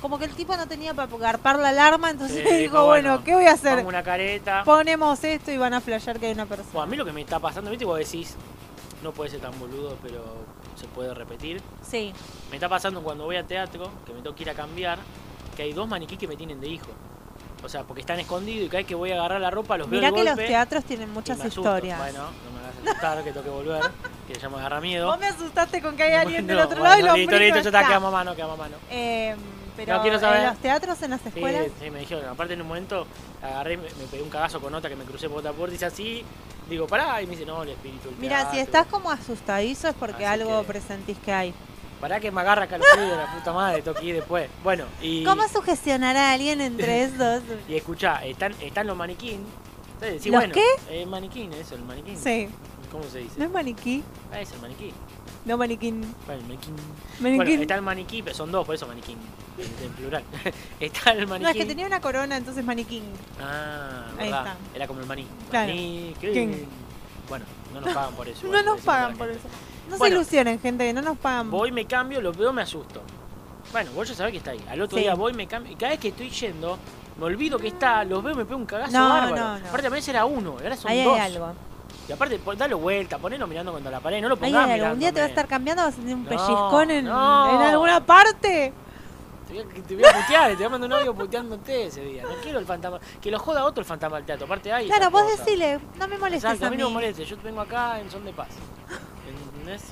Como que el tipo no tenía para garpar la alarma, entonces
Sí,
(laughs) dijo, bueno, ¿qué voy a hacer?
pongo una careta.
Ponemos esto y van a flashear que hay una persona.
Bueno, a mí lo que me está pasando, viste, vos decís, no puede ser tan boludo, pero se puede repetir.
Sí.
Me está pasando cuando voy a teatro, que me tengo que ir a cambiar, que hay dos maniquí que me tienen de hijo. O sea, porque están escondidos y cada vez que voy a agarrar la ropa los
Mirá
veo
que
de
los
golpe
teatros tienen
y
muchas
me asusto.
historias.
Bueno, no me hagas asustar, que tengo que volver, que ya me agarra miedo.
Vos me asustaste con que hay alguien del
No,
otro
bueno,
lado y lo
Listo, listo, ya está, quedamos a mano, quedamos a mano.
Eh, pero
No quiero saber.
en los teatros, en las
Sí,
escuelas,
sí, me dijeron. Aparte, en un momento agarré, y me, me pegué un cagazo con otra que me crucé por otra puerta y dice así. Digo, pará, y me dice, no, el espíritu. del
mira, si
teatro.
estás como asustadizo es porque
Así
algo
que-
presentís que hay.
Pará que me agarra calofrío, la puta madre, tengo que ir después. Bueno, y.
¿Cómo sugestionar a
(laughs)
alguien entre esos?
Y escuchá, están, están los maniquín. Entonces decís,
¿Los
bueno,
qué?
eh, maniquín, eso, el maniquín.
Sí.
¿Cómo se dice?
¿No es maniquí?
Ah, es el maniquí.
No maniquín.
Bueno, el maniquín.
Maniquín.
Bueno, está el maniquí, pero son dos, por eso maniquín. En, en plural. (laughs) está el maniquín.
No, es que tenía una corona, entonces maniquín.
Ah,
Ahí
verdad.
está.
Era como el maní.
Claro.
Maní, qué-
¿Quién?
Bueno, no nos pagan por eso. igual,
(laughs) No nos
decimos
pagan
para la
por
gente.
eso. No
Bueno.
se ilusionen, gente, no nos pagan.
Voy, me cambio, lo veo, me asusto. Bueno, vos ya sabés que está ahí. Al otro
Sí.
día voy, me cambio. Y cada vez que estoy yendo, me olvido que está, los veo, me pego un cagazo
No,
bárbaro.
no, no.
Aparte, a veces era uno, y ahora son
Ahí
dos.
hay algo.
Y aparte, pon- dale vuelta, ponelo mirando contra la pared, no lo
Ahí
pongas
hay algo. Un día te va a estar
mirándome.
cambiando, vas a sentir un
No,
pellizcón en,
no.
en alguna parte.
Te voy, a, te voy a putear, te voy a mandar un audio puteándote ese día. No quiero el fantasma. Que lo joda otro el fantasma del teatro. Aparte, ahí.
Claro, vos decile, no me molestes
Exacto,
a
a mí no me
mí.
moleste, yo vengo acá en son de paz. ¿Entendés?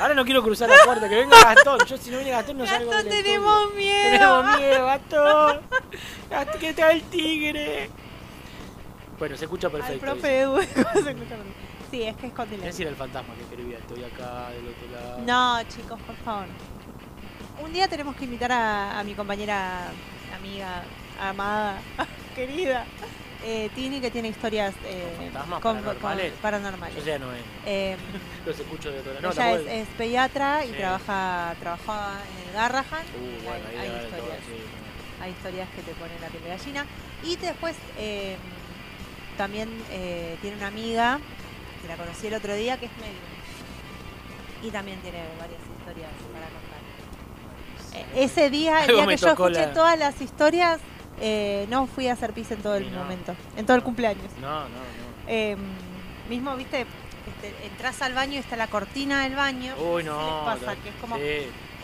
Ahora no quiero cruzar la puerta, que venga Gastón. Yo si no viene Gastón no salgo
Gastón,
del estudio.
tenemos miedo.
(laughs) Tenemos miedo, Gastón. Gastón, que está el tigre. Bueno, se escucha perfecto.
Al profe
dice.
Edu. se escucha perfecto. (laughs) Sí, es que es con delay.
Ese era el fantasma que escribía, estoy acá, del otro lado.
No, chicos, por favor. Un día tenemos que invitar a, a mi compañera, amiga, amada, (laughs) querida, eh, Tini, que tiene historias eh,
fantasmas
con- con-
paranormales?
paranormales.
Yo ya no es. (laughs)
Eh,
Los escucho de otro lado. No,
ella es, eh,
tampoco-
es pediatra y
Sí.
trabaja trabajaba en el Garrahan.
Uh, bueno, ahí
hay
debe haber todo,
historias.
sí.
Hay historias que te ponen la piel de gallina. Y te- después eh, también eh, tiene una amiga, que la conocí el otro día, que es medium. Y también tiene varias historias para contar. Eh, ese día, el
Algo
día
me
que yo
tocó
escuché
la-
todas las historias, eh, no fui a hacer pis en todo el
Y no.
momento, en todo el cumpleaños.
No, no, no.
Eh, mismo, viste, este, entras al baño y está la cortina del baño.
Uy,
¿Qué les
no.
pasa?
la-
Que es como,
sí.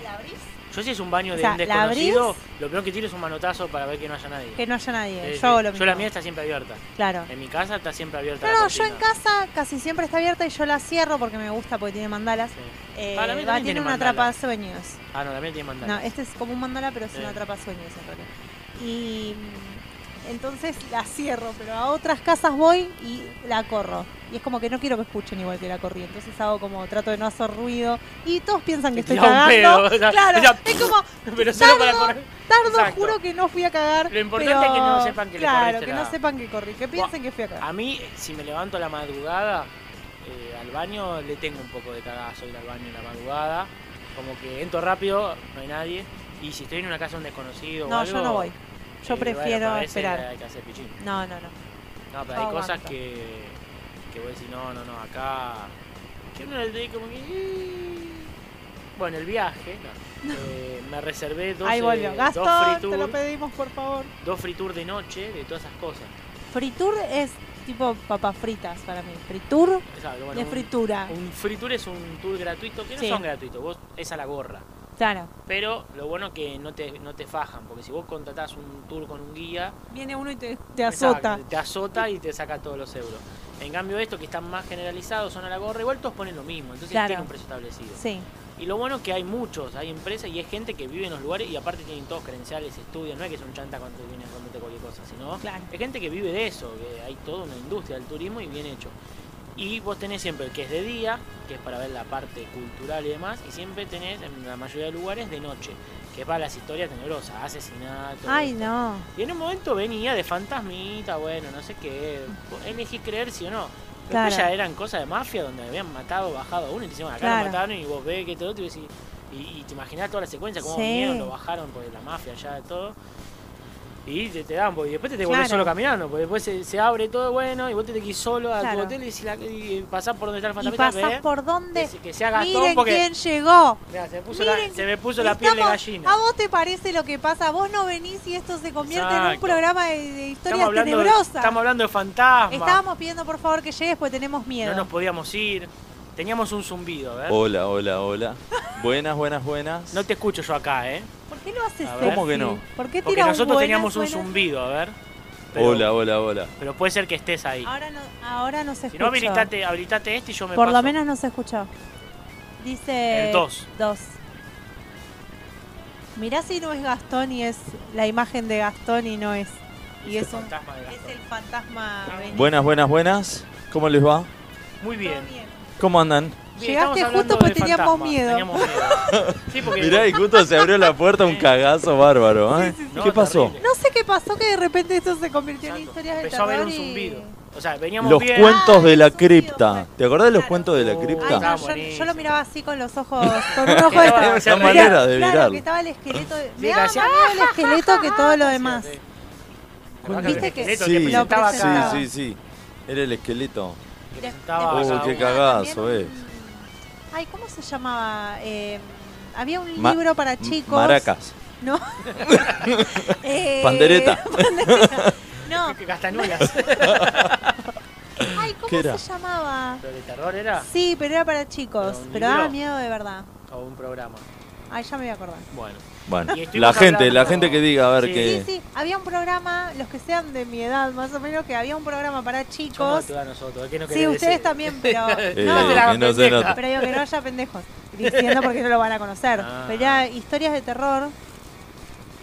¿la abrís?
Yo si es un baño de
O sea,
un
¿la abrís?
desconocido, lo peor que tiro es un manotazo para ver que no haya nadie.
Que no haya nadie.
Sí,
yo
sí.
hago lo mismo.
Yo la mía está siempre abierta.
Claro.
En mi casa está siempre abierta
No,
la
no, yo
cortina.
en casa casi siempre está abierta y yo la cierro porque me gusta, porque tiene mandalas. Eh,
Ah, la mía también
va, tiene
tiene
una
mandala.
atrapasueños.
Ah, no, la mía tiene mandala.
No, este es como un mandala, pero es
Sí.
una atrapasueños en realidad. Y mm, entonces la cierro, pero a otras casas voy y la corro. Y es como que no quiero que escuchen igual que la corrí. Entonces hago como, trato de no hacer ruido. Y todos piensan que estoy
Tira un pedo,
cagando.
o sea,
claro,
o sea,
es como,
(laughs) Pero solo para
Tardo,
correr.
tardo,
Exacto.
juro que no fui a cagar.
Lo importante
pero-
es que no sepan que le
Claro,
corriste
que
la-
no sepan que corrí, que piensen que fui a cagar.
A mí, si me levanto a la madrugada eh, al baño, le tengo un poco de cagazo ir al baño en la madrugada. Como que entro rápido, no hay nadie. Y si estoy en una casa de un desconocido o
No,
algo,
yo no voy. Yo
eh,
prefiero
bueno, pero a veces
esperar. Oh,
Hay que hacer pichín.
No, no, no.
No, pero
Yo
hay cosas
aguanto.
que, que vos decís, no, no, no, acá. Que uno le dice como que. "Ih". Bueno, el viaje, no.
(laughs)
Eh, me reservé dos,
Ahí
eh,
volvió.
dos
Gastón,
free
te lo
tour,
pedimos, por favor.
dos free tour de noche, de todas esas cosas.
Fritur es tipo papas fritas para mí. Fritur
Exacto, bueno,
de
un-
fritura.
Un free tour es un tour gratuito, que no
Sí.
son gratuitos, vos es a la gorra.
Claro.
Pero lo bueno es que no te, no te fajan, porque si vos contratás un tour con un guía,
Viene uno y te, te
Exacto,
azota.
Te azota y te saca todos los euros. En cambio, esto que están más generalizados son a la gorra, igual todos ponen lo mismo, entonces
Claro.
tiene un precio establecido.
Sí.
Y lo bueno es que hay muchos, hay empresas y hay gente que vive en los lugares y aparte tienen todos credenciales, estudian, no es que son chanta cuando te vienen a contarte cualquier cosa, sino hay gente que vive de eso, que hay toda una industria del turismo y bien hecho. Y vos tenés siempre el que es de día, que es para ver la parte cultural y demás, y siempre tenés en la mayoría de lugares de noche, que es para las historias tenebrosas, asesinatos.
Ay,
esto.
no.
Y en un momento venía de fantasmita, bueno, no sé qué. Elegí creer sí o no.
Claro.
Después ya eran cosas de mafia donde habían matado, bajado a uno y te decían, acá
Claro.
lo mataron y vos ves que todo, y, vos decís- y, y te imaginás toda la secuencia, cómo
Sí.
vinieron, lo bajaron por la mafia ya todo. Y te, te dan, porque después te, te volvés
Claro.
solo caminando, porque después se, se abre todo bueno y vos te te quedás solo a
Claro.
tu hotel y, decís la- y pasás por donde está el fantasmita.
Y pasás
ves,
por dónde.
que sea ¿eh? Gastón
Miren
porque-
quién llegó.
mirá, se, me puso la-
Miren,
se me puso la piel de
estamos-
gallina.
¿A vos te parece lo que pasa? Vos no venís y esto se convierte en un
Exacto.
programa de, de
Estamos
historias
hablando, de,
tenebrosas.
estamos hablando de fantasmas.
Estábamos pidiendo por favor que llegues porque tenemos miedo.
No nos podíamos ir. Teníamos un zumbido, a ver.
Hola, hola, hola. Buenas, buenas, buenas.
No te escucho yo acá, ¿eh?
¿Por qué lo haces
A ver.
así?
¿Cómo que no?
¿Por
Porque
qué tira un
nosotros
buenas,
teníamos un
buenas?
zumbido, a ver. Pero-
Hola, hola, hola.
Pero puede ser que estés ahí.
Ahora no, ahora no se
si
escucha.
no, habilitate, habilitate este y yo me
Ah, Por
paso.
lo menos no se escuchó. Dice.
El dos.
Dos. Mirá si no es Gastón y es la imagen de Gastón y no es. Y es, un, es el fantasma.
Ah,
Benito.
Buenas, buenas, buenas. ¿Cómo les va?
Muy bien.
¿Cómo andan?
Llegaste
estamos
justo
hablando
porque
de
teníamos
fantasmas,
miedo.
teníamos Sí, porque-
Mirá, y justo se abrió la puerta un cagazo bárbaro, ¿eh? ¿Qué pasó?
No sé qué pasó que de repente esto se convirtió en historias de
Empezó a haber
terror
un
y... Ah,
zumbido. O sea, veníamos
Los
bien.
cuentos de la cripta. ¿Te acordás de los cuentos de la
Ay, no,
cripta?
yo, yo lo miraba así con los
(laughs)
ojos, con un ojo de
Estaba-
mira,
Esa manera de
Claro,
mirarlo.
que estaba el esqueleto. de-
Sí,
Me daba más
hacía-
miedo el esqueleto que todo lo demás.
¿Viste que
Sí,
esqueleto
sí,
que presentaba acá?
sí, sí. Era el esqueleto.
Que presentaba
Uy,
acá
qué
un-
cagazo eh. es.
Ay, ¿cómo se llamaba? Eh, había un
Ma-
libro para chicos.
Maracas. (laughs)
No. Eh,
Pandereta. (laughs)
pandereta. No. (laughs)
Castañuelas.
Ay, ¿cómo
¿Qué era?
se llamaba?
¿Pero de terror era?
Sí, pero era para chicos.
¿Era un
Pero daba
libro?
miedo de verdad.
O un programa.
Ay, ya me voy a acordar.
Bueno.
Bueno,
Y estuvimos
la gente,
hablando-
la gente que diga, a ver
Sí.
qué.
Sí, sí, había un programa, los que sean de mi edad más o menos, que había un programa para
Somos de
chicos.
tu edad nosotros, ¿qué no
Sí,
querés
ustedes
decir?
también,
(laughs)
pero.
Eh, que
(laughs)
no se
pendeja.
nota.
Pero digo que no haya pendejos diciendo porque no lo van a conocer.
Ah.
Pero era historias de terror.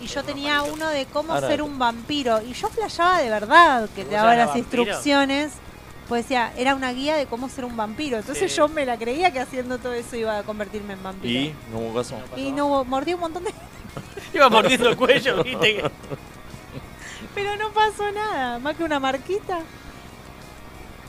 Y yo tenía uno de cómo
Ahora-
ser un vampiro. Y yo flasheaba de verdad que te daba
eras
las
vampiro?
instrucciones. Pues decía, era una guía de cómo ser un vampiro. Entonces
Sí.
yo me la creía que haciendo todo eso iba a convertirme en vampiro.
Y, no hubo caso.
Y no hubo- mordí un montón de. (laughs)
Iba mordiendo el cuello, viste.
Pero no pasó nada, más que una marquita.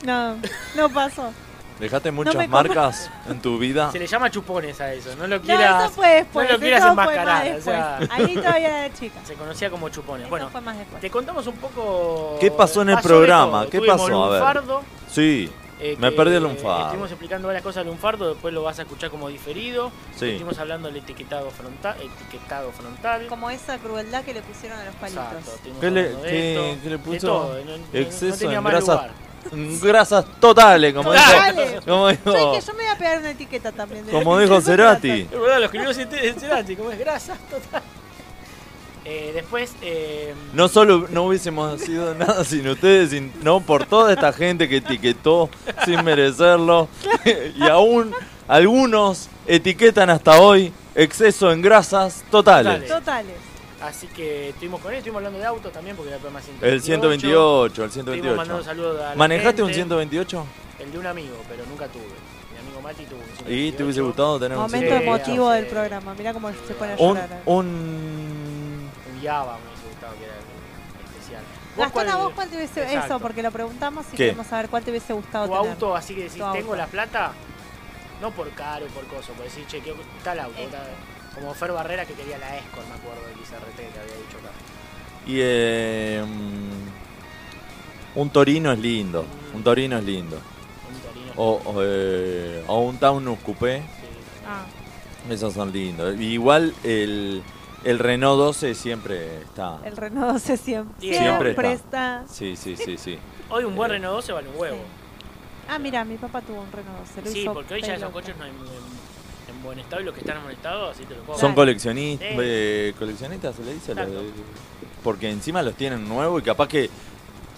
No, no pasó.
Dejaste muchas
me compro-
marcas en tu vida.
Se le llama chupones a eso, no lo
No,
quieras,
eso fue después.
no lo quieras
eso fue más
enmascarar. o
después.
sea,
Ahí todavía
(laughs)
era chica.
se conocía como chupones.
Eso
Bueno,
fue más después.
te contamos un poco.
¿Qué pasó en el
pasó de
programa?
todo.
¿Qué
Tuvimos
pasó? A ver.
lunfardo,
Sí,
eh,
me
que,
perdí el
eh,
lunfardo.
Estuvimos explicando varias cosas de lunfardo, después lo vas a escuchar como diferido.
Sí.
Estuvimos hablando del etiquetado frontal. Etiquetado frontal.
Como esa crueldad que le pusieron a los palitos.
Exacto, estuvimos
¿Qué le,
hablando de
qué,
esto,
qué le
de
puso?
todo, no- no- no
Exceso
tenía
en
más
grasas.
lugar.
en grasas totales, como
Totales. (laughs)
dijo. Como dijo,
¿Sabes que yo me voy a pegar una etiqueta también. de-
como dijo Cerati.
Es verdad, lo escribió Cete- Cerati, como es grasa total. Eh, después, eh,
No solo no hubiésemos sido nada sin ustedes, sino por toda esta gente que etiquetó sin merecerlo. (laughs) y aún algunos etiquetan hasta hoy exceso en grasas totales.
Totales.
así que estuvimos con él, estuvimos hablando de autos también porque era el programa 128.
El 128, el
Estuvimos mandando saludos a
128.
la
¿Manejaste un
gente.
128?
El de un amigo, pero nunca tuve. Mi amigo Mati tuvo un
¿Y te hubiese gustado tener un
Momento
128?
emotivo del programa. Mirá cómo se pone a
Un,
llorar.
un...
Un Java me hubiese gustado que era el especial. ¿Vos
Gastón, a
cuál-
vos cuál te hubiese...
Exacto.
Eso, porque lo preguntamos y
¿Qué?
queremos saber cuál te hubiese gustado
tu
tener.
auto, así que decís,
Tu auto.
tengo la plata, no por caro, por coso, por decir, che, quiero- está el auto,
Eh.
está- como Fer Barrera que quería la Escort, me acuerdo, del XRT que había dicho acá.
Y eh, mm, un Torino es lindo. Un Torino es lindo. O, o, eh, o un Taunus Coupé.
Ah.
Esos son lindos. Igual el, el Renault 12 siempre está.
El Renault 12 siempre.
Siempre está.
está.
Sí, sí, sí, sí.
Hoy un buen Renault 12 vale un huevo.
Ah, mira, mi papá tuvo un Renault 12. lo
Sí,
hizo
porque hoy ya esos
pelota.
coches no hay en, en- en buen estado y los que están en buen estado, así te lo puedo
Son coleccionistas, eh,
Sí.
coleccionistas se le dice.
Exacto.
Los de- porque encima los tienen nuevos y capaz que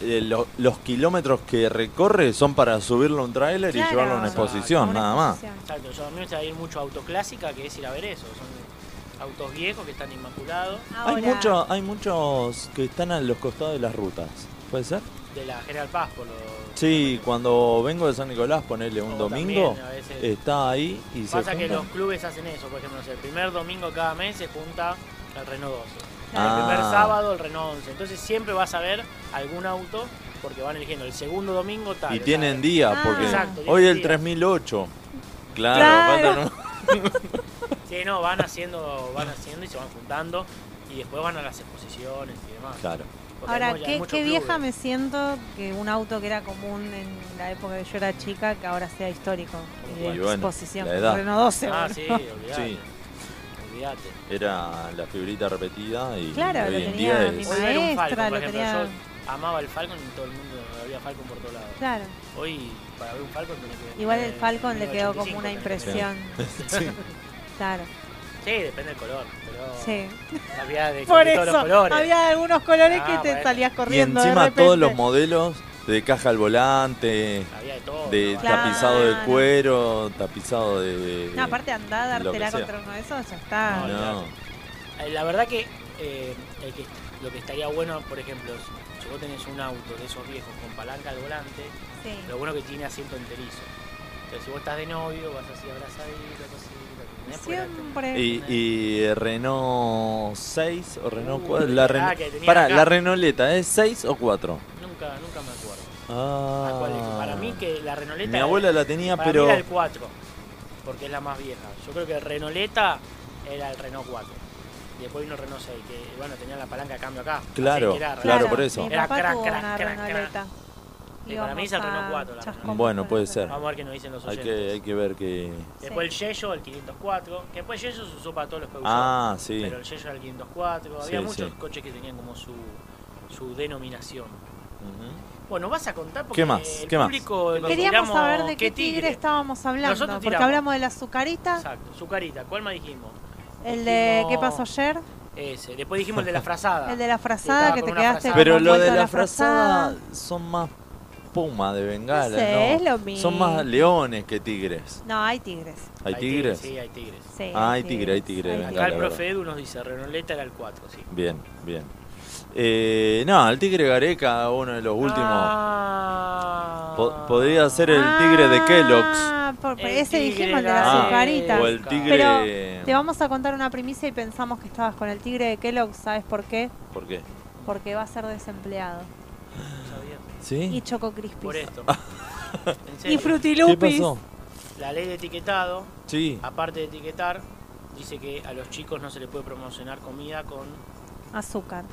eh, lo- los kilómetros que recorre son para subirlo a un tráiler y llevarlo a una exposición, nada más.
Ah, Exacto, yo a mí me gusta ir mucho a autoclásica, que es ir a ver eso. Son autos viejos que están inmaculados.
Hay, mucho, hay muchos que están a los costados de las rutas. ¿Puede ser?
De la General Paz, por lo
Sí, cuando vengo de San Nicolás, ponerle un domingo,
Oh, también, a veces.
está ahí y se
Pasa que
juntan.
los clubes hacen eso, por ejemplo, no sé, el primer domingo de cada mes se junta el Renault 12.
Ah.
El primer sábado el Renault 11. Entonces siempre vas a ver algún auto porque van eligiendo el segundo domingo tal.
Y
o sea,
tienen día, porque
Exacto, tienen
hoy el
día.
3008. Claro, faltan un-
Sí, no, van haciendo, van haciendo y se van juntando y después van a las exposiciones y demás.
(laughs) Claro.
Porque hay
Ahora,
mu- hay
qué,
muchos
qué
clubes.
vieja me siento que un auto que era común en la época que yo era chica, que ahora sea histórico. Y de
Y bueno,
exposición.
la edad.
Renault 12.
Ah,
boludo. (laughs)
sí, olvidate.
Sí.
Olvidate.
Era la figurita repetida y
Claro,
hoy
lo
en
tenía
día
mi
es...
Hoy ver un
Maestra,
Falcon,
lo
por ejemplo,
tenía-
yo amaba el Falcon y todo el mundo había Falcon por todos lados.
Claro.
Hoy para ver un Falcon tenés que
Igual el
tener
Falcon le quedó como
1985
una
tenés que tener.
impresión. (laughs) Claro.
Sí, depende del color, pero
Sí.
había de
Por
de todos Oh, los
eso,
colores.
había algunos colores
Ah,
que te
bueno.
salías
Y
corriendo. de
encima
repente.
todos los modelos de caja al volante,
Había de todo,
de
¿no?
tapizado de
Claro.
cuero, tapizado de...
No, aparte Ah, andá,
lo que
dártela
sea.
contra uno de esos, ya está.
No, no.
Eh, La verdad que, eh, el que- lo que estaría bueno, por ejemplo, es- si vos tenés un auto de esos viejos con palanca al volante,
Sí.
lo bueno que tiene asiento enterizo. Entonces si vos estás de novio, vas así abrazadito, cosita, ¿entendés? Porque era-
Siempre.
Y, y Renault 6 o Renault
Uh,
4. La
ah,
Renault-
que tenía
Pará,
acá.
la Renoleta, ¿es 6 o 4?
Nunca, nunca me acuerdo.
Ah,
¿A cuál es? Para mí que la Renoleta...
Mi abuela la tenía,
para mí
pero-
era el 4, porque es la más vieja. Yo creo que Renoleta era el Renault 4. Y después vino el Renault 6, que bueno, tenía la palanca de cambio acá. así
Claro,
que era-
claro, por eso.
Mi
Era
papá
crack,
tuvo
crack,
una
crack, crack.
Renoleta.
Sí, para mí es el
Íbamos
Renault
a
4 la
chascón.
Renoleta.
Bueno, puede ser.
Vamos a ver qué nos dicen los
Hay
oyentes.
que, hay que ver que.
Después el Yello, el 504, que después el Yello se usó para todos los Peugeot.
Ah, sí.
Pero el Yello era el 504, había
Sí,
muchos
sí.
coches que tenían como su, su denominación. Bueno, vas a contar porque
¿Qué más?
el
¿Qué más?
público lo
Queríamos
tiramos,
saber de qué tigre, estábamos hablando.
Nosotros
porque
tiramos.
hablamos de la azucarita,
Exacto, su carita, ¿cuál más dijimos?
el de
Dijimos
qué pasó ayer,
Ese, después dijimos
(laughs)
el de la frazada.
el de la
estaba
frazada que
con
te
una
quedaste
frazada.
como
Pero lo
envuelto
de
en
la frazada son más puma de bengala,
No sé, es lo mismo.
Son más leones que tigres.
No, hay tigres.
¿Hay tigres?
Sí, hay tigres.
Sí,
Ah, hay tigre, hay tigre. de
Acá
bengala,
el
verdad.
profe Edu nos dice, Renoleta era el 4, sí.
Bien, bien. Eh, no, el tigre Gareca, uno de
Ah,
los últimos.
Ah.
Po- podría ser el tigre de Kellogg's.
Ah, por-
El
ese
tigre
dijimos el de
Ah,
la azucarita.
o el tigre-
Pero te vamos a contar una primicia y pensamos que estabas con el tigre de Kellogg, ¿sabes por qué?
¿Por qué?
Porque va a ser desempleado.
No sabía.
¿Sí?
Y Choco Crispis.
(laughs)
Por esto. En serio.
Y Frutilupis.
¿Qué pasó?
La ley de etiquetado,
Sí.
aparte de etiquetar, dice que a los chicos no se les puede promocionar comida con,
Azúcar.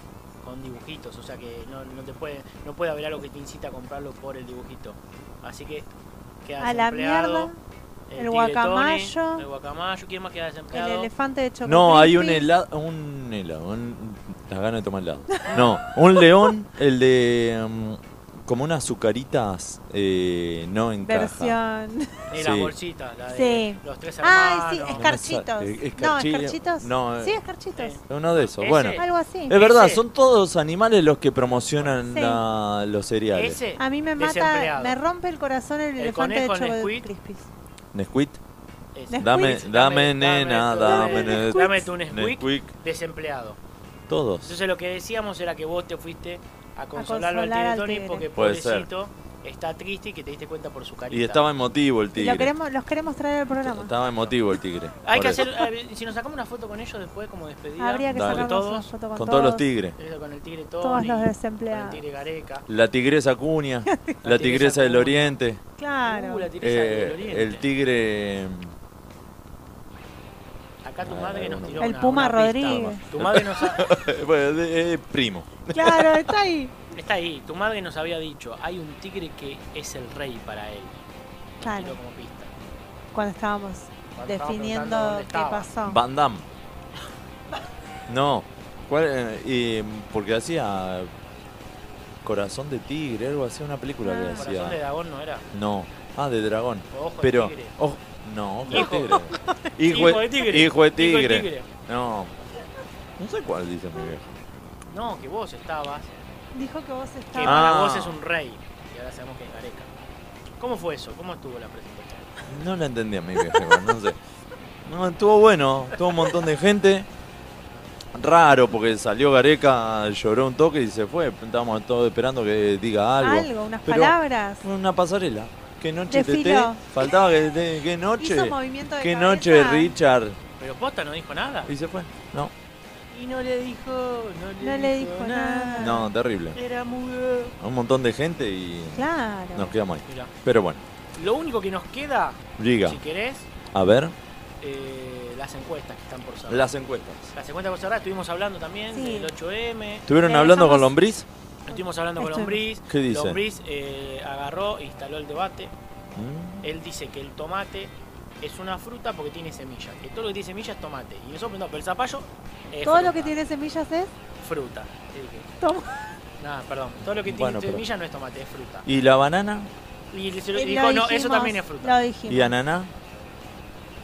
con dibujitos. O sea que no, no te puede, no puede haber algo que te incita a comprarlo por el dibujito. Así que queda
A la
desempleado,
mierda,
el
el
tigre
guacamayo.
Tony, el guacamayo, ¿quién más queda
El
desempleado?
elefante de chocolate.
No, hay un helado, un helado, un- las ganas de tomar helado. No, un
(laughs)
león, el de mm, como unas azucaritas eh, no en caja.
Versión.
Y las
Sí.
bolsitas, la de
Sí.
los tres hermanos.
(laughs) Ay, sí,
hermanos.
escarchitos.
Eh,
No,
escarchillo.
escarchitos.
No, eh.
sí, escarchitos.
Uno de esos,
Ese.
bueno.
Algo así.
Es verdad,
Ese.
son todos animales los que promocionan
Sí.
la- los cereales.
Ese
A mí me mata,
desempleado.
me rompe el corazón el,
El
elefante de
conejo en
chocolate
Nesquik.
crispis.
Nesquik.
Ese.
Dame,
Nesquik.
dame, nena, dame,
dame,
ne-
dame tu Nesquik,
Nesquik,
desempleado.
Todos.
Entonces lo que decíamos era que vos te fuiste a consolarlo
consolar
al tigre
al
Tony
tigre.
porque
Puede ser.
pobrecito está triste y que te diste cuenta por su carita.
Y estaba emotivo el
Y Lo
tigre.
queremos, los queremos traer al programa.
Estaba emotivo el tigre.
Hay
por
que
eso.
hacer, eh, si nos sacamos una foto con ellos después como despedida.
Habría que
Dale.
sacarnos una foto con,
Con todos los tigres.
Eso, Con el tigre Tony,
Todos los
con el
desempleados.
tigre Gareca.
La tigresa cuña, la tigresa del oriente,
Claro.
Uh, la tigresa
eh,
del oriente.
el tigre... mm,
Acá tu madre nos tiró
El
una-
Puma
una pista.
Rodríguez.
Tu madre nos ha-
(laughs) bueno, de- eh, primo.
Claro,
(laughs)
está ahí.
Está ahí, tu madre nos había dicho, hay un tigre que es el rey para él.
Claro.
Tiró como pista.
Cuando estábamos
Cuando estábamos
definiendo
preguntando dónde
qué
estaba.
pasó.
Van Damme. No. ¿Cuál, eh, eh, porque hacía Corazón de Tigre, algo así, una película que
Ah, Corazón de
hacía.
dragón no era.
No. Ah, de dragón.
O Ojo de
Pero.
Tigre.
ojo- no, ojo de
Hijo. (laughs)
tigre. Hijo,
Hijo de tigre.
Hijo de
Hijo de
tigre.
tigre.
No. No sé cuál dice mi viejo.
No, que vos estabas.
Dijo que vos
Que
estabas.
para
Ah.
vos es un rey. Y ahora sabemos que es Gareca. ¿Cómo fue eso? ¿Cómo estuvo la presentación?
No la entendí a mi viejo, no sé. No, estuvo bueno, estuvo un montón de gente. Raro, porque salió Gareca, lloró un toque y se fue. Estábamos todos esperando que diga algo.
Algo, unas
Pero
palabras.
Una pasarela. Qué noche
Desfiló.
teté, faltaba que te- qué noche.
Hizo movimiento de
qué
cabeza.
noche, Richard.
Pero Posta no dijo nada.
Y se fue. No,
Y no le dijo, no le,
No le dijo nada.
no, terrible.
Era mudo.
Un montón de gente y
Claro.
nos quedamos ahí.
Mirá.
Pero bueno,
Lo único que nos queda,
diga.
si querés,
A ver,
eh, las encuestas que están por cerrar.
las encuestas.
Las encuestas por cerrar, estuvimos hablando también
Sí.
del 8M.
¿Estuvieron
Le
hablando
dejamos-
con Lombriz?
Estuvimos hablando con
Estoy-
Lombriz.
¿Qué dice?
Lombriz eh, agarró, instaló el debate.
Mm,
Él dice que el tomate es una fruta porque tiene semillas. Que todo lo que tiene semillas es tomate. Y nosotros preguntamos, pero el zapallo es
Todo lo
fruta.
que tiene semillas es
Fruta. Le dije,
toma.
Nada, perdón. Todo lo que tiene
Bueno, pero-
semillas no es tomate, es fruta.
¿Y la banana?
Y
(laughs)
se lo-
Eh,
dijo,
lo
no, eso
dijimos,
también es fruta.
Lo dijimos.
¿Y ananá?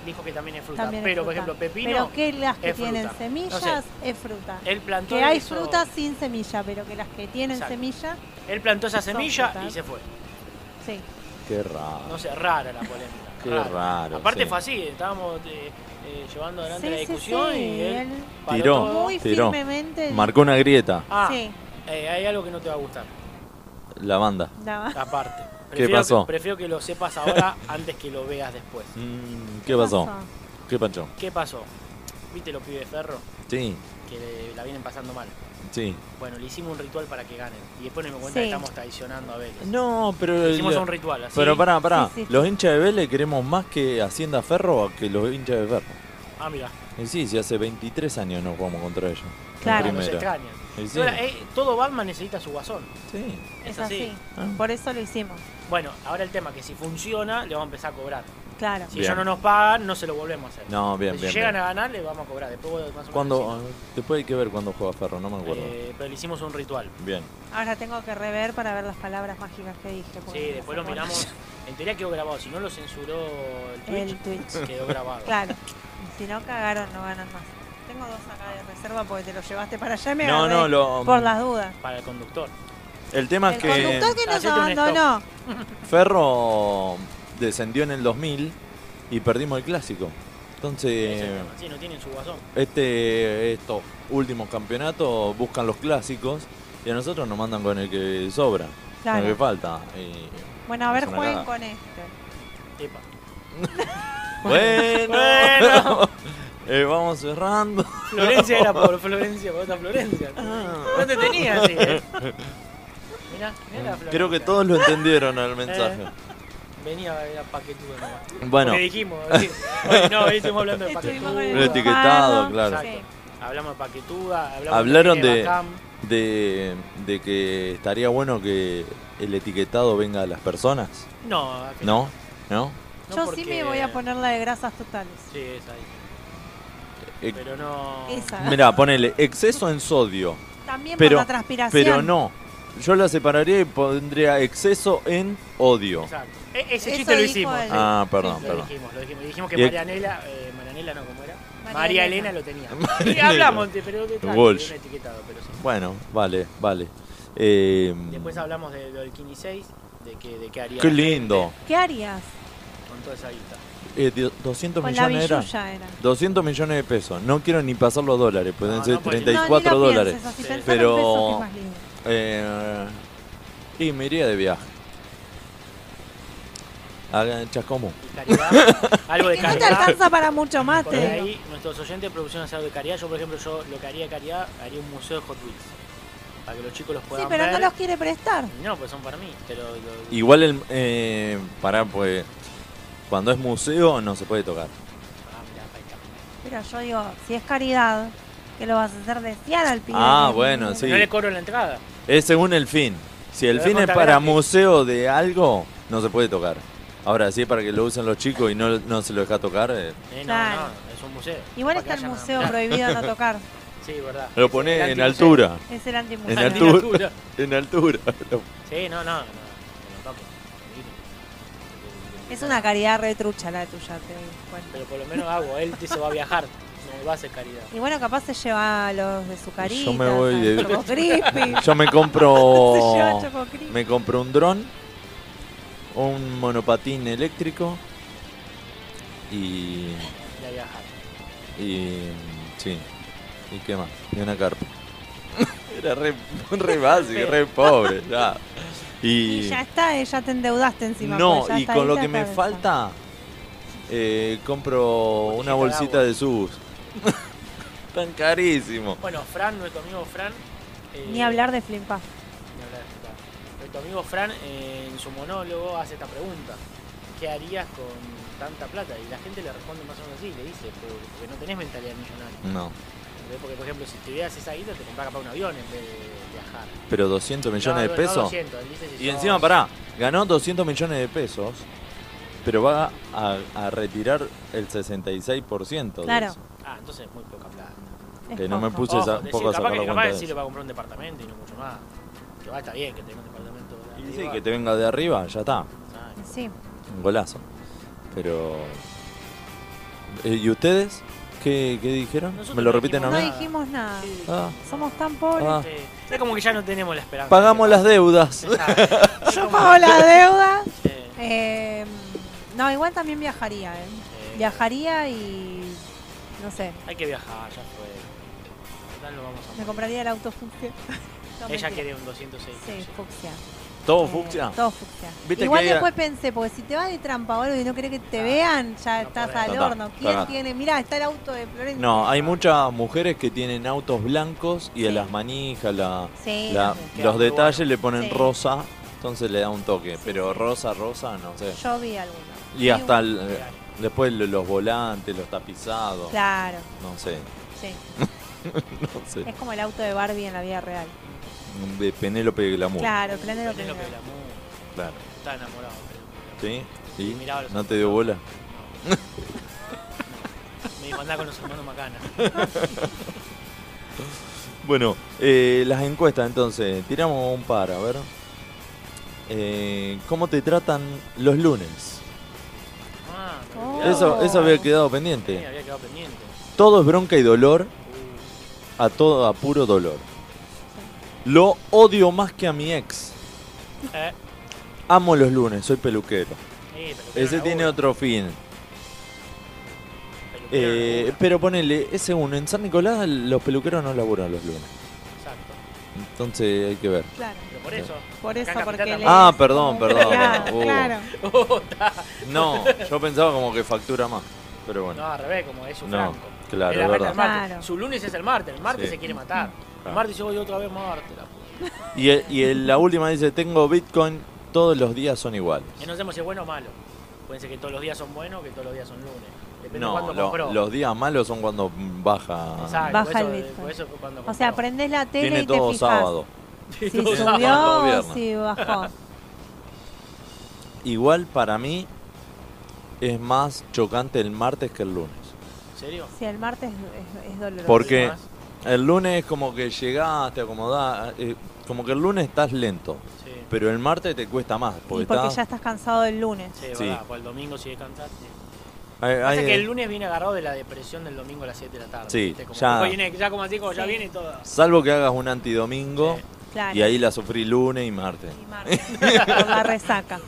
Dijo que también es fruta.
También es
pero, por
fruta.
ejemplo, pepino,
Pero que las que
es fruta.
tienen
No sé.
semillas es fruta.
él plantó
Que hay
eso-
frutas sin semilla, pero que las que tienen
Exacto.
semilla,
Él plantó esa
son
semilla
frutas.
y se fue.
sí.
Qué raro.
No sé, rara la polémica.
(laughs) Qué
rara.
raro,
Aparte
sí.
fue así, estábamos eh, eh, llevando adelante
Sí,
la
sí,
discusión
sí,
y él
él-
paró
Tiró.
todo.
Muy
tiró.
firmemente.
Marcó una grieta,
Ah,
Sí,
eh, hay algo que no te va a gustar,
la banda.
nada más.
aparte.
(laughs) ¿Qué
Prefiero
pasó?
Que, prefiero que lo sepas ahora antes que lo veas después.
Mm, ¿Qué pasó? ¿Qué pancho?
¿Qué pasó? ¿Viste los pibes de ferro?
Sí,
Que le- la vienen pasando mal.
sí.
Bueno, le hicimos un ritual para que ganen. Y después nos dimos cuenta
Sí.
que estamos traicionando a Vélez.
No, pero...
Hicimos un ritual así.
Pero pará, pará.
Sí, sí.
Los hinchas de Vélez queremos más que Hacienda Ferro o que los hinchas de Ferro.
Ah, mira.
Y sí, si hace 23 años nos jugamos contra ellos. en
Claro.
Nos
primera.
extrañan.
Y sí,
Ahora, eh, todo Batman necesita su guasón.
sí.
Es así.
Ah.
Por eso lo hicimos.
Bueno, ahora el tema que si funciona, le vamos a empezar a cobrar.
Claro.
Si
Bien.
ellos no nos pagan, no se lo volvemos a hacer.
No, bien,
si
bien.
llegan
bien.
a ganar, le vamos a cobrar. Después vos más o menos
¿Cuándo-
decís.
Después hay que ver cuándo juega Ferro, no me acuerdo.
Eh, pero le hicimos un ritual.
Bien.
Ahora tengo que rever para ver las palabras mágicas que dije. porque
Sí,
no
después
se
lo
acuerdan. (laughs)
miramos. En teoría quedó grabado. Si no lo censuró el Twitch,
El Twitch.
quedó grabado.
Claro. Si no cagaron, no ganan más. Tengo dos acá de reserva porque te lo llevaste para allá y me
No,
agarré
no, lo-
por las dudas.
Para el conductor.
El tema
el
es que
conductor que nos
Hacete un
abandonó.
Ferro descendió en el 2000 y perdimos el clásico.
Ese es el
Entonces,
tema. Sí, no tienen su guasón.
este, estos últimos campeonatos buscan los clásicos y a nosotros nos mandan con el que sobra, con el
Claro.
que falta. Y-
Bueno, a ver,
Es una
jueguen
cagada.
con este.
Epa.
Bueno,
Bueno.
(laughs) eh, vamos cerrando.
Florencia era por Florencia, por otra Florencia.
Ah.
No te tenía así, eh. Mirá, mirá la Florencia.
Creo que todos lo entendieron el mensaje.
Venía a ver a Paquetúa nomás.
Bueno.
Porque dijimos, sí. Hoy no, hoy estuvimos hablando de
Estuvimos
Paquetúa.
con el Un
Ah,
etiquetado, Eduardo. claro.
Exacto. Hablamos de Paquetúa, hablamos
Hablaron
de,
de,
Bacam.
de, de que estaría bueno que el etiquetado venga a las personas.
No, al final
¿No? ¿No?
no,
Yo sí
porque-
me voy a poner la de grasas totales.
Sí, esa ahí.
Eh,
Pero no.
Esa.
Mirá, ponele exceso en sodio.
También por
pero,
la transpiración.
Pero no. Yo la separaría y pondría exceso en odio.
Exacto. E- ese
Eso
chiste lo
dijo
hicimos.
él.
Ah, perdón,
lo
perdón.
dijimos, lo dijimos. Dijimos que
Y-
Marianela, eh, Marianela no, ¿cómo era?
María
María,
Elena.
Elena. lo tenía.
(laughs) María
Y
Elena.
hablamos, de, pero de tranqui,
Walsh.
de un etiquetado, pero sí.
Bueno, vale, vale. Eh,
Después hablamos de lo del Kini 6, de qué de qué haría.
Qué
la gente
lindo.
¿Qué harías?
Con toda esa guita.
Eh, di- 200
Con la
millones era.
billulla era.
200 millones de pesos. No quiero ni pasarlo a dólares, pueden ser
pues,
puede ser.
34
No, ni lo
dólares.
pienses, así, pensalo en pesos, que es
pero.
más lindo.
eh, y me iría de viaje. Hagan chascomo. (laughs)
Algo de
Que no te
caridad.
alcanza para mucho más,
Por
te digo.
ahí nuestros oyentes producciones algo de caridad. Yo, por ejemplo, yo lo que haría de caridad, haría un museo de Hot Wheels. Para que los chicos los
Sí,
puedan
pero
ver.
no los quiere prestar.
No, pues son para mí. Te lo- lo-
Igual el. Eh, pará, pues. Cuando es museo no se puede tocar.
Pero yo digo, si es caridad, que lo vas a hacer desear al pibe.
Ah, bueno, sí.
No le cobro la entrada.
Es según el fin. Si el
Lo
fin
dejo
es
tan
para
gratis.
museo de algo, no se puede tocar. Ahora, si es para que lo usen los chicos y no, no se lo deja tocar, eh,
Eh, no,
Claro.
no, es un museo.
Igual
Para
está
que
el
vayan a-
museo prohibido
(laughs)
no tocar.
Sí, verdad.
lo
El
pone en
antimuseo.
altura.
Es el antimuseo.
En
En
altura.
altura.
En altura.
Sí, no, no. no, no,
Es una caridad retrucha la tuya, te digo. Bueno.
Pero por lo menos hago. Él se va a viajar. No va a hacer caridad.
Y bueno, capaz se lleva a los de su carita.
Yo me voy de-
Choco Crispy.
(laughs) Yo me compro.
(laughs) Se lleva Choco Crispy.
me compro un dron, un monopatín eléctrico y.
Y a viajar.
y. sí. ¿Y qué más? Y una carpa. (laughs) Era re, re básico, re pobre. ya.
Y ya está, eh, ya te endeudaste encima.
No,
pues, ya
y
está,
con
ahí
lo
ya
que me
está.
falta, eh, compro una
de
bolsita
agua.
de subus. (laughs) Tan carísimo.
Bueno, Fran, nuestro amigo Fran. eh,
Ni hablar de flimpa.
ni hablar de Fran. Nuestro amigo Fran eh, en su monólogo hace esta pregunta. ¿Qué harías con tanta plata? Y la gente le responde más o menos así, le dice, "Pero- porque no tenés mentalidad millonaria.
No,
¿Entendés? Porque, por ejemplo, si tuvieras esa guita, te comprás capaz un avión en vez de viajar.
pero 200 millones
No,
de
no, no,
pesos.
200, él dice si
y
sos-
encima, pará, ganó 200 millones de pesos, pero va a, a retirar el 66% de
Claro.
eso.
Ah, entonces es muy poca plata.
Que no me puse
Ojo,
esa-
decir,
poco a
capaz
sacar
que
la
capaz
cuenta de
que sí
eso.
le va a comprar un departamento y no mucho más. Que va, está bien que tenga un departamento. de
Y sí,
arriba.
que te venga de arriba, ya está.
Ah,
Sí.
Un golazo. Pero... eh, ¿Y ustedes? ¿Qué, qué dijeron? ¿Me lo repiten a
No
mí?
dijimos nada.
Ah.
Somos tan pobres.
Ah.
sí. Es como que ya no tenemos la esperanza.
Pagamos las deudas.
Yo pago la deuda. Eh, no, igual también viajaría. eh. Viajaría y. No sé.
Hay que viajar, ya fue. Total, lo vamos a
Me
morir.
compraría el
(laughs)
auto fucsia. No,
Ella
mentira.
quiere un 206.
Sí, fucsia.
¿Todo Oh, fucsia?
Todo fucsia.
Viste
Igual
que hay-
después pensé, porque si te vas de trampa o algo y no querés que
Ah.
te vean, ya estás
podés.
al
Total,
horno. ¿Quién
total.
tiene? Mirá, está el auto de Florencia.
No, hay muchas mujeres que tienen autos blancos y a las manijas, la,
Sí,
la-
no sé.
los
Quedan
detalles
muy
le ponen
Sí.
rosa, entonces le da un toque. pero rosa, rosa, no sé.
Yo vi alguno.
y
Vi
hasta
uno.
el- eh, después lo- los volantes, los tapizados.
Claro,
No sé.
sí.
no sé.
Es como el auto de Barbie en la vida real.
De Penélope Glamour.
Claro, el plan de lo que
Penélope Glamour
Claro.
está enamorado.
¿Sí?
Y
¿Y?
mirá los
¿No te dio bola?
Me dijo, andá con los hermanos
(laughs)
Macana.
Bueno, eh, las encuestas entonces, tiramos un par, a ver. Eh, ¿Cómo te tratan los lunes?
Ah, me
había
olvidado.
Eso, eso había quedado
Sí,
pendiente.
había quedado pendiente. Uh.
Todo es bronca y dolor, a todo a puro dolor. Lo odio más que a mi ex.
Eh,
Amo los lunes, soy peluquero.
Sí, peluquero
Ese
labura.
tiene otro fin. Eh, pero ponele, ese uno, en San Nicolás los peluqueros no laburan los lunes.
exacto.
Entonces hay que ver.
Claro.
Pero por eso. (laughs)
Por
Acá en
eso,
Capital
porque
también.
él
Ah,
es
perdón,
como un- (laughs)
perdón.
Claro,
Uh.
claro.
Oh,
No, yo pensaba como que factura más. Pero bueno.
No, al revés, como es su
No,
Franco.
claro,
Él
es
arranca el
verdad.
martes.
Claro.
Su lunes es el martes, el martes
Sí. Ah.
se quiere matar.
Claro.
El martes yo voy otra vez a martes.
Y, y el- la última dice, tengo Bitcoin todos los días son iguales.
Y no sabemos si es bueno o malo. Pueden ser que todos los días son buenos o que todos los días son lunes. Depende de
No,
cuándo
lo-
compró.
los días malos son cuando baja.
Exacto,
Baja
por eso-
el Bitcoin.
por eso fue cuando
O sea, prendés la tele
Tiene
y te
todo
fijas.
sábado.
Si
Todo sábado.
subió,
Todo
si
viernes.
bajó.
Igual para mí es más chocante el martes que el lunes.
¿En serio?
Si el martes es, es doloroso.
Porque el lunes es como que llegás, te acomodás. eh, como que el lunes estás lento.
Sí.
Pero el martes te cuesta más.
Y
Porque,
porque
estás-
ya estás cansado del lunes.
Sí, es
Sí.
verdad, porque el domingo si descansaste.
Hay-
Pasa
hay-
que el lunes viene agarrado de la depresión del domingo a las 7 de la tarde.
Sí,
¿viste? Como
ya-
que viene- ya como así, como ya viene todo.
Salvo que hagas un antidomingo.
Claro.
Y ahí la sufrí lunes y martes.
(laughs) Por la resaca.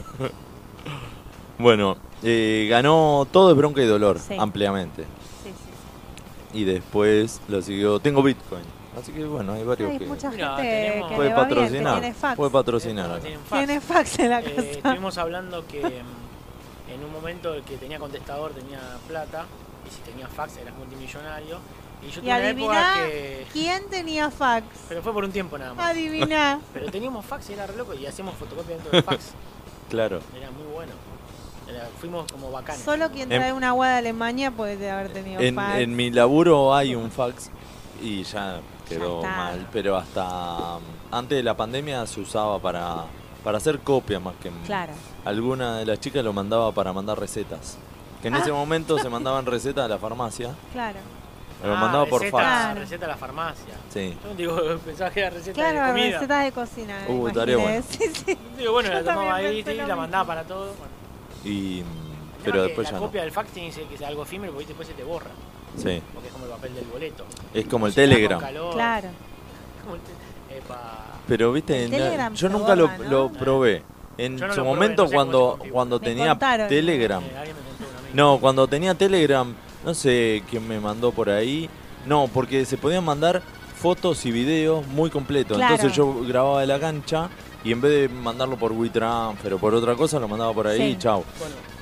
Bueno, eh, ganó todo es bronca y dolor,
Sí.
ampliamente.
Sí, sí,
Y después lo siguió. Tengo Bitcoin. Así que bueno, hay varios
Hay
que.
mucha gente
Mira, tenemos-
que
Puede
le va bien, que
patrocinar.
tiene fax.
Puede patrocinar acá.
Tienen fax.
Tiene fax en la
Eh,
casa.
estuvimos hablando que mm, en un momento el que tenía contestador tenía plata y si tenía fax eras multimillonario. Y yo
Y
tuve una época
adiviná
que.
quién tenía fax.
Pero fue por un tiempo nada más. (laughs)
Adiviná.
Pero teníamos fax y era re loco y hacíamos fotocopia dentro
(laughs)
del fax.
Claro.
Era muy bueno. Era- fuimos como bacanes.
Solo quien
En-
trae una agua de Alemania puede haber tenido
En,
fax.
en mi laburo hay un fax y ya quedó
Ya está.
mal. Pero hasta mm, antes de la pandemia se usaba para, para hacer copias más que. mm,
Claro.
Alguna de las chicas lo mandaba para mandar recetas. Que
Ah.
en ese momento
(laughs)
se mandaban recetas a la farmacia.
Claro.
Lo
Ah,
mandaba por
receta,
fax.
Receta de la farmacia.
Sí.
Yo digo, (laughs) pensaba que era receta de
Claro,
comida.
recetas de cocina.
Uh,
me
estaría
imaginé.
bueno.
Sí, sí.
(laughs) Digo, bueno,
Yo
la tomaba
también
ahí,
pensé
sí,
lo
la
mismo.
mandaba para todo. Bueno,
Y, mm,
el tema
pero
es que
después
la
ya no.
copia del fax tiene que ser- que es algo efímero porque después se te borra.
Sí.
Porque es como el papel del boleto.
Es como el
Si está con
Telegram.
calor,
Claro.
es (laughs) como el te- epa.
Pero viste,
El
na-
Telegram
yo
se
nunca lo,
borra, ¿no?
lo probé. En
Yo no
su
lo probé,
momento
no sé cómo se
cuando
configura.
cuando
Me
tenía
contaron.
Telegram.
Eh, alguien me contó un amigo.
No, cuando tenía Telegram, no sé quién me mandó por ahí. No, porque se podían mandar fotos y videos muy completos.
Claro.
Entonces yo grababa de la cancha y en vez de mandarlo por WeTransfer o por otra cosa, lo mandaba por ahí
Sí.
y chao.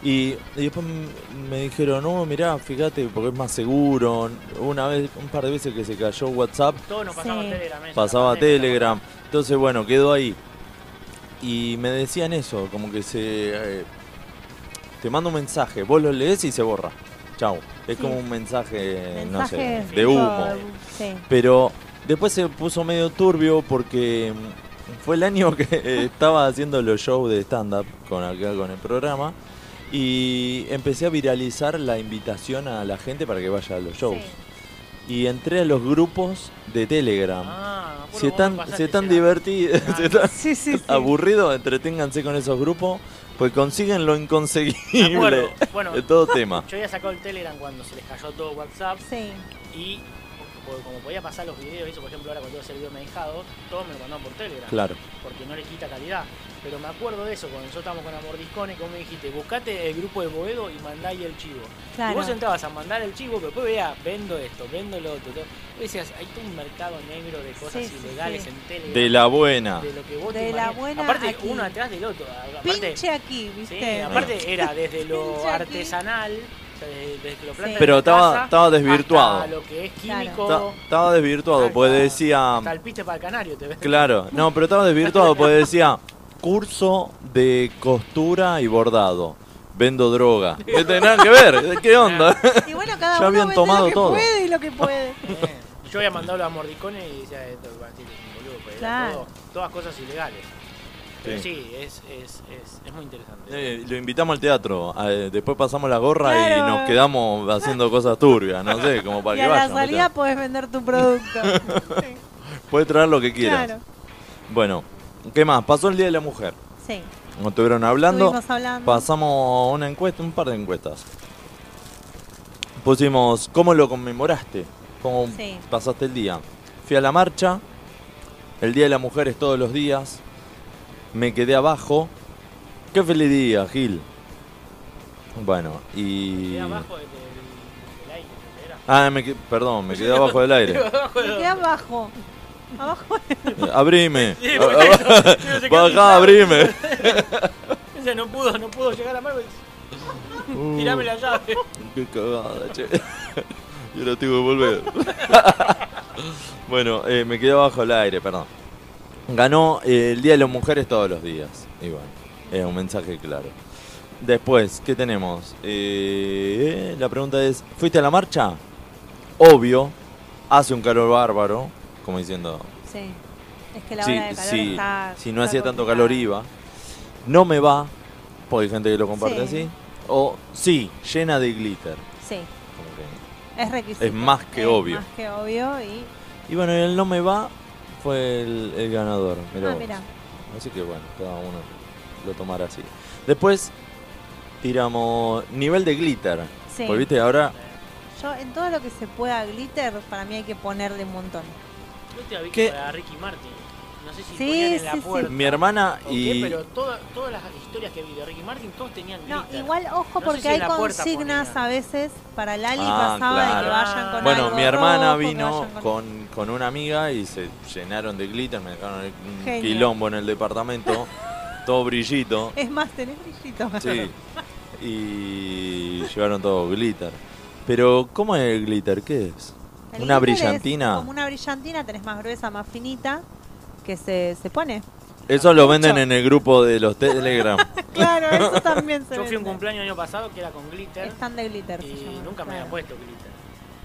Y, y después m- me dijeron, no, mirá, fíjate, porque es más seguro. Una vez, un par de veces que se cayó WhatsApp,
Todos nos pasamos Telegram. eso,
pasaba
la pandemia,
Telegram. Entonces, bueno, quedó ahí. Y me decían eso, como que se... eh, te mando un mensaje, vos lo lees y se borra. Chau. Es
Sí.
como un mensaje, Eh, no sé,
Mensajes
de humo.
Sí.
Pero después se puso medio turbio porque mm, fue el año que (laughs) eh, estaba haciendo los shows de stand-up con acá con el programa y empecé a viralizar la invitación a la gente para que vaya a los shows. Y entré a los grupos de
Ah,
Telegram. si están, si están divertidos, (laughs) si están
(laughs)
(laughs) Ah, aburridos, entreténganse con esos grupos, pues consiguen lo
Me acuerdo.
inconseguible
Bueno,
de todo tema.
Yo había sacado el Telegram cuando se les cayó todo WhatsApp.
Sí.
Y po- como podía pasar los videos, y eso por ejemplo ahora cuando yo el video me he dejado, todos me lo mandaban por Telegram.
Claro.
Porque no le quita calidad. Pero me acuerdo de eso, cuando nosotros estábamos con Amordiscone, que vos me dijiste, buscate el grupo de Boedo y mandá ahí el chivo.
Claro.
Y vos entrabas a mandar el chivo, pero después veías, vendo esto, vendo lo otro. todo. Vos decías, hay todo un mercado negro de cosas
Sí, sí,
ilegales
sí.
en Telegram.
De la buena.
De lo que vos te
De la
imaginas.
buena
Aparte,
aquí.
uno atrás del otro. Aparte,
Pinche aquí,
Sí,
¿viste?
aparte era
(laughs)
desde lo
Pinche aquí.
artesanal, o sea, desde, desde que lo plantan
Pero
en la
estaba-
casa,
estaba desvirtuado.
hasta lo que es químico,
Ta- Estaba desvirtuado, pues decía...
hasta el piste para el canario, te ves.
Claro, no, pero estaba desvirtuado porque decía curso de costura y bordado.
(laughs)
Vendo droga. ¿Qué tenía que ver? ¿Qué onda?
Y bueno, cada
Ya
uno
habían
vende
tomado
lo que
todo.
puede y lo que puede.
Eh, Yo había mandado a mordicones y decía "Eh, esto, bueno, sí, boludo, pues, era
Claro.
todo- todas cosas ilegales. Pero
Sí.
sí, es, es, es, es muy interesante.
(laughs) Eh, lo invitamos al teatro. eh, después pasamos la gorra
Claro.
y nos quedamos haciendo cosas turbias, no sé,
(laughs)
como (laughs) para
y
que
a la
vayan.
salida
¿viste?
podés vender tu
(laughs)
producto. Sí,
Puedes traer lo que quieras.
claro.
Bueno, ¿qué más? Pasó el Día de la Mujer.
Sí.
Nos estuvieron hablando.
Estuvimos hablando.
Pasamos a una encuesta, un par de encuestas. Pusimos, ¿cómo lo conmemoraste? ¿Cómo
Sí.
pasaste el día? Fui a la marcha, el Día de la Mujer es todos los días, me quedé abajo. ¡Qué feliz día, Gil! Bueno, y...
Quedé abajo del, del aire, ¿no
(laughs)
era?
Ah, me que- perdón, me quedé abajo del
(laughs)
aire.
Abajo del-
Me quedé abajo. Abajo.
Eh, Abrime.
Sí, bueno, no sé qué
(laughs) ah, Bajá, abrime.
O sea, no pudo, no pudo llegar a Marvel. Tirame la llave.
Uh. Qué cagada, che. (laughs) Yo lo tengo que volver. (laughs) bueno, eh, me quedé bajo el aire, perdón. Ganó eh, el Día de las Mujeres todos los días. Y bueno, Es un mensaje claro. Después, ¿qué tenemos? Eh, la pregunta es, ¿fuiste a la marcha? Obvio, hace un calor bárbaro, como diciendo,
Sí. Es que la
Sí,
hora de calor
sí,
está.
si no hacía tanto calor iba. No me va, porque hay gente que lo comparte
Sí.
así. O sí, llena de glitter.
Sí.
Como que-
Es requisito.
Es más que obvio.
Más que obvio y.
Y bueno, el no me va fue el, el ganador. mirá
Ah,
vos.
mirá.
Así que bueno, cada uno lo tomará así. Después tiramos nivel de glitter.
Sí.
Porque pues, viste, ahora
Yo en todo lo que se pueda glitter, para mí hay que ponerle un montón.
Yo te aviso
¿Qué?
para Ricky Martin. No sé si
Sí,
ponían en la
sí, sí.
puerta.
mi hermana
¿O
y...
qué? Pero toda- todas las historias que vi de Ricky Martin, todos tenían
No,
glitter.
igual ojo
No sé
porque
si en
hay
la puerta
consignas a veces para Lali
Ah,
pasaba de que
claro.
vayan con
Bueno,
algo
mi hermana
rojo, que
vino
vayan con-
con, con una amiga y se llenaron de glitter, me dejaron el- un
Genio.
quilombo en el departamento, todo brillito.
Es más, tenés brillito. (laughs)
Sí. Y llevaron todo glitter. Pero, ¿cómo es el glitter? ¿Qué es?
El glitter
¿Una
es
brillantina?
Como una brillantina, tenés más gruesa, más finita, que se,
(laughs)
se pone. (laughs)
Eso lo venden en el grupo de los Telegram.
Claro, eso también se
Yo fui a un
vende.
cumpleaños el año pasado que era con glitter.
Stand de glitter. se
Y
llama,
nunca me
claro. Ah,
había puesto glitter.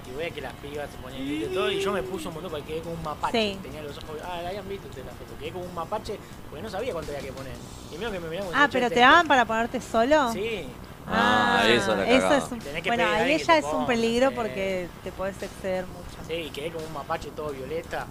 Y veía que las pibas se ponían glitter y todo. Y yo me puse un montón porque quedé como un mapache.
Sí.
Tenía los ojos. Ah, la habían visto ustedes la foto. Quedé como un mapache porque no sabía cuánto había que poner. Y medio que me miraban
Ah, pero te daban para ponerte solo.
este Sí.
Ah, eso es la
Eso
cagada.
es un-
Tenés que
bueno,
pedir a
ahí
alguien que
ella
te
es un
ponga,
peligro
sí.
porque te podés exceder mucho.
Sí, y quedé como un mapache todo violeta.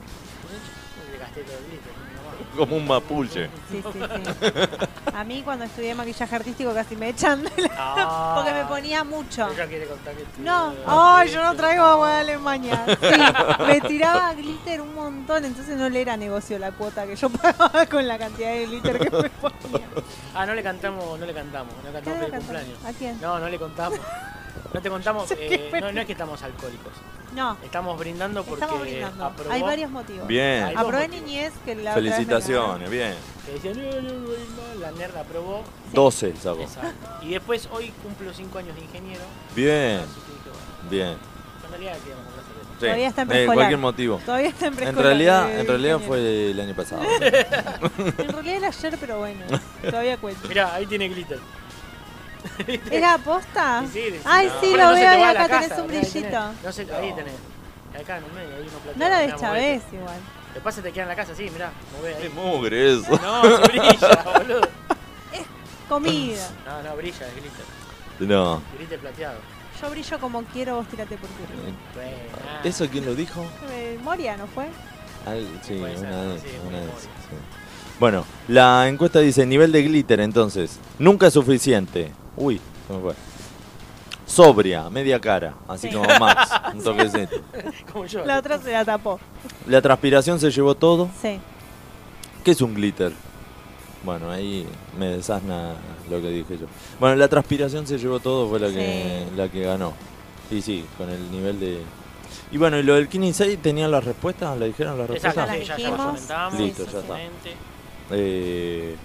Y Le gasté todo el glitter. mi mamá.
Como un mapuche.
Sí,
(laughs)
sí, sí. A mí cuando estudié maquillaje artístico casi me echan de la-
Ah.
(laughs) porque me ponía mucho.
Ella quiere contar que estudió-
No, ay, yo no traigo agua de Alemania. Sí, me tiraba glitter un montón, entonces no le era negocio la cuota que yo pagaba con la cantidad de glitter que me ponía.
Ah, no le cantamos, no le cantamos, no le cantamos
¿Qué
feliz
le cantamos?
cumpleaños.
¿A quién?
No, no le contamos. No te
(laughs)
contamos, eh,
qué
no, no es que estamos alcohólicos.
No,
Estamos brindando porque
estamos brindando.
aprobó.
Hay varios motivos.
Bien.
Hay dos
Aprobé
motivos.
niñez que la otra vez me
Felicitaciones, bien.
Que decían, "No, no, no, no", la nerd aprobó.
12 sacó.
Exacto. Y después hoy cumplo 5 años de ingeniero.
Bien,
Así que dije, bueno,
bien.
en realidad queríamos hablar sobre esto.
Sí,
Todavía está en
eh,
preescolar.
cualquier motivo.
Todavía está en preescolar,
realidad,
eh,
en realidad
ingeniero.
fue el
(laughs)
año pasado.
En realidad era ayer, pero bueno,
(laughs)
todavía cuento.
Mirá, ahí tiene glitter.
¿Era aposta?
Y sí, decís,
Ah. Ay,
no.
sí,
Bueno,
lo
no se
veo
te
y
va la
acá
casa,
tenés un
mirá, ahí tenés.
brillito.
No sé, ahí tenés. Acá en el medio hay uno plateado.
No la
mirá,
deschavés
movete.
igual.
Después se te queda en la casa, sí, mirá, mové ahí.
Qué mugre eso.
No, se brilla, boludo.
Comida.
No, no, brilla, es glitter.
No.
Glitter plateado.
Yo brillo como quiero, vos tirate por tu río.
Buena.
¿Eso quién lo dijo?
Eh, Moria, ¿no fue?
Al- sí,
Puede ser,
una de-
sí,
una
una
de-
memoria.
sí. Bueno, la encuesta dice nivel de glitter, entonces. Nunca es suficiente. Uy, se me fue. Sobria, media cara, así
Sí.
como
(laughs)
Max, un toquecito.
Como yo.
La otra se la tapó.
La transpiración se llevó todo.
Sí.
¿Qué es un glitter? Bueno, ahí me desasna lo que dije yo. Bueno, la transpiración se llevó todo, fue la que, la que ganó. Y sí, con el nivel de... Y bueno, ¿y lo del Kinisei tenían las respuestas? ¿Le dijeron las
Exacto,
respuestas?
sí, ya, ya lo comentamos.
Listo, ya está.
Excelente.
Eh,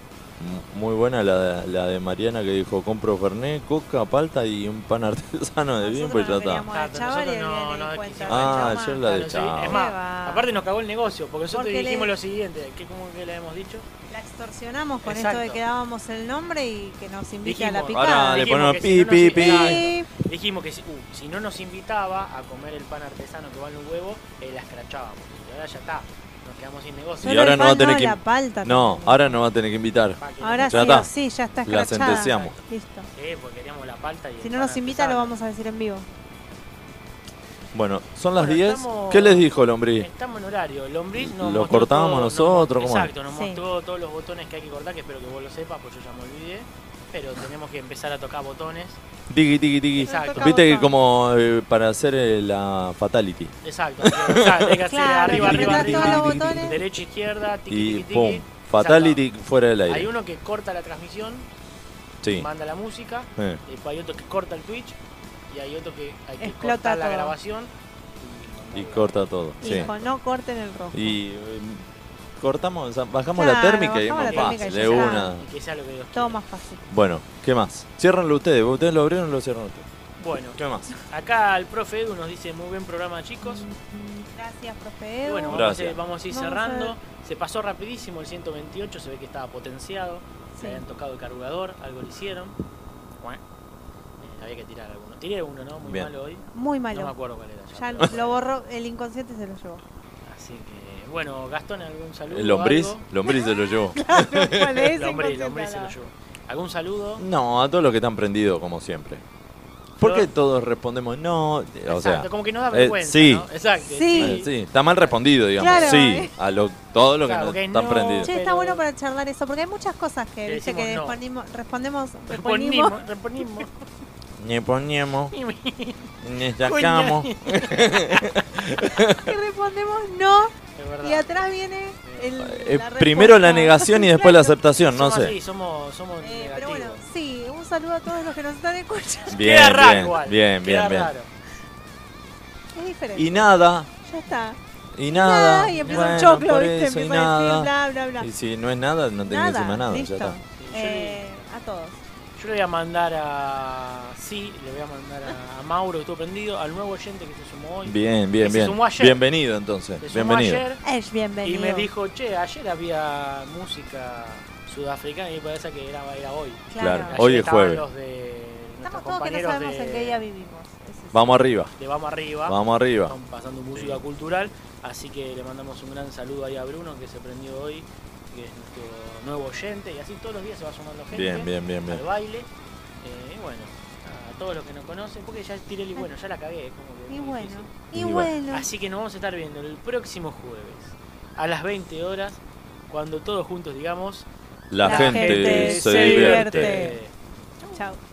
m- muy buena la, la de Mariana que dijo compro Fernet, coca, palta y un pan (laughs) artesano de bien, pues ya está.
Vamos a
Exacto,
chaval
Ah,
y
nosotros no-
viene
no
y
quisimos
cuenta.
Ah,
Chama.
ayer la
Claro, sí,
de
Es
chao.
más,
Qué va.
aparte nos cagó el negocio, porque nosotros
Porque le-
dijimos lo siguiente, que como que le hemos dicho,
La extorsionamos con
Exacto.
esto de que dábamos el nombre y que nos invite a la
Dijimos,
picada.
Ahora le
Dijimos
ponemos
que si
pi,
no
pi,
nos-
pi.
Sí.
dijimos que si, uh, si no nos invitaba a comer el pan artesano que va en un huevo, eh, la escrachábamos. Y ahora ya está, nos quedamos sin negocio.
Y ahora
el
no va a
pan,
tener
no,
que
la palta
No, ahora no va a tener que invitar.
Ahora sí,
Ya está.
o sí, ya está
La
escrachada.
sentenciamos.
Listo.
Eh, porque queríamos la palta y el
Si no
pan
nos invita, lo
artesano.
vamos a decir en vivo.
Bueno, son las
Bueno,
10.
estamos-
¿Qué les dijo el hombre?
Estamos en horario. Lombriz nos
Lo
mostró
cortábamos
todo,
nosotros,
nos-
¿cómo es?
Exacto, nos
Sí.
mostró todos los botones que hay que cortar, que espero que vos lo sepas, porque yo ya me olvidé. Pero tenemos que empezar a tocar botones.
Tiki, tiki, tiki.
Exacto.
Viste que como eh, para hacer eh, la fatality.
Exacto, o
(laughs)
sea, tenés que hacer
Claro,
arriba, arriba,
apretás
arriba,
todos los
tiki, tiki,
botones.
derecha, izquierda, tiki,
Y
tiki, tiki.
pum, fatality fuera del
Hay
aire.
uno que corta la transmisión,
Sí.
manda la música,
Eh.
después hay otro que corta el Twitch y hay otro que hay que
Explota
cortar la
todo.
grabación.
Y corta todo. Sí.
Hijo, no corten el rojo.
Y eh, cortamos, esa- bajamos la
Claro,
térmica y es
bajamos
más
la térmica
fácil,
y ya
de
está.
una.
Y que sea lo que Dios
Todo
quiera.
más fácil.
Bueno, ¿qué más? Ciérranlo ustedes, ustedes lo abrieron o lo cierran ustedes.
Bueno,
¿Qué más?
acá el profe Edu nos dice muy buen programa chicos.
Gracias, profe
Y
Edu.
bueno, vamos a,
Gracias.
vamos a ir
Vamos a
cerrando.
ver.
Se pasó rapidísimo el 128, se ve que estaba potenciado. Le habían tocado el carburador, algo le hicieron. Bueno, eh, había que tirar alguno. Tiré uno, ¿no? Muy
Bien.
malo hoy.
Muy malo.
No me acuerdo cuál era.
Ya
pero-
lo borró, el inconsciente se lo
(laughs)
llevó.
Así que, bueno, Gastón, ¿algún saludo?
El lombriz,
o algo?
lombriz se
(laughs)
lo llevó.
Claro, ¿cuál es?
Lombriz, lombriz se lo llevó. ¿Algún saludo?
No, a todos los que están prendidos, como siempre. ¿Por qué todos respondemos no? O sea,
como que nos da
eh,
vergüenza,
sí.
¿no? Exacto, Sí.
Eh, sí, está mal respondido, digamos.
Claro,
sí,
¿eh?
a lo, todos los que
Claro,
no
porque
están
no-
prendidos.
Che, está bueno para charlar eso, porque hay muchas cosas que,
Le
viste, que
decimos no.
respondimos, respondemos,
Reponimos,
reponimos.
reponimos.
Ni ponemos, ni
sacamos.
sacamos.
(laughs)
Eh,
que respondemos no.
verdad.
Y atrás viene el, la
Eh, primero la
respuesta.
negación y después la aceptación, no
Somos
sé.
así, somos, somos negativos.
Eh, Pero bueno, sí, un saludo a todos los que nos están escuchando.
Bien,
Queda raro
bien,
igual,
bien,
queda
bien, bien.
raro.
Es diferente.
Y nada,
Ya está.
y nada.
y empieza un
Bueno,
choclo,
por
¿viste?
eso, y
Empieza a decir
nada.
bla, bla, bla.
Y si no es nada, no tengo encima nada. ya
listo.
está.
Eh, a todos.
Yo le voy a mandar a. Sí, le voy a mandar a, a Mauro, que estuvo prendido, al nuevo oyente que se sumó hoy.
Bien,
que
bien,
Se
bien.
sumó ayer.
Bienvenido entonces.
Se sumó
Bienvenido.
ayer.
Es bienvenido.
Y me dijo, che, ayer había música sudafricana y me parece que era, era hoy.
Claro,
Ayer
hoy es
estaban
jueves.
Los de nuestros
Todos que no
compañeros
sabemos
de,
en qué día vivimos.
Vamos arriba.
de Vamos Arriba.
Vamos arriba.
Están pasando música cultural, así que le mandamos un gran saludo ahí a Bruno, que se prendió hoy, que es nuestro nuevo oyente, y así todos los días se va sumando gente
Bien, bien, bien, bien.
al baile. Eh, y bueno, a todos los que nos conocen, porque ya tiré el y bueno, ya la cagué. es Como que
Y
muy
bueno,
difícil.
y Y bueno. bueno.
Así que nos vamos a estar viendo el próximo jueves, a las 20 horas, cuando todos juntos digamos...
La gente se divierte.
Chao.